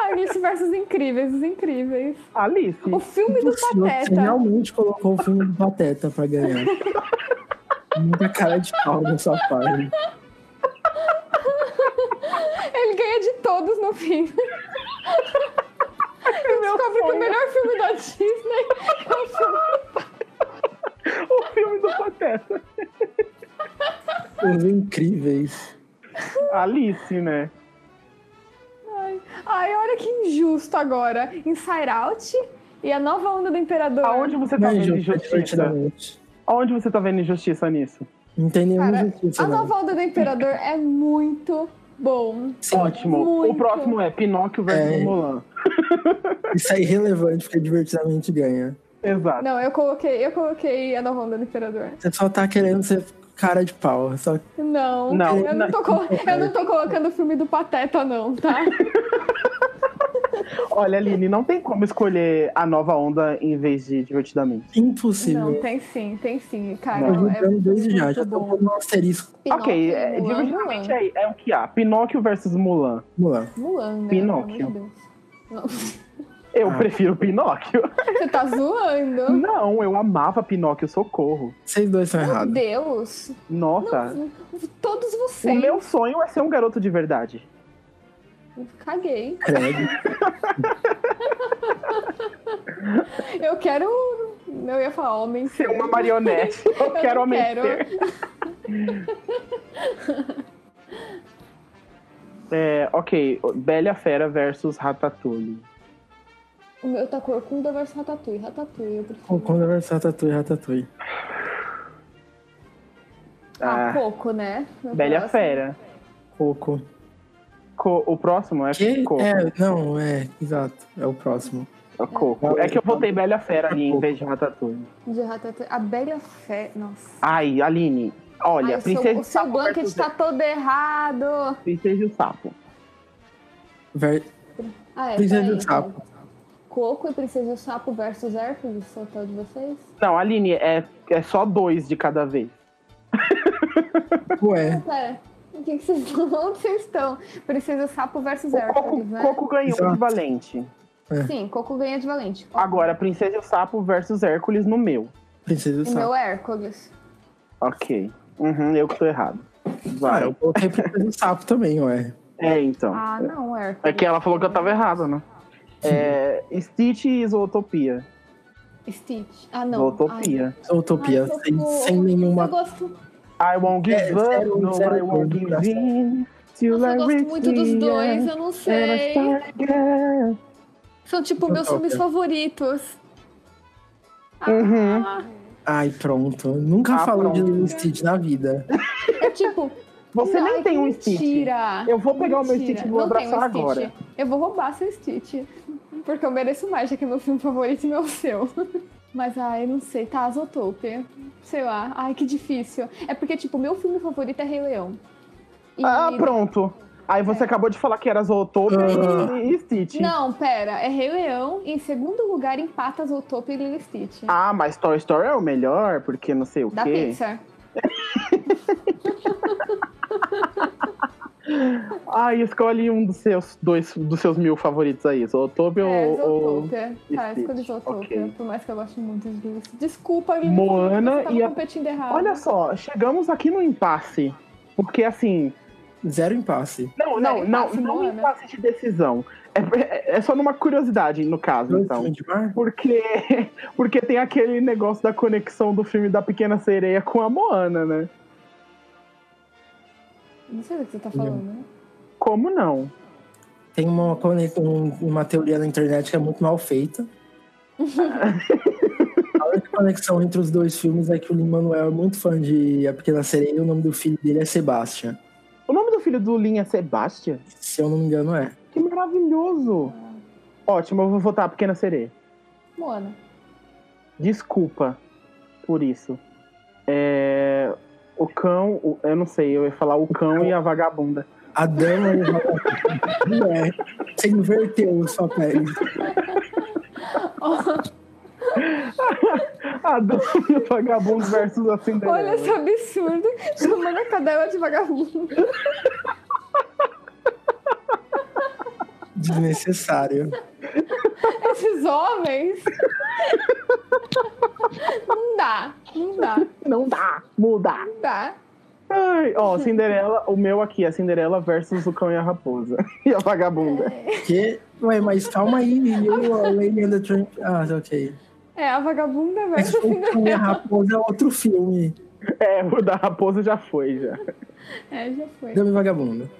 Speaker 2: Alice versus Incríveis, os Incríveis.
Speaker 1: Alice.
Speaker 2: O filme do
Speaker 3: Você
Speaker 2: Pateta.
Speaker 3: realmente colocou o filme do Pateta pra ganhar. Muita cara de pau nessa parte.
Speaker 2: Ele ganha de todos no fim. Eu descobri que o melhor filme da Disney é o filme
Speaker 1: O filme do Pateta.
Speaker 3: Os incríveis.
Speaker 1: Alice, né?
Speaker 2: Ai, ai, olha que injusto agora. Inside Out e a nova onda do Imperador.
Speaker 1: Aonde você tá
Speaker 3: Não,
Speaker 1: vendo
Speaker 3: gente,
Speaker 1: injustiça?
Speaker 3: divertidamente.
Speaker 1: Aonde você tá vendo injustiça nisso?
Speaker 3: Não tem nenhuma
Speaker 2: Cara,
Speaker 3: injustiça,
Speaker 2: A
Speaker 3: não.
Speaker 2: nova onda do Imperador é muito bom.
Speaker 1: Ótimo.
Speaker 2: Muito.
Speaker 1: O próximo é Pinóquio versus
Speaker 3: É.
Speaker 1: Mulan.
Speaker 3: Isso é irrelevante, porque divertidamente ganha.
Speaker 1: Exato.
Speaker 2: Não, eu coloquei, eu coloquei a nova onda do Imperador.
Speaker 3: Você só tá querendo ser cara de pau. Só
Speaker 2: Não,
Speaker 1: Não,
Speaker 2: eu, não
Speaker 1: não.
Speaker 2: tô colo- eu não tô colocando o filme do Pateta, não, tá?
Speaker 1: Olha, Aline, não tem como escolher a nova onda em vez de divertidamente.
Speaker 2: Não,
Speaker 3: impossível.
Speaker 2: tem sim, tem sim, cara.
Speaker 3: Tô
Speaker 2: É
Speaker 3: julgando então, desde já,
Speaker 2: muito
Speaker 3: já tô
Speaker 2: bom.
Speaker 3: pondo um asterisco.
Speaker 1: ok,
Speaker 2: Pinóquio,
Speaker 1: é,
Speaker 2: Mulan,
Speaker 1: divertidamente
Speaker 2: Mulan.
Speaker 1: é, é o que há. Pinóquio versus Mulan.
Speaker 3: Vamos lá.
Speaker 2: Mulan, né?
Speaker 1: é Pinóquio.
Speaker 2: Pelo amor de Deus.
Speaker 1: Eu
Speaker 3: Ah.
Speaker 1: prefiro Pinóquio.
Speaker 2: Você tá zoando?
Speaker 1: Não, eu amava Pinóquio, socorro.
Speaker 3: Vocês dois são
Speaker 2: Meu
Speaker 3: errados.
Speaker 2: Deus.
Speaker 1: Nossa,
Speaker 2: Não, todos
Speaker 1: Tá. o
Speaker 2: vocês.
Speaker 1: meu sonho é ser um garoto de verdade.
Speaker 2: Caguei.
Speaker 3: Credo.
Speaker 2: Eu quero. Eu ia falar homem.
Speaker 1: Ser uma marionete. Eu
Speaker 2: não
Speaker 1: quero homem
Speaker 2: quero.
Speaker 1: ser. É, ok, Bela e a Fera versus Ratatouille.
Speaker 2: O meu tá corcunda versus ratatouille. Ratatouille, eu prefiro.
Speaker 3: Quando vai ser Ratatouille, Ratatouille.
Speaker 2: Ah,
Speaker 1: Ah,
Speaker 2: pouco, né? Meu
Speaker 1: Bela e a
Speaker 2: Deus.
Speaker 1: Fera.
Speaker 3: Coco.
Speaker 1: Co- o próximo é
Speaker 3: Que?
Speaker 1: Coco.
Speaker 3: É, não, é, exato. É o próximo.
Speaker 1: É Coco. É que eu botei Bela e a Fera ali em vez de Ratatouille.
Speaker 2: De ratatouille. A Bela Fé. Nossa.
Speaker 1: Ai, Aline,
Speaker 2: Ai,
Speaker 1: olha,
Speaker 2: o seu-
Speaker 1: Princesa e
Speaker 2: o
Speaker 1: o
Speaker 2: seu
Speaker 1: Sapo
Speaker 2: blanket
Speaker 1: versus
Speaker 2: tá todo errado.
Speaker 1: Princesa e o Sapo.
Speaker 3: Ver...
Speaker 2: Ah, é,
Speaker 3: Princesa
Speaker 2: peraí,
Speaker 3: do Sapo.
Speaker 2: então. Coco e Princesa do Sapo versus Hércules, são todos vocês?
Speaker 1: Não, Aline, é, é só dois de cada vez.
Speaker 3: Ué,
Speaker 2: Pera, É, o que, que vocês estão? Onde vocês estão? Princesa do Sapo versus
Speaker 1: O Coco,
Speaker 2: Hércules, né?
Speaker 1: Coco ganhou
Speaker 3: Exato.
Speaker 1: o equivalente.
Speaker 2: Sim, Coco ganha de valente.
Speaker 1: Agora, Princesa e o Sapo versus Hércules no meu.
Speaker 3: Princesa do
Speaker 2: O
Speaker 3: Sapo.
Speaker 2: meu é Hércules.
Speaker 1: Ok. Uhum, eu que tô errado.
Speaker 3: Ah,
Speaker 1: Vai.
Speaker 3: eu coloquei Princesa do Sapo também, ué.
Speaker 1: É, então.
Speaker 2: Ah, não, Hércules.
Speaker 1: É que ela falou que eu tava errada, né? É, Stitch e Isotopia.
Speaker 2: Stitch. Ah, não.
Speaker 1: Isotopia.
Speaker 3: Utopia,
Speaker 2: Ai,
Speaker 3: sem,
Speaker 2: socorro.
Speaker 3: sem
Speaker 2: Eu
Speaker 3: nenhuma.
Speaker 2: gosto,
Speaker 1: I won't give
Speaker 3: É,
Speaker 1: up,
Speaker 3: zero,
Speaker 1: no
Speaker 3: zero
Speaker 1: I won't
Speaker 3: ponto,
Speaker 1: give
Speaker 3: engraçado.
Speaker 1: in. Till
Speaker 2: nossa,
Speaker 1: I
Speaker 2: eu gosto
Speaker 1: reach
Speaker 2: muito dos
Speaker 1: the
Speaker 2: dois,
Speaker 1: end,
Speaker 2: eu não
Speaker 1: and I
Speaker 2: sei.
Speaker 1: start again.
Speaker 2: São tipo meus
Speaker 3: Utopia.
Speaker 2: filmes favoritos. Ah,
Speaker 1: Uhum.
Speaker 3: Ai, pronto. Nunca
Speaker 1: Ah,
Speaker 3: falou de
Speaker 1: pronto.
Speaker 3: Lilo e Stitch na vida.
Speaker 2: é tipo,
Speaker 1: Você
Speaker 2: Não,
Speaker 1: nem
Speaker 2: ai,
Speaker 1: tem
Speaker 2: que
Speaker 1: um Stitch.
Speaker 2: mentira.
Speaker 1: Eu vou pegar o meu
Speaker 2: Mentira.
Speaker 1: Stitch e vou
Speaker 2: Não tenho
Speaker 1: abraçar
Speaker 2: Stitch.
Speaker 1: agora.
Speaker 2: Eu vou roubar seu Stitch. Porque eu mereço mais, já que é meu filme favorito e não é o seu. Mas, ai, não sei, tá, Zootopia. Sei lá, ai, que difícil. É porque, tipo, meu filme favorito é Rei Leão. E- É.
Speaker 1: Ah, pronto. Aí você acabou de falar que era Zootopia
Speaker 3: Ah.
Speaker 1: e, e Stitch.
Speaker 2: Não, pera, é Rei Leão. Em segundo lugar, empata Zootopia e Lilo e Stitch.
Speaker 1: Ah, mas Toy Story é o melhor, porque não sei o
Speaker 2: da
Speaker 1: quê.
Speaker 2: Pixar.
Speaker 1: Ah, escolhe um dos seus dois dos seus mil favoritos aí, Zootopia
Speaker 2: é,
Speaker 1: ou, ou
Speaker 2: Zootopia. Tá, eu
Speaker 1: Stitch,
Speaker 2: escolhi Zootopia,
Speaker 1: ok.
Speaker 2: por mais que eu goste muito de Lilo e Stitch. Desculpa, Lilo e Stitch,
Speaker 1: Moana
Speaker 2: você tava
Speaker 1: e a...
Speaker 2: competindo errado.
Speaker 1: Olha só, chegamos aqui no impasse. Porque assim,
Speaker 3: Zero impasse.
Speaker 1: não,
Speaker 2: Zero
Speaker 1: não, não,
Speaker 2: impasse, é, né?
Speaker 1: não
Speaker 2: Moana.
Speaker 1: impasse de decisão. É, é- é só numa curiosidade no caso,
Speaker 3: Dois
Speaker 1: então.
Speaker 3: filmes de mar?
Speaker 1: Porque porque tem aquele negócio da conexão do filme da Pequena Sereia com a Moana, né?
Speaker 2: Não sei do que você tá falando, né?
Speaker 1: Como não?
Speaker 3: Tem uma, cone- um- uma teoria na internet que é muito mal feita. A única conexão entre os dois filmes é que o Lin-Manuel é muito fã de A Pequena Sereia e o nome do filho dele é Sebastian.
Speaker 1: O nome do filho do Lin é Sebastian?
Speaker 3: Se eu não me engano, é.
Speaker 1: Que maravilhoso!
Speaker 2: Ah.
Speaker 1: Ótimo, eu vou votar a Pequena Sereia.
Speaker 2: Moana.
Speaker 1: Desculpa por isso. É, O cão, o- eu não sei, eu ia falar o cão e a vagabunda.
Speaker 3: A dama e o vagabundo. Não é. Você inverteu os papéis.
Speaker 1: A dama e o vagabundo versus a Cinderela.
Speaker 2: Olha esse absurdo, chamando a cadela de vagabundo.
Speaker 3: Desnecessário.
Speaker 2: Esses homens. Não dá, não dá,
Speaker 1: Não dá, muda.
Speaker 2: não dá.
Speaker 1: Ai, ó, Cinderela, o meu aqui é Cinderela versus o cão e a raposa. E a vagabunda.
Speaker 3: Que? Ué, mas calma aí, eu, a Lady and the Tramp. Ah, ok.
Speaker 2: É a vagabunda
Speaker 3: Mas
Speaker 2: versus
Speaker 3: o Cão e a Raposa é outro filme.
Speaker 1: É, o da raposa já foi, já.
Speaker 2: É, já foi.
Speaker 3: Dama e Vagabundo.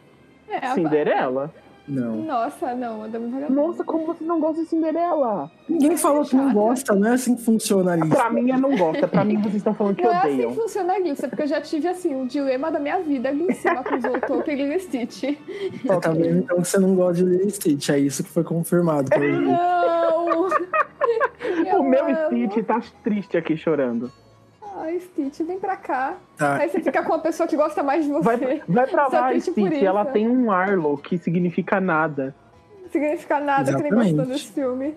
Speaker 2: É, a va-
Speaker 1: Cinderela?
Speaker 3: Não.
Speaker 2: Nossa, não, um a Dama e Vagabunda.
Speaker 1: Nossa, como você não gosta de Cinderela?
Speaker 3: Ninguém falou que não gosta, não é assim que funciona ali.
Speaker 1: Pra mim, eu não gosto. Pra mim, vocês estão falando que
Speaker 2: Não é assim que
Speaker 1: odeiam.
Speaker 2: funciona a Gilsa, porque eu já tive, assim, o dilema da minha vida ali em cima com o Zootopia e Lilo Stitch.
Speaker 3: Você tá vendo então que você não gosta de Lily Stitch, é isso que foi confirmado. pelo jeito.
Speaker 2: Não! Eu
Speaker 1: O meu
Speaker 2: amo.
Speaker 1: Stitch tá triste aqui chorando.
Speaker 2: Ai, Stitch, vem pra cá.
Speaker 3: Tá.
Speaker 2: Aí você fica com uma pessoa que gosta mais de você.
Speaker 1: Vai, vai pra
Speaker 2: Só
Speaker 1: lá,
Speaker 2: triste por
Speaker 1: Stitch.
Speaker 2: isso.
Speaker 1: Ela tem um Arlo que significa nada.
Speaker 2: Não significa nada que ele gostou
Speaker 3: Exatamente.
Speaker 2: desse filme.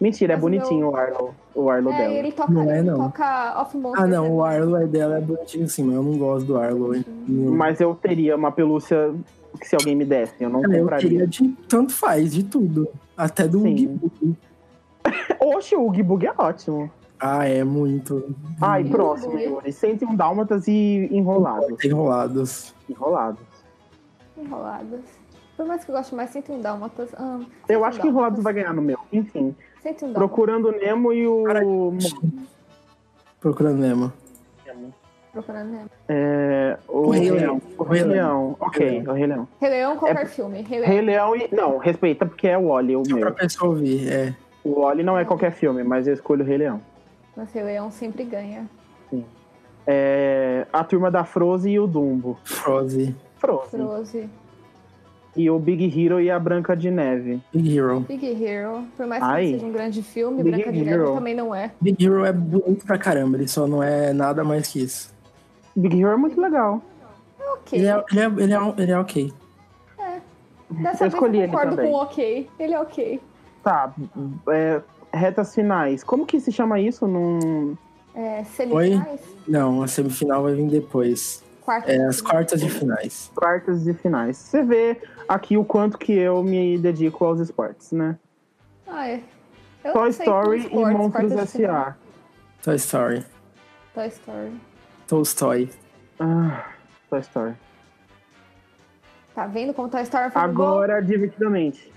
Speaker 1: Mentira, é
Speaker 2: Mas
Speaker 1: bonitinho o Arlo. O Arlo
Speaker 2: É,
Speaker 1: dela.
Speaker 2: e ele toca,
Speaker 3: Não é,
Speaker 2: ele
Speaker 3: não.
Speaker 2: toca Off Monster.
Speaker 3: Ah, não, o Arlo é dela, é bonitinho sim, mas eu não gosto do Arlo. hein? Não.
Speaker 1: Mas eu teria uma pelúcia que se alguém me desse, eu não
Speaker 3: Cara, Ah, eu
Speaker 1: compraria.
Speaker 3: queria de tanto faz, de tudo. Até do
Speaker 1: Sim.
Speaker 3: Oogie Boogie.
Speaker 1: Oxe, o Oogie Boogie é ótimo.
Speaker 3: Ah, é muito.
Speaker 1: Ai,
Speaker 2: Oogie
Speaker 1: próximo,
Speaker 2: Boogie.
Speaker 1: Yuri. 101 Dálmatas e Enrolados.
Speaker 3: Enrolados.
Speaker 1: Enrolados.
Speaker 2: Enrolados. Por mais que eu goste mais, 101 Dálmatas. Ah,
Speaker 1: Eu acho que
Speaker 2: 101
Speaker 1: Enrolados
Speaker 2: Dálmatas.
Speaker 1: vai ganhar no meu. Enfim,
Speaker 2: 101 Dálmatas.
Speaker 1: Procurando Nemo e o...
Speaker 3: Caralho. Procurando Nemo.
Speaker 2: Procurando, né?
Speaker 1: É, o
Speaker 3: O Rei
Speaker 1: Rei
Speaker 3: Leão.
Speaker 1: Leão. O Rei Leão.
Speaker 3: Rei
Speaker 1: Ok,
Speaker 3: Leão.
Speaker 1: o Rei Leão.
Speaker 2: Rei Leão, qualquer
Speaker 1: É.
Speaker 2: filme. Rei Leão.
Speaker 1: Rei Leão e... Não, respeita, porque é o Wally, o
Speaker 3: Pra
Speaker 1: meu.
Speaker 3: pessoa ouvir, é.
Speaker 1: O Wally não é qualquer filme, mas eu escolho o Rei Leão.
Speaker 2: Mas Rei Leão sempre ganha.
Speaker 1: É, a Turma da Frozen e o Dumbo.
Speaker 3: Frozen,
Speaker 1: Frozen.
Speaker 2: Frozen.
Speaker 1: E o Big Hero e a Branca de Neve.
Speaker 3: Big Hero.
Speaker 2: Big Hero. Por mais que
Speaker 1: Ai.
Speaker 2: não seja um grande filme,
Speaker 1: Big
Speaker 2: Branca de
Speaker 1: Hero.
Speaker 2: Neve também não é.
Speaker 3: Big Hero é bonito pra caramba, ele só não é nada mais que isso.
Speaker 1: Big Hero é
Speaker 2: Uhum.
Speaker 1: muito legal.
Speaker 2: Ok.
Speaker 3: Ele é, ele é, ele é, ele é ok.
Speaker 2: Dessa
Speaker 1: Eu
Speaker 2: vez
Speaker 1: escolhi
Speaker 2: eu
Speaker 1: ele
Speaker 2: concordo
Speaker 1: também.
Speaker 2: com ok. Ele é ok.
Speaker 1: Tá, é, retas finais. Como que se chama isso? Num...
Speaker 2: É, semifinais?
Speaker 3: Não, a semifinal vai vir depois.
Speaker 2: Quarto.
Speaker 3: É as quartas de finais.
Speaker 1: Quartas e finais. Você vê aqui o quanto que eu me dedico aos esportes, né?
Speaker 2: Ah, é. Eu
Speaker 1: Toy
Speaker 2: não sei como
Speaker 1: Story
Speaker 2: esportes,
Speaker 1: e Monstros
Speaker 2: quartas de final.
Speaker 1: S.A.
Speaker 3: Toy Story.
Speaker 2: Toy Story.
Speaker 3: Tolstói.
Speaker 1: Ah, Toy Story.
Speaker 2: Tá vendo como Toy Story foi
Speaker 1: Agora, divertidamente.
Speaker 2: bom?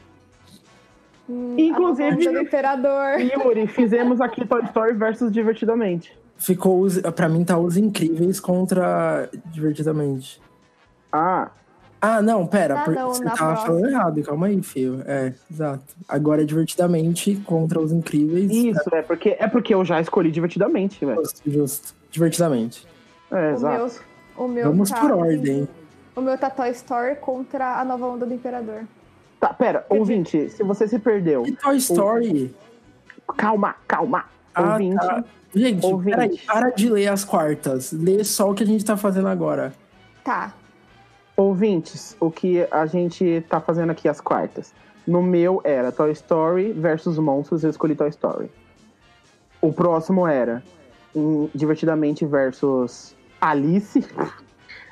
Speaker 2: Hum,
Speaker 1: Inclusive-
Speaker 2: a volta do imperador.
Speaker 1: Yuri, fizemos aqui Toy Story versus Divertidamente.
Speaker 3: Ficou, os- pra mim, tá os incríveis contra Divertidamente.
Speaker 1: Ah,
Speaker 3: Ah, não, pera,
Speaker 2: Ah,
Speaker 3: por-
Speaker 2: não,
Speaker 3: você
Speaker 2: na
Speaker 3: tava
Speaker 2: próxima.
Speaker 3: falando errado, calma aí, fio. É, exato. Agora é Divertidamente contra os incríveis.
Speaker 1: isso, é porque, é porque eu já escolhi Divertidamente, velho.
Speaker 3: Justo, justo. Divertidamente.
Speaker 1: É,
Speaker 2: o meu,
Speaker 1: exato.
Speaker 2: o meu
Speaker 3: Vamos
Speaker 2: tá-
Speaker 3: por ordem.
Speaker 2: O meu tá Toy Story contra a nova onda do imperador.
Speaker 1: Tá, pera, ouvinte, se você se perdeu,
Speaker 3: E Toy Story?
Speaker 1: calma, calma.
Speaker 3: Ah,
Speaker 1: ouvinte,
Speaker 3: tá. Gente,
Speaker 1: Ouvinte.
Speaker 3: peraí, para de ler as quartas. Lê só o que a gente tá fazendo agora.
Speaker 2: Tá.
Speaker 1: ouvintes, o que a gente tá fazendo aqui às quartas. No meu era Toy Story versus Monstros, eu escolhi Toy Story. O próximo era hum, Divertidamente versus Alice.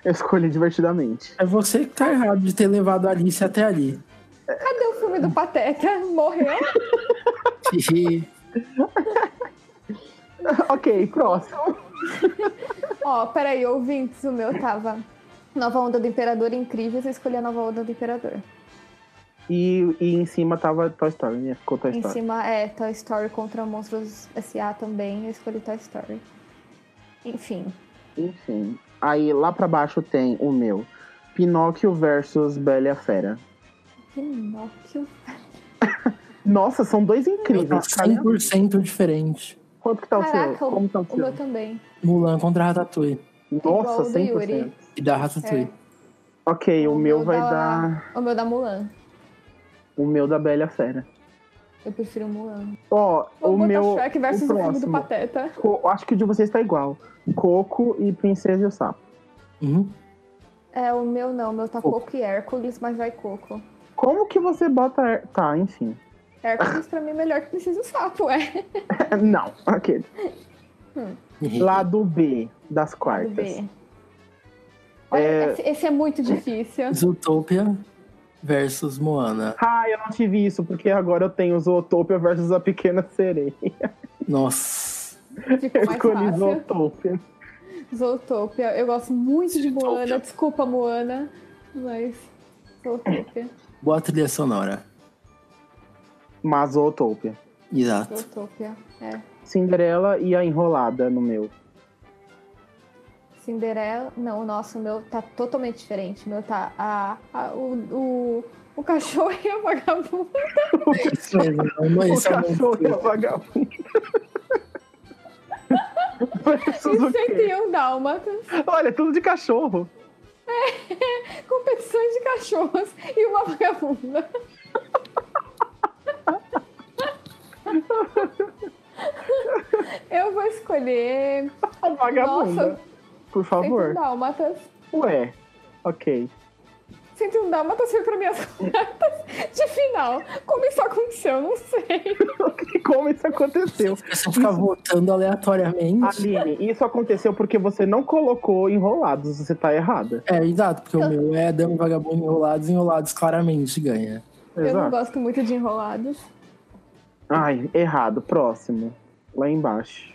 Speaker 1: Eu escolhi Divertidamente.
Speaker 3: É você que tá errado de ter levado a Alice até ali.
Speaker 2: Cadê o filme do Pateta? Morreu?
Speaker 1: ok, próximo.
Speaker 2: Ó, peraí, ouvintes, o meu tava Nova Onda do Imperador incrível, eu escolhi a Nova Onda do Imperador.
Speaker 1: E, e em cima tava Toy Story, né? Ficou Toy
Speaker 2: Em
Speaker 1: Story.
Speaker 2: cima é Toy Story contra Monstros S.A. também, eu escolhi Toy Story. Enfim,
Speaker 1: Enfim. Aí lá pra baixo tem o meu. Pinóquio versus Bela e a Fera.
Speaker 2: Pinóquio.
Speaker 1: Nossa, são dois
Speaker 3: tá
Speaker 1: incríveis. Cadê?
Speaker 3: 100% diferente.
Speaker 1: Quanto que tá o
Speaker 2: Caraca,
Speaker 1: seu? Como tá o
Speaker 2: o meu
Speaker 1: seu?
Speaker 2: também.
Speaker 3: Mulan contra Ratatouille.
Speaker 1: Nossa,
Speaker 2: igual o do
Speaker 1: 100%.
Speaker 2: Yuri.
Speaker 3: E da Ratatouille.
Speaker 1: Ok, o,
Speaker 2: O
Speaker 1: meu
Speaker 2: meu tá
Speaker 1: vai
Speaker 2: da-
Speaker 1: dar...
Speaker 2: O meu é da Mulan.
Speaker 1: O meu da Bela e a Fera.
Speaker 2: Eu prefiro Mulan.
Speaker 1: Ó, o
Speaker 2: Vamos botar
Speaker 1: meu...
Speaker 2: Shrek versus o,
Speaker 1: o
Speaker 2: filme do
Speaker 1: próximo.
Speaker 2: Pateta.
Speaker 1: Co- Acho que o de vocês tá igual. Coco e Princesa e o Sapo.
Speaker 3: Uhum.
Speaker 2: É, o meu não, o meu tá
Speaker 1: Coco.
Speaker 2: Coco e Hércules, mas vai Coco.
Speaker 1: Como que você bota... Tá, enfim.
Speaker 2: Hércules pra mim é melhor que Princesa do Sapo, é.
Speaker 1: Não, ok. Uhum. Lado B das
Speaker 2: Do
Speaker 1: quartas.
Speaker 2: B. Olha,
Speaker 1: É-
Speaker 2: esse, esse é muito difícil.
Speaker 3: Zootopia versus Moana.
Speaker 1: Ah, eu não tive isso, porque agora eu tenho Zootopia versus a Pequena Sereia.
Speaker 3: Nossa.
Speaker 2: Ficou
Speaker 1: Eu
Speaker 2: mais
Speaker 1: escolhi
Speaker 2: fácil.
Speaker 1: Zootopia.
Speaker 2: Zootopia. Eu gosto muito de
Speaker 5: Zootopia.
Speaker 2: Moana. Desculpa, Moana. Mas. Zootopia.
Speaker 3: Boa trilha sonora.
Speaker 1: Mas Zootopia.
Speaker 3: Exato.
Speaker 2: Zootopia. É.
Speaker 1: Cinderela e a Enrolada no meu.
Speaker 2: Cinderela. Não, nossa, o meu tá totalmente diferente. O meu tá. A, a- o, o, o cachorro e a vagabunda.
Speaker 3: Isso mesmo. Mãe,
Speaker 1: Uhum. o
Speaker 3: isso é
Speaker 1: cachorro é
Speaker 3: muito...
Speaker 1: vagabundo. Versus o
Speaker 2: E
Speaker 1: quê?
Speaker 2: 101 dálmatas.
Speaker 1: Olha, tudo de cachorro.
Speaker 2: Competições de cachorros e uma vagabunda. Eu vou escolher. um
Speaker 1: A vagabunda.
Speaker 2: Nossa.
Speaker 1: Por
Speaker 2: 101
Speaker 1: favor.
Speaker 2: dálmatas.
Speaker 1: Ué. Ok.
Speaker 2: 101 Dálmatas foi para minhas quartas de final. Como isso aconteceu, não sei.
Speaker 1: Como isso aconteceu?
Speaker 3: Você ficar
Speaker 1: Uhum.
Speaker 3: votando aleatoriamente.
Speaker 1: Aline, isso aconteceu porque você não colocou enrolados, você tá errada.
Speaker 3: É, exato, porque o meu é Dama e Vagabundo Enrolados, Enrolados claramente ganha.
Speaker 2: Eu não
Speaker 1: Exato.
Speaker 2: gosto muito de enrolados.
Speaker 1: Ai, errado. Próximo. Lá embaixo.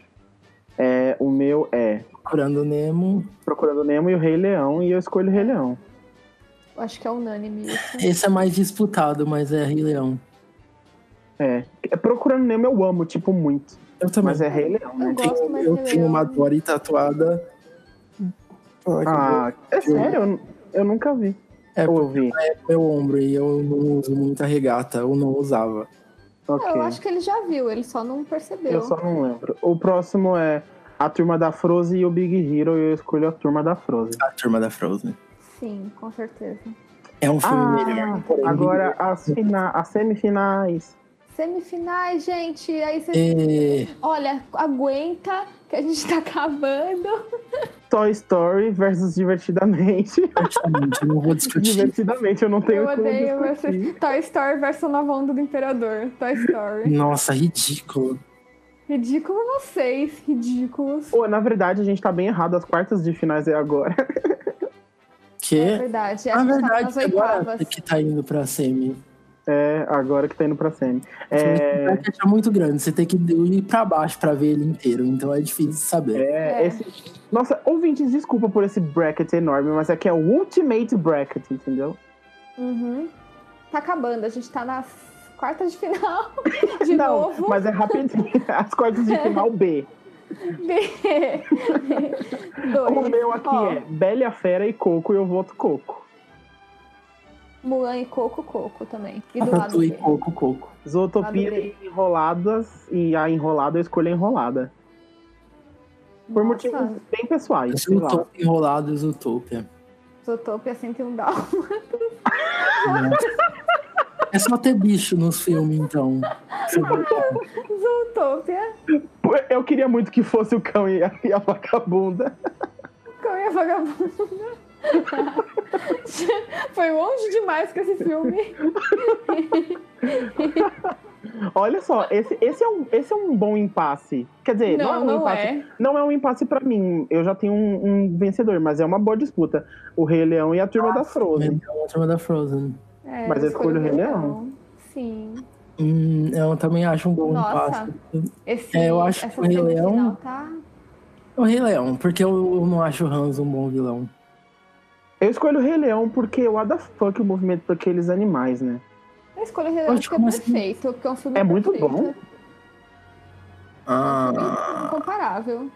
Speaker 1: É, o meu é
Speaker 3: Procurando Nemo.
Speaker 1: Procurando Nemo e o Rei Leão, e eu escolho o Rei Leão.
Speaker 2: Eu acho que é unânime isso.
Speaker 3: Esse é mais disputado, mas é Rei Leão.
Speaker 1: É. É, Procurando Nemo eu amo, tipo, muito.
Speaker 3: Eu também.
Speaker 1: Mas é Rei Leão, né?
Speaker 2: Eu gosto, mas
Speaker 3: eu
Speaker 2: Rei
Speaker 3: tenho
Speaker 2: Leão-
Speaker 3: uma Dory tatuada.
Speaker 1: Ah, é sério? Eu, eu nunca vi.
Speaker 3: É,
Speaker 1: Ou vi.
Speaker 3: meu ombro e eu não uso muita regata, ou não usava.
Speaker 1: Ok.
Speaker 2: Eu acho que é ele já viu, ele só não percebeu.
Speaker 1: Eu só não lembro. O próximo é a turma da Frozen e o Big Hero, e eu escolho a turma da Frozen.
Speaker 3: A Turma da Frozen.
Speaker 2: Sim, com certeza.
Speaker 3: É um filme
Speaker 1: Ah,
Speaker 3: melhor. porém,
Speaker 1: Agora as, fina as semifinais.
Speaker 2: Semifinais, gente. Aí vocês.
Speaker 3: é,
Speaker 2: Olha, aguenta que a gente tá acabando.
Speaker 1: Toy Story versus Divertidamente.
Speaker 3: praticamente, não vou discutir.
Speaker 1: Divertidamente, eu não tenho
Speaker 2: eu
Speaker 1: como
Speaker 2: odeio
Speaker 1: discutir.
Speaker 2: versus... Toy Story versus Nova Onda do Imperador. Toy Story.
Speaker 3: Nossa, ridículo.
Speaker 2: Ridículo vocês, ridículos.
Speaker 1: Pô, na verdade, a gente tá bem errado. As quartas de finais é agora.
Speaker 2: É
Speaker 3: Que,
Speaker 2: verdade, a
Speaker 3: na
Speaker 2: gente tá
Speaker 3: verdade,
Speaker 2: nas
Speaker 3: agora
Speaker 2: oitavas.
Speaker 3: é que tá indo pra semi.
Speaker 1: É, agora que tá indo pra semi.
Speaker 3: O
Speaker 1: É,
Speaker 3: bracket é muito grande, você tem que ir pra baixo pra ver ele inteiro, então é difícil de saber.
Speaker 1: é, esse- Nossa, ouvintes, desculpa por esse bracket enorme, mas aqui é o Ultimate Bracket, entendeu?
Speaker 2: Uhum. Tá acabando, a gente tá nas quartas de final. De
Speaker 1: não,
Speaker 2: novo.
Speaker 1: mas é rapidinho. As quartas de final B. O
Speaker 2: Dois.
Speaker 1: meu aqui
Speaker 2: Ó,
Speaker 1: é Bela e a Fera e Coco, e eu voto Coco.
Speaker 2: Mulan e Coco, Coco também. E do É. lado
Speaker 3: Tatu e
Speaker 2: B.
Speaker 3: coco, coco.
Speaker 1: Zootopia
Speaker 2: Adorei.
Speaker 1: e Enroladas, e a Enrolada eu escolho a Enrolada. Por
Speaker 2: Nossa,
Speaker 1: motivos bem pessoais, sei É lá.
Speaker 3: Zootopia enrolado, Zootopia.
Speaker 2: Zootopia 101 Dal.
Speaker 3: É só ter bicho nos filmes, então.
Speaker 2: Zootopia,
Speaker 1: Pô, Eu queria muito que fosse o cão e a, e a vagabunda.
Speaker 2: Cão e a Vagabunda. Foi longe demais com esse filme.
Speaker 1: Olha só, esse, esse, é, um, esse é um bom impasse. Quer dizer, não, é
Speaker 2: Não,
Speaker 1: um
Speaker 2: não
Speaker 1: impasse.
Speaker 2: é.
Speaker 1: Não é um impasse pra mim. Eu já tenho um, um vencedor, mas é uma boa disputa. O Rei Leão e a Turma da Frozen.
Speaker 3: É a turma da Frozen.
Speaker 2: É,
Speaker 1: Mas eu escolho o Rei Leão.
Speaker 2: Sim.
Speaker 3: Hum, eu também acho um bom
Speaker 2: Nossa.
Speaker 3: passo.
Speaker 2: Esse,
Speaker 3: É, eu acho que
Speaker 2: essa
Speaker 3: o Rei Leão-
Speaker 2: semifinal Tá...
Speaker 3: É O Rei Leão, porque eu eu não acho o Hans um bom vilão.
Speaker 1: Eu escolho o Rei Leão porque what the fuck o movimento daqueles animais, né?
Speaker 2: Eu escolho o Rei Leão
Speaker 3: Poxa,
Speaker 2: porque é
Speaker 3: como assim?
Speaker 2: perfeito. Porque é um filme
Speaker 1: É muito
Speaker 2: perfeito.
Speaker 1: bom.
Speaker 3: Ah,
Speaker 2: Incomparável.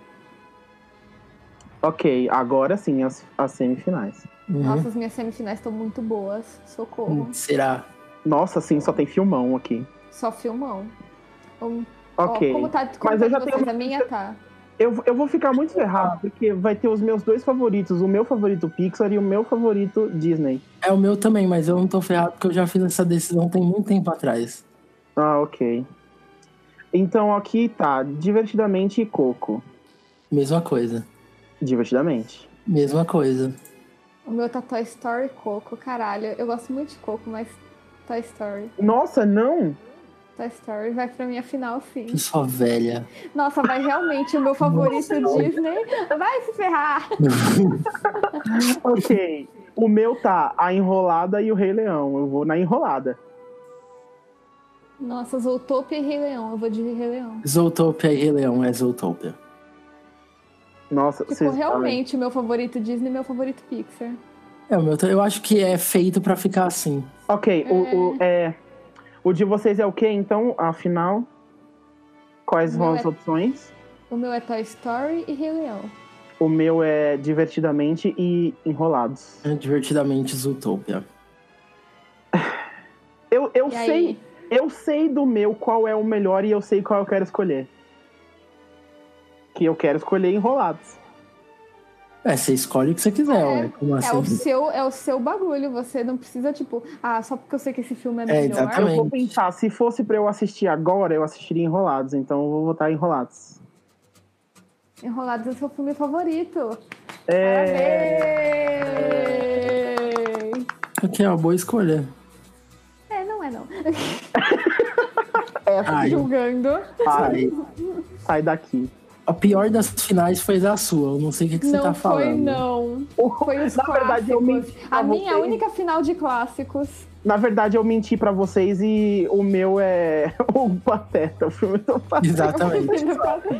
Speaker 1: Ok, agora sim as, as semifinais.
Speaker 3: uhum.
Speaker 2: Nossa, as minhas semifinais estão muito boas. Socorro.
Speaker 3: Hum, será?
Speaker 1: Nossa, sim, só tem filmão aqui.
Speaker 2: Só filmão. Hum, ó,
Speaker 1: Ok.
Speaker 2: como tá como
Speaker 1: Mas
Speaker 2: tá
Speaker 1: eu já
Speaker 2: de
Speaker 1: tenho
Speaker 2: vocês, a minha tá.
Speaker 1: Eu, eu vou ficar muito ferrado, porque vai ter os meus dois favoritos, o meu favorito Pixar e o meu favorito Disney.
Speaker 3: É o meu também, mas eu não tô ferrado porque eu já fiz essa decisão tem muito tempo atrás.
Speaker 1: Ah, ok. Então aqui tá, divertidamente e coco.
Speaker 3: Mesma coisa.
Speaker 1: Divertidamente.
Speaker 3: Mesma coisa.
Speaker 2: O meu tá Toy Story e Coco, caralho. Eu gosto muito de Coco, mas Toy Story.
Speaker 1: Nossa, não!
Speaker 2: Toy Story vai pra minha final, sim.
Speaker 3: Que só velha.
Speaker 2: Nossa, vai realmente o meu favorito Disney. Vai se ferrar!
Speaker 1: Ok. O meu tá a enrolada e o Rei Leão. Eu vou na enrolada.
Speaker 2: Nossa, Zootopia e Rei Leão. Eu vou de Rei Leão.
Speaker 3: Zootopia e Rei Leão é Zootopia.
Speaker 1: Nossa,
Speaker 2: Ficou
Speaker 1: vocês-
Speaker 2: Tipo, realmente o meu favorito Disney e meu favorito Pixar.
Speaker 3: É, o meu, eu acho que é feito pra ficar assim.
Speaker 1: Ok, O, o, é, o de vocês é o quê, então? Afinal, quais
Speaker 2: O
Speaker 1: vão
Speaker 2: meu
Speaker 1: as
Speaker 2: é-
Speaker 1: opções?
Speaker 2: O meu é Toy Story e Rei Leão.
Speaker 1: O meu é Divertidamente e Enrolados.
Speaker 3: né? Divertidamente Zootopia.
Speaker 1: Eu, eu,
Speaker 2: e
Speaker 1: sei,
Speaker 2: aí,
Speaker 1: eu sei do meu qual é o melhor e eu sei qual eu quero escolher. Que eu quero escolher Enrolados.
Speaker 3: É, você escolhe o que você quiser,
Speaker 2: É,
Speaker 3: ué. Como
Speaker 2: é o,
Speaker 3: assim?
Speaker 2: seu, é o seu bagulho. Você não precisa, tipo, ah, só porque eu sei que esse filme é melhor.
Speaker 3: exatamente.
Speaker 1: Eu vou pensar, se fosse pra eu assistir agora, eu assistiria Enrolados, então eu vou votar Enrolados.
Speaker 2: Enrolados é o seu filme favorito.
Speaker 1: É,
Speaker 2: Parabéns!
Speaker 3: Porque é uma boa escolha.
Speaker 2: É, não é não. É,
Speaker 3: Ai,
Speaker 2: Julgando.
Speaker 1: sai,
Speaker 3: ai.
Speaker 1: sai daqui.
Speaker 3: A pior das finais foi a sua. Eu não sei o que, que você
Speaker 2: não
Speaker 3: tá
Speaker 2: foi,
Speaker 3: falando.
Speaker 2: não. Foi os
Speaker 1: Na verdade, eu
Speaker 2: clássicos.
Speaker 1: menti pra
Speaker 2: A minha
Speaker 1: vocês.
Speaker 2: única final de clássicos.
Speaker 1: Na verdade, eu menti pra vocês e o meu é o Pateta, o filme do Pateta.
Speaker 3: Exatamente.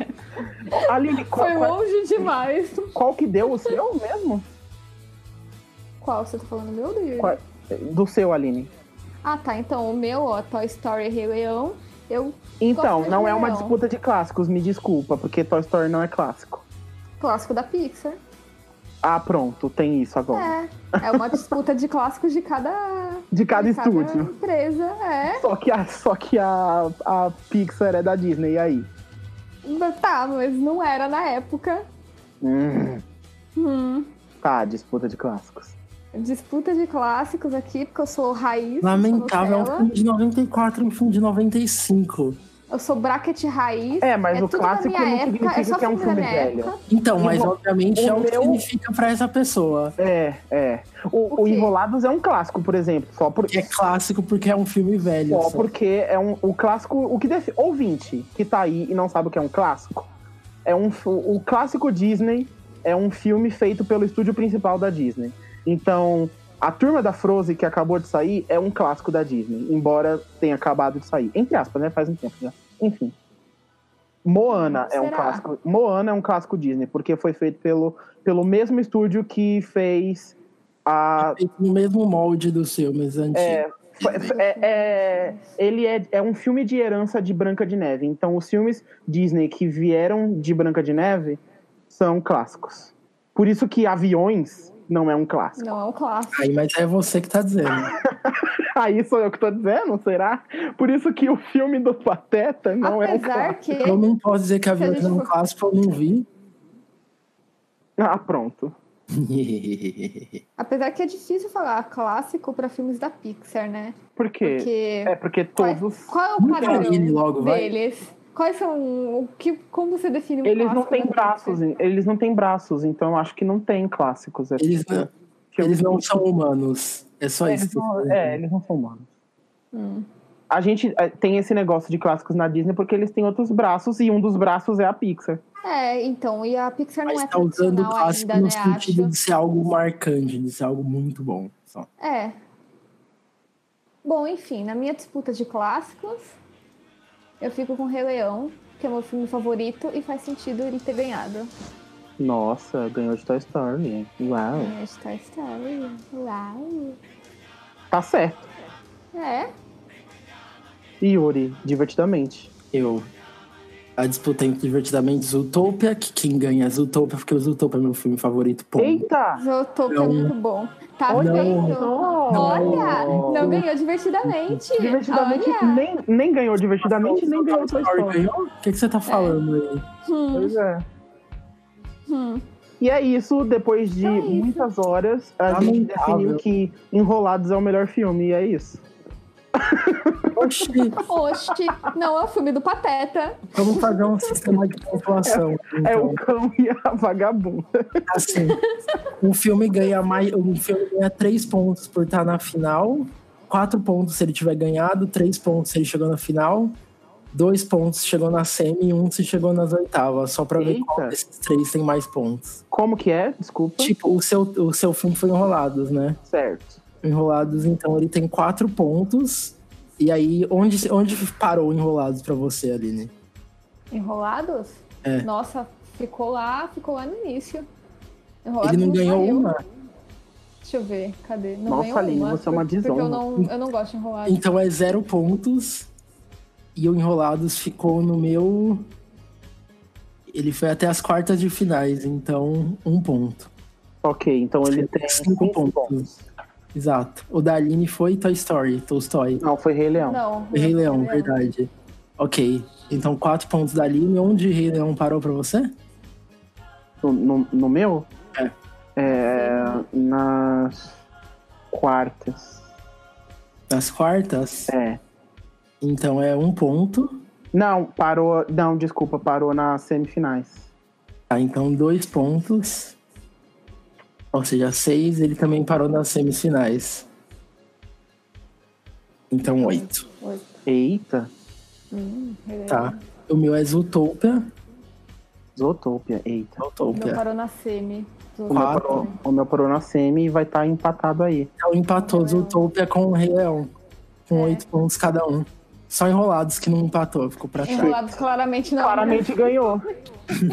Speaker 1: Aline, qual,
Speaker 2: Foi
Speaker 1: qual-
Speaker 2: longe demais.
Speaker 1: qual que deu o seu mesmo?
Speaker 2: Qual você tá falando? Meu Deus.
Speaker 1: Qual- Do seu, Aline.
Speaker 2: Ah, tá. Então, o meu, ó, Toy Story Rei Leão. é Eu,
Speaker 1: Então,
Speaker 2: Gosto de
Speaker 1: não é uma
Speaker 2: Leão.
Speaker 1: disputa de clássicos, me desculpa, porque Toy Story não é clássico.
Speaker 2: clássico da Pixar.
Speaker 1: Ah, pronto, tem isso agora.
Speaker 2: É. É uma disputa de clássicos de cada,
Speaker 1: De cada
Speaker 2: de cada um.
Speaker 1: estúdio.
Speaker 2: empresa. É.
Speaker 1: Só que, a, só que a, a Pixar é da Disney, e aí?
Speaker 2: Tá, mas não era na época.
Speaker 1: Hum,
Speaker 2: Hum.
Speaker 1: tá, disputa de clássicos.
Speaker 2: Disputa de clássicos aqui, porque eu sou raiz.
Speaker 3: Lamentável, é
Speaker 2: Eu
Speaker 3: um
Speaker 2: sou,
Speaker 3: filme
Speaker 2: Nutella,
Speaker 3: de 94 e um filme de 95.
Speaker 2: eu sou bracket raiz.
Speaker 1: É, mas o
Speaker 2: tudo da
Speaker 1: clássico
Speaker 2: minha
Speaker 1: não
Speaker 2: época,
Speaker 1: significa
Speaker 2: só
Speaker 1: que é um filme
Speaker 2: da minha
Speaker 1: velho.
Speaker 2: época.
Speaker 3: Então, mas
Speaker 1: Enro-
Speaker 3: obviamente
Speaker 1: o
Speaker 3: é o que
Speaker 1: meu-
Speaker 3: significa pra essa pessoa.
Speaker 1: É, é. O,
Speaker 2: O
Speaker 1: o
Speaker 2: quê?
Speaker 1: Enrolados é um clássico, por exemplo, só por,
Speaker 3: Que é clássico porque é um filme velho.
Speaker 1: Só
Speaker 3: só.
Speaker 1: porque é um, o clássico. O que defi- ouvinte que tá aí e não sabe o que é um clássico, é um fi- o clássico Disney é um filme feito pelo estúdio principal da Disney. Então, a turma da Frozen que acabou de sair é um clássico da Disney, embora tenha acabado de sair. Entre aspas, né? Faz um tempo já. Enfim. Moana é um
Speaker 2: Será?
Speaker 1: clássico. Moana é um clássico Disney, porque foi feito pelo, pelo mesmo estúdio que fez a
Speaker 3: tá Feito No mesmo molde do seu, mas antigo.
Speaker 1: é, fa- é- é- ele é, é um filme de herança de Branca de Neve. Então, os filmes Disney que vieram de Branca de Neve são clássicos. Por isso que Aviões não é um clássico.
Speaker 2: Não, é um clássico.
Speaker 3: Aí, mas é você que tá dizendo.
Speaker 1: Ah, Aí sou eu que tô dizendo, será? Por isso que o filme do Pateta não é um
Speaker 2: Apesar
Speaker 1: clássico.
Speaker 2: que.
Speaker 3: Eu não posso dizer que a
Speaker 2: Se a
Speaker 3: Violeta é
Speaker 2: gente
Speaker 3: um
Speaker 2: for-
Speaker 3: clássico, eu não vi.
Speaker 1: Ah, pronto.
Speaker 2: Apesar que é difícil falar clássico pra filmes da Pixar, né?
Speaker 1: Por quê?
Speaker 2: Porque.
Speaker 1: É porque
Speaker 2: Qual é-
Speaker 1: todos.
Speaker 2: Qual é o
Speaker 3: Muito
Speaker 2: padrão
Speaker 3: Aline logo, vai.
Speaker 2: deles? Quais são. O que, como você define um
Speaker 1: Eles não
Speaker 2: clássico
Speaker 1: têm
Speaker 2: da
Speaker 1: braços,
Speaker 2: Pixar?
Speaker 1: eles não têm braços, então eu acho que não tem clássicos. É
Speaker 3: Eles
Speaker 1: porque-
Speaker 3: não-
Speaker 1: porque
Speaker 3: Eles
Speaker 1: eu-
Speaker 3: não são humanos. É só
Speaker 1: Eles
Speaker 3: isso. que eu
Speaker 1: não-
Speaker 3: tô
Speaker 1: é,
Speaker 3: dizendo.
Speaker 1: eles não são humanos.
Speaker 2: Hum.
Speaker 1: A gente eh, tem esse negócio de clássicos na Disney porque eles têm outros braços e um dos braços é a Pixar.
Speaker 2: É, então, e a Pixar não
Speaker 3: Mas
Speaker 2: é
Speaker 3: tá usando o
Speaker 2: tradicional
Speaker 3: clássico
Speaker 2: ainda,
Speaker 3: no
Speaker 2: né?
Speaker 3: sentido
Speaker 2: Acho.
Speaker 3: de ser algo marcante, de ser algo muito bom. Só.
Speaker 2: É. Bom, enfim, na minha disputa de clássicos, eu fico com Rei Leão, que é meu filme favorito e faz sentido ele ter ganhado.
Speaker 1: Nossa, ganhou de Toy Story.
Speaker 3: Hum.
Speaker 1: Uau.
Speaker 2: É, de Toy Story. Uau.
Speaker 1: Tá certo.
Speaker 2: É,
Speaker 1: Yuri, divertidamente.
Speaker 3: Eu. A disputa entre divertidamente Zootopia, que quem ganha é Zootopia, porque o Zootopia é meu filme favorito. Ponto.
Speaker 1: Eita!
Speaker 2: Zootopia é
Speaker 3: Não.
Speaker 2: muito bom. Tá
Speaker 3: Olha,
Speaker 2: vendo? Olha,
Speaker 1: Não.
Speaker 2: não ganhou divertidamente.
Speaker 1: Divertidamente
Speaker 2: Olha.
Speaker 1: nem, nem ganhou divertidamente,
Speaker 3: Mas
Speaker 1: nem
Speaker 3: o
Speaker 1: ganhou
Speaker 3: Toy
Speaker 1: Toy
Speaker 3: Story
Speaker 1: Story.
Speaker 3: ganhou? O que, que você tá falando aí?
Speaker 2: Hum,
Speaker 1: Pois é.
Speaker 2: hum.
Speaker 1: E é isso, depois de
Speaker 2: É isso.
Speaker 1: muitas horas, a
Speaker 3: Lamentável.
Speaker 1: gente definiu que Enrolados é o melhor filme, e é isso.
Speaker 3: Oxi,
Speaker 2: Oxi, não é o filme do Pateta.
Speaker 3: vamos fazer um sistema de pontuação.
Speaker 1: É
Speaker 3: então.
Speaker 1: o cão e a vagabunda.
Speaker 3: assim, um filme ganha mais, um filme ganha três pontos por estar na final, quatro pontos se ele tiver ganhado, três pontos se ele chegou na final, dois pontos se chegou na semi e um se chegou nas oitavas, só pra ver qual
Speaker 1: Eita.
Speaker 3: desses três tem mais pontos.
Speaker 1: Como que é? Desculpa.
Speaker 3: Tipo, o seu, o seu filme foi Enrolados, né?
Speaker 1: Certo.
Speaker 3: Enrolados, então ele tem quatro pontos. E aí, onde, onde parou o Enrolados pra você, Aline?
Speaker 2: Enrolados?
Speaker 3: É.
Speaker 2: Nossa, Ficou lá, ficou lá no início. Enrolado
Speaker 3: Ele não ganhou
Speaker 2: saiu.
Speaker 3: uma.
Speaker 2: Deixa eu ver, cadê? Não
Speaker 1: Nossa,
Speaker 2: ganhou
Speaker 1: Aline,
Speaker 2: uma.
Speaker 1: você é uma
Speaker 2: por- Porque eu
Speaker 1: desonra.
Speaker 2: não, eu não gosto de enrolado.
Speaker 3: Então é zero pontos. E o Enrolados ficou no meu. Ele foi até as quartas de finais, então um ponto.
Speaker 1: Ok, então ele tem
Speaker 3: Cinco pontos. Exato. O da Aline foi Toy Story, Tolstói.
Speaker 1: Não, foi Rei Leão.
Speaker 2: Não.
Speaker 3: Foi Rei Leão,
Speaker 2: Leão.
Speaker 3: verdade. Ok. Então quatro pontos da Aline. Onde Rei Leão parou pra você?
Speaker 1: No, no- no meu?
Speaker 3: É.
Speaker 1: É, Nas quartas.
Speaker 3: Nas quartas?
Speaker 1: É.
Speaker 3: Então é um ponto.
Speaker 1: Não, parou. Não, desculpa, parou nas semifinais.
Speaker 3: Tá, então dois pontos. Ou seja, seis. Ele também parou nas semifinais. Então oito.
Speaker 2: Oi.
Speaker 1: Eita,
Speaker 3: Tá. O meu é Zootopia.
Speaker 1: Zootopia, eita.
Speaker 2: Não
Speaker 3: Zootopia.
Speaker 2: parou na semi.
Speaker 1: O meu,
Speaker 3: É. Quatro.
Speaker 1: parou, o meu parou na semi e vai estar empatado aí.
Speaker 3: Então empatou Zootopia com o Rei Leão. Com
Speaker 2: É.
Speaker 3: oito pontos cada um. Só enrolados que não empatou, ficou pra trás.
Speaker 2: Enrolados claramente não.
Speaker 1: Claramente ganhou.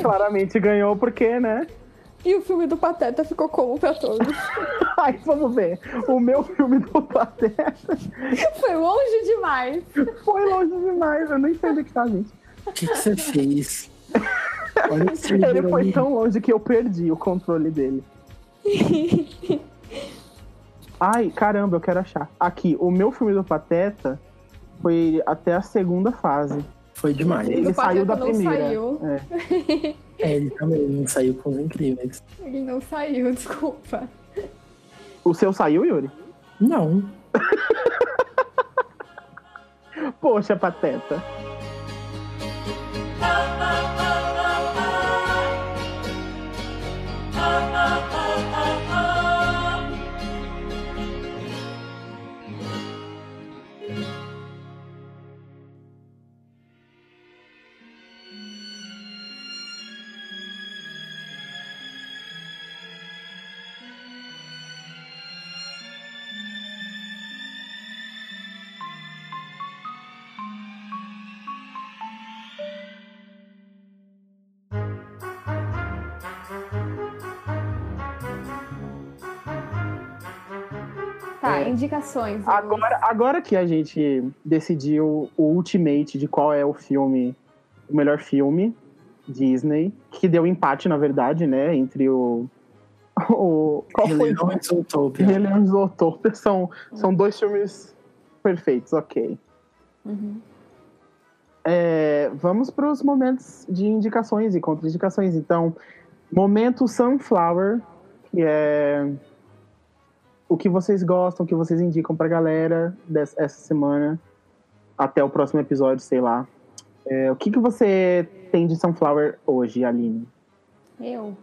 Speaker 1: Claramente ganhou, porque, né?
Speaker 2: E o filme do Pateta ficou como pra todos?
Speaker 1: Ai, vamos ver. O meu filme do Pateta
Speaker 2: Foi longe demais.
Speaker 1: foi longe demais. Eu nem sei do que tá, gente.
Speaker 3: O que que você fez? Olha esse
Speaker 1: Ele
Speaker 3: livro
Speaker 1: foi
Speaker 3: aí.
Speaker 1: tão longe que eu perdi o controle dele. Ai, caramba, eu quero achar. Aqui, o meu filme do Pateta foi até a segunda fase.
Speaker 3: Foi demais.
Speaker 1: Ele
Speaker 2: do
Speaker 1: saiu
Speaker 2: Pateta
Speaker 1: da
Speaker 2: não
Speaker 1: primeira.
Speaker 2: saiu.
Speaker 1: É.
Speaker 3: É, ele também não saiu com os incríveis.
Speaker 2: Ele não saiu, desculpa.
Speaker 1: O seu saiu, Yuri?
Speaker 3: Não.
Speaker 1: Poxa, Pateta.
Speaker 2: Tá,
Speaker 1: É.
Speaker 2: indicações.
Speaker 1: Agora, agora que a gente decidiu o ultimate de qual é o filme, o melhor filme Disney, que deu empate, na verdade, né? Entre o. o qual
Speaker 3: Rei
Speaker 1: foi?
Speaker 3: Leão e Zootopia.
Speaker 1: Rei Leão e Zootopia são, são dois filmes perfeitos, ok.
Speaker 2: Uhum.
Speaker 1: É, vamos para os momentos de indicações e contraindicações. Então, momento Sunflower, que é o que vocês gostam, o que vocês indicam pra galera dessa essa semana, até o próximo episódio, sei lá. É, o que, que você tem de Sunflower hoje, Aline?
Speaker 2: Eu.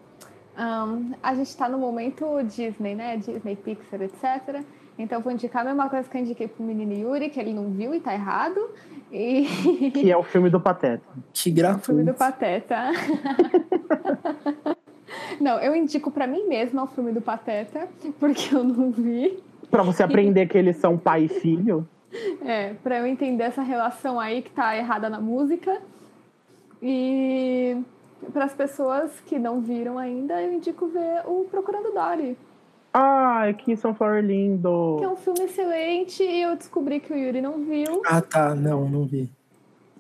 Speaker 2: Ahn, a gente tá no momento Disney, né? Disney, Pixar, etc. Então eu vou indicar a mesma coisa que eu indiquei pro menino Yuri, que ele não viu e tá errado. E
Speaker 1: Que é o filme do Pateta.
Speaker 3: Que
Speaker 2: filme do
Speaker 3: gratuito.
Speaker 2: Pateta. não, eu indico pra mim mesma o filme do Pateta, porque eu não vi.
Speaker 1: Pra você aprender que eles são pai e filho.
Speaker 2: É, pra eu entender essa relação aí que tá errada na música. E para as pessoas que não viram ainda, eu indico ver o Procurando Dory.
Speaker 1: Ai, Ah, é que Sunflower lindo!
Speaker 2: Que é um filme excelente e eu descobri que o Yuri não viu.
Speaker 3: Ah, tá. Não, não vi.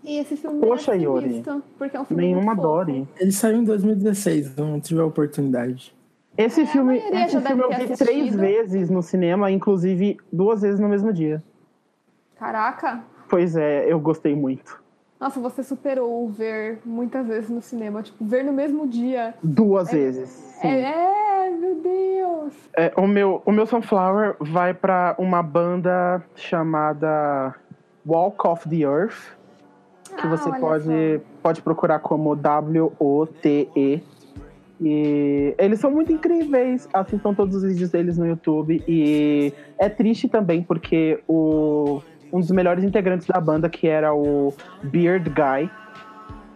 Speaker 2: E esse filme
Speaker 1: Poxa,
Speaker 2: merece ser
Speaker 1: Yuri.
Speaker 2: visto, porque é um filme
Speaker 1: Nenhuma
Speaker 2: muito fofo.
Speaker 1: Dory.
Speaker 3: Ele saiu em 2016, não tive a oportunidade.
Speaker 1: Esse filme,
Speaker 2: É, maioria
Speaker 1: esse
Speaker 2: já deve
Speaker 1: filme eu
Speaker 2: ter
Speaker 1: vi
Speaker 2: assistido.
Speaker 1: três vezes no cinema, inclusive duas vezes no mesmo dia.
Speaker 2: Caraca!
Speaker 1: Pois é, eu gostei muito.
Speaker 2: Nossa, você superou o ver muitas vezes no cinema. Tipo, ver no mesmo dia.
Speaker 1: Duas vezes. sim.
Speaker 2: É, é, meu Deus!
Speaker 1: É, o, meu, o meu Sunflower vai pra uma banda chamada Walk of the Earth, que
Speaker 2: Ah,
Speaker 1: você
Speaker 2: olha
Speaker 1: pode, pode procurar como W-O-T-E. E eles são muito incríveis, assistam todos os vídeos deles no YouTube. E é triste também, porque o, um dos melhores integrantes da banda, que era o Beard Guy,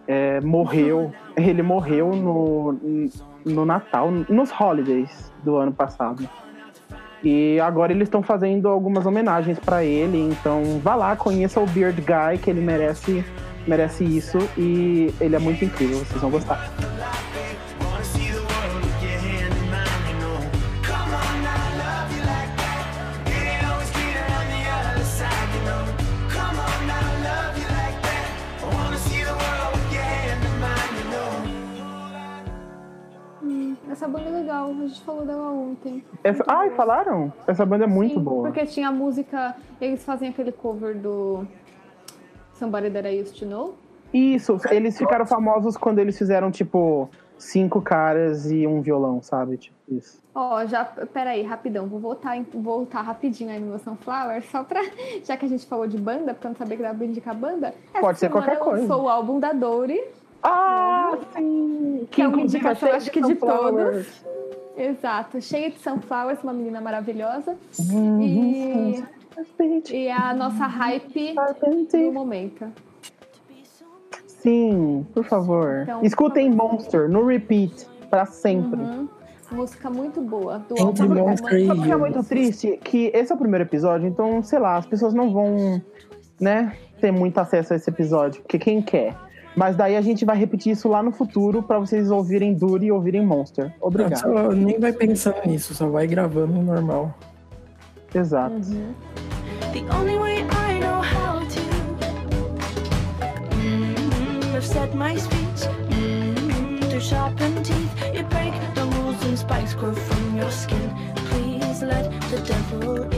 Speaker 1: é,
Speaker 2: Uhum.
Speaker 1: morreu. Ele morreu no, no Natal, nos holidays do ano passado. E agora eles estão fazendo algumas homenagens pra ele, então vá lá, conheça o Beard Guy, que ele merece, merece isso e ele é muito incrível, vocês vão gostar.
Speaker 6: Life
Speaker 2: Essa banda é legal, a gente falou dela ontem.
Speaker 1: Essa... Ai, falaram? Essa banda é muito
Speaker 2: Sim,
Speaker 1: boa.
Speaker 2: Porque tinha a música, eles fazem aquele cover do Somebody That I Used to Know.
Speaker 1: Isso, eles ficaram famosos quando eles fizeram, tipo, cinco caras e um violão, sabe? Tipo isso.
Speaker 2: Ó, já, peraí, rapidão, vou voltar, em- voltar rapidinho aí no meu Sunflower, só pra, já que a gente falou de banda, pra não saber que dá pra indicar banda. essa
Speaker 1: Pode ser
Speaker 2: semana
Speaker 1: qualquer coisa.
Speaker 2: lançou o álbum da Dory,
Speaker 1: Ah, sim!
Speaker 2: Que é uma
Speaker 1: inclusive
Speaker 2: indicação,
Speaker 1: é
Speaker 2: acho que de
Speaker 1: Sunflowers.
Speaker 2: exato, cheia de Sunflowers, uma menina maravilhosa,
Speaker 1: Uhum,
Speaker 2: e, e é a nossa hype do momento.
Speaker 1: Sim, por favor.
Speaker 2: Então,
Speaker 1: Escutem Monster no repeat, pra sempre.
Speaker 2: Uhum. Música muito boa, do
Speaker 3: Entre
Speaker 2: álbum da
Speaker 3: Monster
Speaker 2: Mãe.
Speaker 1: Sabe o que é muito triste? Que esse é o primeiro episódio, então, sei lá, as pessoas não vão, né, ter muito acesso a esse episódio, porque quem quer? Mas daí a gente vai repetir isso lá no futuro pra vocês ouvirem Duri e ouvirem Monster.
Speaker 3: Não,
Speaker 1: Obrigado.
Speaker 3: Ah, só- nem vai pensando nisso, só vai gravando normal.
Speaker 1: Exato.
Speaker 7: The only way I know how to. Mm, I've said my speech. Mm, to sharpen teeth, you break the rules and spikes grow from your skin. Please let the devil in.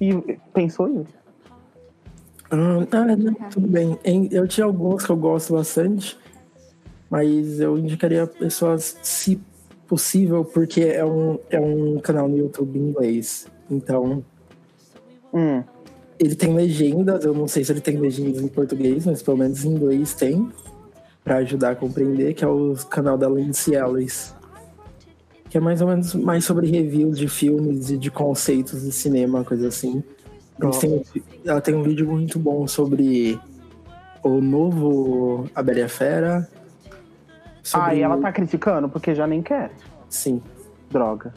Speaker 1: E pensou isso?
Speaker 3: Ah, tá, não, tudo bem. Em- Eu tinha alguns que eu gosto bastante, mas eu indicaria pessoas, se possível, porque é um, é um canal no YouTube em inglês. Então,
Speaker 1: Hum.
Speaker 3: ele tem legendas, eu não sei se ele tem legendas em português, mas pelo menos em inglês tem, Pra ajudar a compreender, que é o canal da Lindsay Ellis. Que é mais ou menos mais sobre reviews de filmes e de conceitos de cinema, coisa assim. Eles têm- ela tem um vídeo muito bom sobre o novo A Bela e a Fera.
Speaker 1: Ah, e
Speaker 3: sobre-
Speaker 1: ela tá criticando porque já nem quer.
Speaker 3: Sim,
Speaker 1: Droga.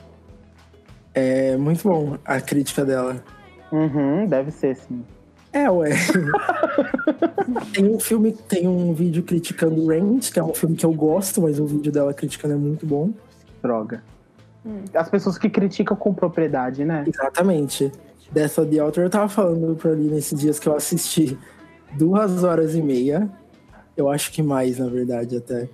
Speaker 3: é muito bom a crítica dela.
Speaker 1: Uhum, deve ser sim.
Speaker 3: É, ué. tem um filme, tem um vídeo criticando Rent, que é um filme que eu gosto, mas o vídeo dela criticando é muito bom.
Speaker 1: Droga. As pessoas que criticam com propriedade, né?
Speaker 3: Exatamente. Dessa The Outer, eu tava falando pra ali nesses dias que eu assisti duas horas e meia. Eu acho que mais, na verdade, até.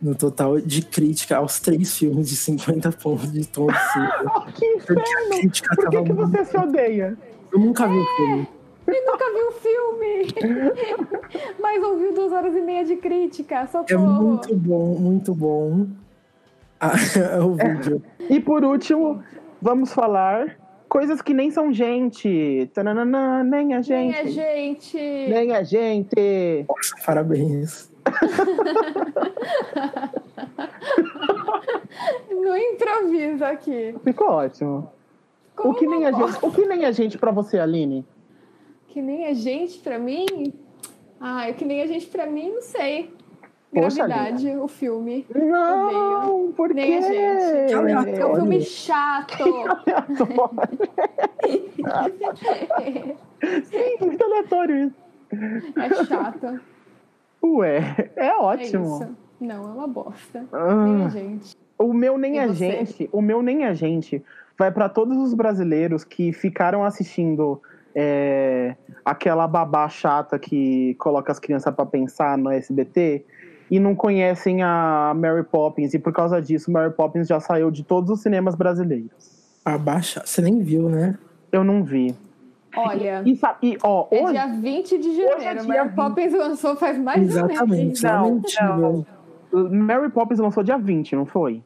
Speaker 3: No total de crítica aos três filmes de 50 pontos de tom de cinza.
Speaker 1: Oh, que
Speaker 3: Porque
Speaker 1: inferno!
Speaker 3: a crítica
Speaker 1: Por que,
Speaker 3: tava
Speaker 1: que
Speaker 3: muito-
Speaker 1: você se odeia?
Speaker 3: Eu nunca vi o filme.
Speaker 2: E nunca vi o filme, mas ouviu duas horas e meia de crítica, socorro.
Speaker 3: É muito bom, muito bom. Ah, o vídeo.
Speaker 1: E por último, vamos falar coisas que nem são gente. Tananana, nem a
Speaker 2: Quem
Speaker 1: gente.
Speaker 2: é gente?
Speaker 1: Nem a gente.
Speaker 3: Nossa, parabéns.
Speaker 2: Não improvisa aqui.
Speaker 1: Ficou ótimo.
Speaker 2: Como
Speaker 1: o que nem a
Speaker 2: não?
Speaker 1: gente, o que nem a gente para você, Aline?
Speaker 2: Que nem a gente pra mim? Ai, que nem a gente pra mim, não sei.
Speaker 1: Poxa,
Speaker 2: Gravidade, o filme.
Speaker 1: Não, por
Speaker 2: Nem
Speaker 1: quê?
Speaker 2: a gente.
Speaker 1: Que
Speaker 2: É um
Speaker 3: Olha.
Speaker 2: filme chato.
Speaker 1: aleatório. Sim, muito aleatório isso.
Speaker 2: é chato.
Speaker 1: Ué, é
Speaker 2: É
Speaker 1: ótimo.
Speaker 2: isso. Não, é uma bosta. Nem a
Speaker 1: Ah.
Speaker 2: gente.
Speaker 1: O meu nem
Speaker 2: E
Speaker 1: a
Speaker 2: você?
Speaker 1: gente, o meu nem a gente vai para todos os brasileiros que ficaram assistindo é, aquela babá chata que coloca as crianças para pensar no SBT e não conhecem a Mary Poppins e por causa disso Mary Poppins já saiu de todos os cinemas brasileiros.
Speaker 3: Abaixa. Você nem viu, né?
Speaker 1: Eu não vi.
Speaker 2: Olha,
Speaker 1: E, sa- e ó,
Speaker 2: é
Speaker 1: hoje
Speaker 2: dia 20 de
Speaker 1: é
Speaker 2: janeiro.
Speaker 1: dia
Speaker 2: Mary
Speaker 1: 20.
Speaker 2: Poppins lançou faz um mais ou menos.
Speaker 3: Exatamente.
Speaker 1: Não,
Speaker 3: Lamentível.
Speaker 1: Mary Poppins lançou dia 20, não foi?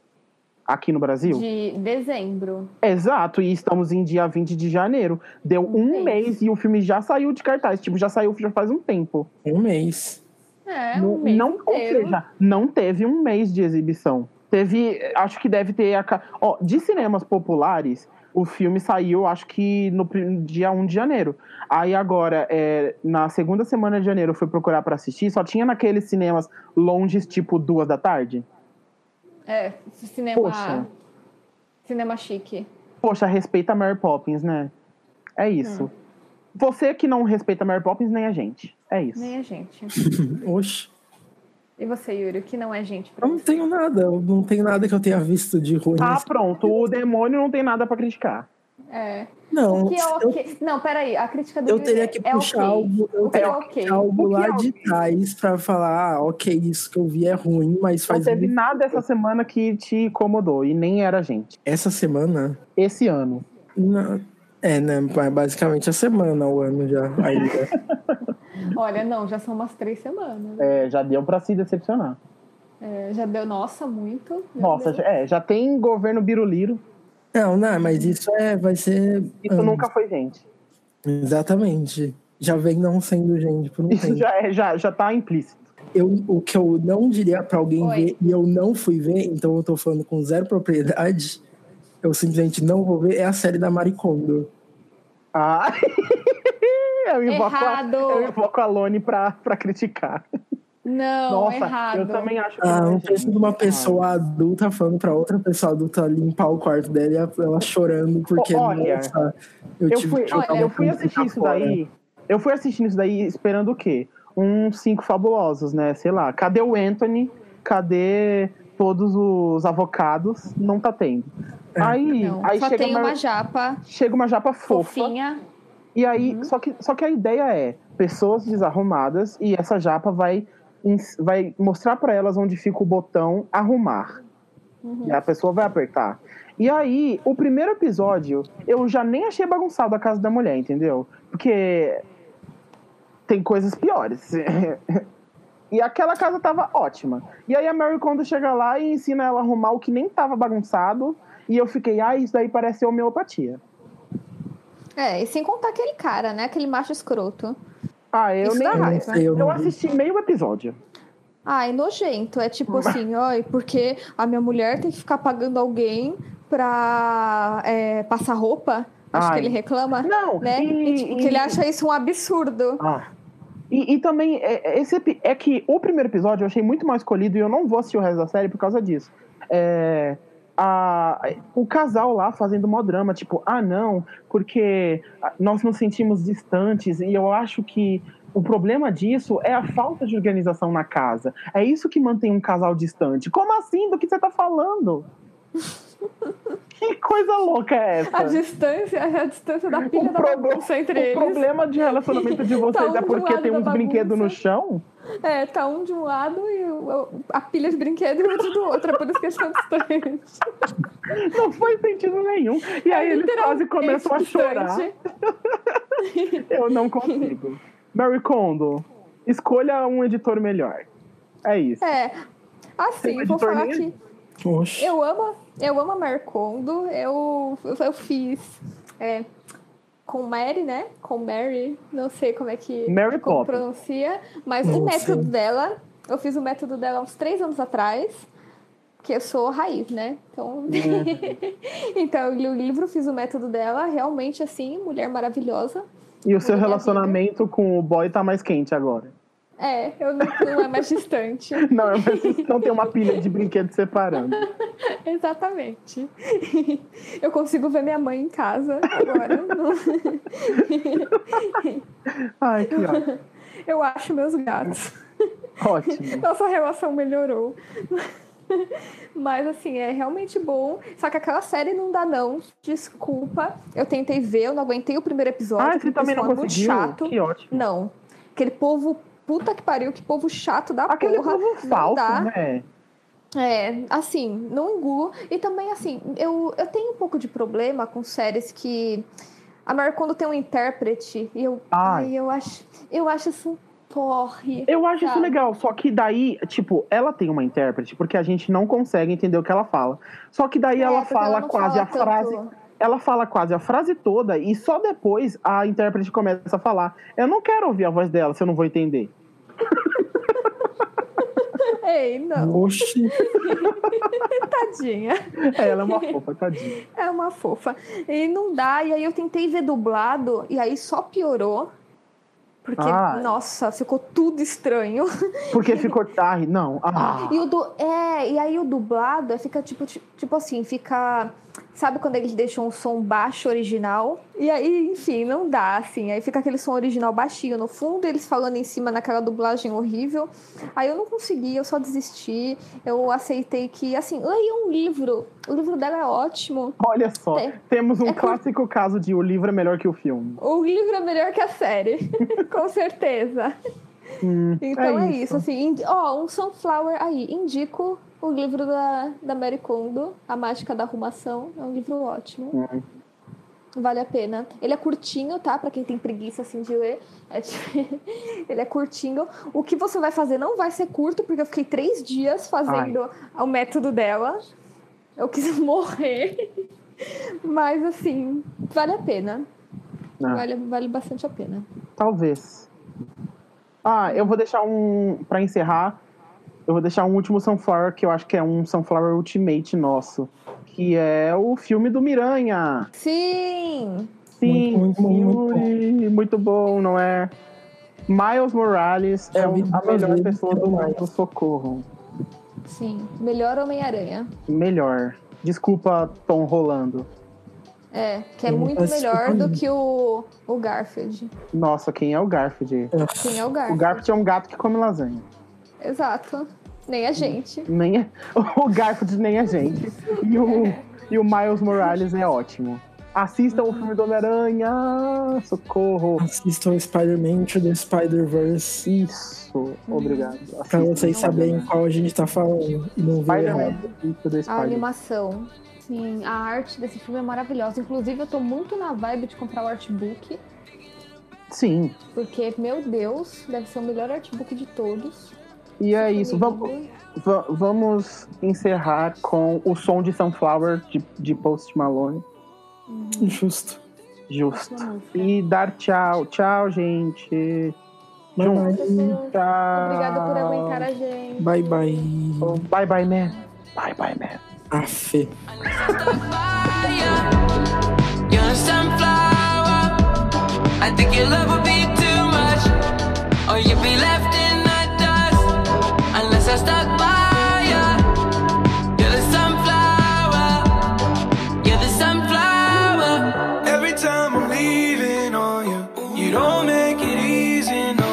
Speaker 1: Aqui no Brasil?
Speaker 2: De dezembro.
Speaker 1: Exato, e estamos em dia 20 de janeiro. Deu um
Speaker 2: Sim.
Speaker 1: mês e o filme já saiu de cartaz. Tipo, já saiu já faz um tempo.
Speaker 3: Um mês.
Speaker 2: É,
Speaker 1: não,
Speaker 2: um mês
Speaker 1: não- ou
Speaker 2: inteiro.
Speaker 1: seja, não teve um mês de exibição. Teve, acho que deve ter. A, ca- ó, de cinemas populares, o filme saiu, acho que no prim- dia 1 de janeiro. Aí agora, é, na segunda semana de janeiro, eu fui procurar pra assistir, só tinha naqueles cinemas longes, tipo duas da tarde.
Speaker 2: É, cinema.
Speaker 1: Poxa.
Speaker 2: Cinema chique.
Speaker 1: Poxa, respeita a Mary Poppins, né? É isso. Você que não respeita a Mary Poppins, nem a gente. É isso.
Speaker 2: Nem a gente.
Speaker 3: Oxe.
Speaker 2: E você, Yuri, o que não é gente pra
Speaker 3: Eu não tenho nada. Eu
Speaker 1: Tá
Speaker 3: não tenho nada que eu tenha visto de ruim.
Speaker 1: Ah, pronto. O demônio não tem nada pra criticar.
Speaker 2: É.
Speaker 3: Não,
Speaker 2: O que é
Speaker 3: eu,
Speaker 2: ok? Não, peraí, a crítica do
Speaker 3: eu
Speaker 2: Yuri
Speaker 3: teria
Speaker 2: é-
Speaker 3: que
Speaker 2: é
Speaker 3: puxar
Speaker 2: ok.
Speaker 3: algo, eu
Speaker 2: O que é
Speaker 3: teria
Speaker 2: ok?
Speaker 3: que puxar algo
Speaker 8: O que é
Speaker 3: lá de trás pra falar, ah, ok, isso que eu vi é ruim, mas
Speaker 1: Não
Speaker 3: faz
Speaker 1: teve
Speaker 3: muito-
Speaker 1: nada essa semana que te incomodou, e nem era a gente.
Speaker 3: essa semana.
Speaker 1: Esse ano.
Speaker 3: Não. É, né? ba- Basicamente a semana, o ano já. Ainda.
Speaker 2: Olha, não, já são umas três semanas.
Speaker 1: É, já deu pra se decepcionar.
Speaker 2: É, já deu, nossa, muito. Meu
Speaker 1: Nossa,
Speaker 2: Deus.
Speaker 1: é, já tem governo biruliro.
Speaker 3: não, não, mas isso é, vai ser.
Speaker 1: Isso
Speaker 3: anos.
Speaker 1: nunca foi gente.
Speaker 3: Exatamente. Já vem não sendo gente por um
Speaker 1: Isso
Speaker 3: tempo.
Speaker 1: já, é, já, já tá implícito.
Speaker 3: Eu, o que eu não diria pra alguém
Speaker 2: Oi.
Speaker 3: ver e eu não fui ver, então eu tô falando com zero propriedade, eu simplesmente não vou ver, é a série da Maricondo.
Speaker 1: Ah, eu invoco, a,
Speaker 2: Errado.
Speaker 1: eu invoco a Lone pra, pra criticar.
Speaker 2: Não,
Speaker 1: Nossa,
Speaker 2: errado.
Speaker 1: eu também acho que.
Speaker 3: Ah,
Speaker 1: não é
Speaker 3: um texto
Speaker 1: gente.
Speaker 3: de uma
Speaker 1: Ah.
Speaker 3: pessoa adulta falando pra outra pessoa adulta limpar o quarto dela e ela- ela chorando porque, é
Speaker 1: Olha,
Speaker 3: nossa,
Speaker 1: Eu fui,
Speaker 3: que
Speaker 1: eu-
Speaker 3: jogar
Speaker 1: eu,
Speaker 3: meu
Speaker 1: fui
Speaker 3: pinto
Speaker 1: assistir
Speaker 3: pra
Speaker 1: isso
Speaker 3: fora.
Speaker 1: daí. Eu fui assistindo isso daí esperando o quê? Uns cinco fabulosos, né? Sei lá. Cadê o Anthony? Cadê todos os avocados? Não tá tendo. Aí,
Speaker 2: Não,
Speaker 1: aí
Speaker 2: só
Speaker 1: chega,
Speaker 2: tem
Speaker 1: uma,
Speaker 2: uma, japa
Speaker 1: chega uma japa fofa.
Speaker 2: fofinha.
Speaker 1: E aí, só, que, só que a ideia é pessoas desarrumadas e essa japa vai, ens- vai mostrar para elas onde fica o botão arrumar. E a pessoa vai apertar. E aí, o primeiro episódio, eu já nem achei bagunçado a casa da mulher, entendeu? Porque tem coisas piores. e aquela casa tava ótima. E aí a Mary Kondo chega lá e ensina ela a arrumar o que nem tava bagunçado. E eu fiquei, ah, isso daí parece homeopatia.
Speaker 2: É, e sem contar aquele cara, né? Aquele macho escroto.
Speaker 1: Ah, eu
Speaker 2: Isso
Speaker 1: nem
Speaker 2: dá
Speaker 3: Eu não
Speaker 2: raiva.
Speaker 3: sei, eu
Speaker 1: Eu
Speaker 3: não vi.
Speaker 1: assisti meio episódio.
Speaker 2: Ai, nojento. É tipo assim, oi, porque a minha mulher tem que ficar pagando alguém pra é, passar roupa. Acho
Speaker 1: Ai.
Speaker 2: que ele reclama,
Speaker 1: Não,
Speaker 2: né?
Speaker 1: e,
Speaker 2: E, tipo,
Speaker 1: e-
Speaker 2: que ele acha isso um absurdo.
Speaker 1: Ah. E, e também, é, é, esse, epi- é que o primeiro episódio eu achei muito mal escolhido e eu não vou assistir o resto da série por causa disso. É, a, o casal lá fazendo mó drama, tipo, ah não, porque nós nos sentimos distantes e eu acho que o problema disso é a falta de organização na casa. É isso que mantém um casal distante. Como assim? Do que você tá falando? que coisa louca é essa?
Speaker 2: A distância, a distância da
Speaker 1: O
Speaker 2: pilha da
Speaker 1: proble-
Speaker 2: bagunça entre
Speaker 1: O
Speaker 2: eles.
Speaker 1: problema de relacionamento de vocês
Speaker 2: Tá um
Speaker 1: é
Speaker 2: do
Speaker 1: porque
Speaker 2: lado
Speaker 1: tem
Speaker 2: da
Speaker 1: uns brinquedos no
Speaker 2: bagunça.
Speaker 1: chão?
Speaker 2: É, tá um de um lado e o- a pilha de brinquedo e o outro do outro. É por isso que eles estão distantes.
Speaker 1: Não faz sentido nenham. E aí eles quase começam a chorar.
Speaker 2: É Distante.
Speaker 1: Eu não consigo. Mary Kondo, escolha um editor melhor. É isso.
Speaker 2: É.
Speaker 1: Tem um
Speaker 2: Assim, vou
Speaker 1: editor
Speaker 2: falar
Speaker 1: mesmo?
Speaker 2: que
Speaker 3: Oxe.
Speaker 2: eu amo, eu amo a Marcondo. Eu, eu, eu fiz é, com Mary, né? Com Mary, não sei como é que
Speaker 1: Mary
Speaker 2: como
Speaker 1: Poppins.
Speaker 2: pronuncia, mas
Speaker 3: Não
Speaker 2: o método
Speaker 3: sei.
Speaker 2: dela, eu fiz o método dela há uns três anos atrás, que eu sou raiz, né? Então,
Speaker 3: É.
Speaker 2: então eu li o livro, fiz o método dela, realmente assim, mulher maravilhosa.
Speaker 1: E o seu
Speaker 2: Minha
Speaker 1: relacionamento com o boy tá mais quente agora.
Speaker 2: É, eu não, não é mais distante.
Speaker 1: Não, mas não tem uma pilha de brinquedos separando.
Speaker 2: Exatamente. Eu consigo ver minha mãe em casa agora.
Speaker 1: Ai, que ótimo.
Speaker 2: Eu acho meus gatos.
Speaker 1: ótimo.
Speaker 2: Nossa relação melhorou. Mas assim, é realmente bom. Só que aquela série não dá, não. Desculpa. Eu tentei ver, eu não aguentei o primeiro episódio.
Speaker 1: Ah,
Speaker 2: porque
Speaker 1: você também não
Speaker 2: foi muito
Speaker 1: conseguiu?
Speaker 2: chato.
Speaker 1: Que ótimo.
Speaker 2: Não. Aquele povo, puta que pariu, que povo chato da
Speaker 1: Aquele
Speaker 2: porra.
Speaker 1: povo
Speaker 2: não
Speaker 1: falso,
Speaker 2: dá.
Speaker 1: né?
Speaker 2: É, assim, não engulo. E também, assim, eu, eu tenho um pouco de problema com séries que. A maior quando tem um intérprete, e eu.
Speaker 1: Ai.
Speaker 2: Ai, eu acho. Eu acho isso um porre.
Speaker 1: Eu acho isso
Speaker 2: Tá.
Speaker 1: legal, só que daí, tipo, ela tem uma intérprete, porque a gente não consegue entender o que ela fala. Só que daí
Speaker 2: É,
Speaker 1: ela
Speaker 2: porque
Speaker 1: fala
Speaker 2: não
Speaker 1: quase
Speaker 2: fala
Speaker 1: a frase.
Speaker 2: tanto.
Speaker 1: Ela fala quase a frase toda e só depois a intérprete começa a falar. Eu não quero ouvir a voz dela se eu não vou entender.
Speaker 2: Ei, não,
Speaker 3: Oxe.
Speaker 2: tadinha.
Speaker 1: É, ela é uma fofa, tadinha.
Speaker 2: É uma fofa. E não dá, e aí eu tentei ver dublado, e aí só piorou. Porque,
Speaker 1: Ai.
Speaker 2: nossa, ficou tudo estranho.
Speaker 1: Porque ficou tarde. Não. Ah,
Speaker 2: E, o du... é, e aí o dublado é, fica tipo, ti- tipo assim, fica Sabe quando eles deixam o som baixo original? E aí, enfim, não dá, assim. Aí fica aquele som original baixinho no fundo, eles falando em cima naquela dublagem horrível. Aí eu não consegui, eu só desisti. Eu aceitei que, assim, leia um livro. O livro dela é ótimo.
Speaker 1: Olha só,
Speaker 2: É.
Speaker 1: temos um
Speaker 2: É cur-
Speaker 1: clássico caso de o livro é melhor que o filme.
Speaker 2: O livro é melhor que a série, com certeza.
Speaker 1: Hum,
Speaker 2: Então é, isso. assim. indi- Ó, um Sunflower aí. Indico o livro da, da Mary Kondo, A Mágica da Arrumação. É um livro ótimo.
Speaker 1: Hum.
Speaker 2: Vale a pena. Ele é curtinho, tá? Pra quem tem preguiça, assim, de ler. É tipo- Ele é curtinho. O que você vai fazer não vai ser curto, porque eu fiquei três dias fazendo o método dela. Eu quis morrer. Mas, assim, vale a pena.
Speaker 1: Ah.
Speaker 2: Vale, vale bastante a pena.
Speaker 1: Talvez. Ah, eu vou deixar um. Pra encerrar, eu vou deixar um último Sunflower, que eu acho que é um Sunflower Ultimate nosso. Que é o filme do Miranha.
Speaker 2: Sim!
Speaker 1: Sim,
Speaker 3: Muito, muito,
Speaker 1: filme muito bom, não é? Miles Morales é
Speaker 3: Já vi
Speaker 1: um- a
Speaker 3: duas
Speaker 1: melhor
Speaker 3: vezes,
Speaker 1: pessoa do
Speaker 3: demais.
Speaker 1: mundo, socorro.
Speaker 2: Sim. Melhor Homem-Aranha.
Speaker 1: Melhor. Desculpa, Tom Rolando.
Speaker 2: É, que é
Speaker 3: Eu
Speaker 2: muito
Speaker 3: assisto
Speaker 2: melhor
Speaker 3: também.
Speaker 2: do que o, o Garfield.
Speaker 1: Nossa, quem é o Garfield?
Speaker 2: Quem é o
Speaker 1: O
Speaker 2: Garfield?
Speaker 1: Garfield é um gato que come lasanha.
Speaker 2: Exato. Nem a gente.
Speaker 1: Nem a- o Garfield nem a gente. E o, e o Miles Morales é ótimo. Assistam o filme do Homem-Aranha! Socorro!
Speaker 3: Assistam Spider-Man to the Spider-Verse
Speaker 1: Isso! Obrigado. Assistam
Speaker 3: pra vocês saberem
Speaker 1: Spider-Man.
Speaker 3: qual a gente tá falando e não ver errado.
Speaker 1: Spider-Man. Isso do
Speaker 2: A
Speaker 1: Spider-Man.
Speaker 2: animação. Sim, a arte desse filme é maravilhosa. Inclusive, eu tô muito na vibe de comprar o artbook,
Speaker 1: Sim.
Speaker 2: porque, meu Deus, deve ser o melhor artbook de todos.
Speaker 1: E é isso. Vamos,
Speaker 2: Lindo.
Speaker 1: va- vamos encerrar com o som de Sunflower de, de Post Malone.
Speaker 3: Justo.
Speaker 1: Justo. E dar tchau. Tchau, gente.
Speaker 3: Bye
Speaker 1: Tchau.
Speaker 3: bye.
Speaker 1: Tchau.
Speaker 2: Obrigada por aguentar a gente.
Speaker 3: Bye bye.
Speaker 1: Bye bye, man. Bye bye, man.
Speaker 3: Aff.
Speaker 9: You're a sunflower. I think your love would be too much, or you'd be left in the dust unless I stuck by you. You're the sunflower. You're the sunflower.
Speaker 10: Every time I'm leaving on you, you don't make it easy, no.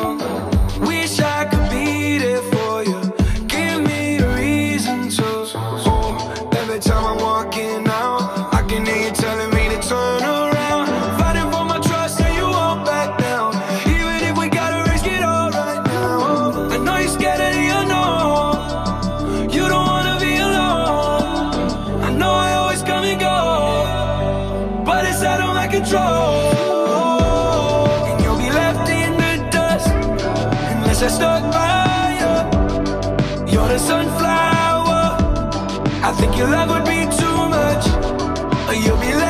Speaker 10: Wish I could be there for you. Give me a reason to. Oh, every time I'm walking out, I can hear you telling me to turn around. Fighting for my trust, and you won't back down. Even if we gotta risk it all right now. I know you're scared of the unknown. You don't wanna be alone. I know I always come and go but it's out of my control. And you'll be left in the dust unless I stuck by you. You're the sunflower. I think your love would be too much, or you'll be left.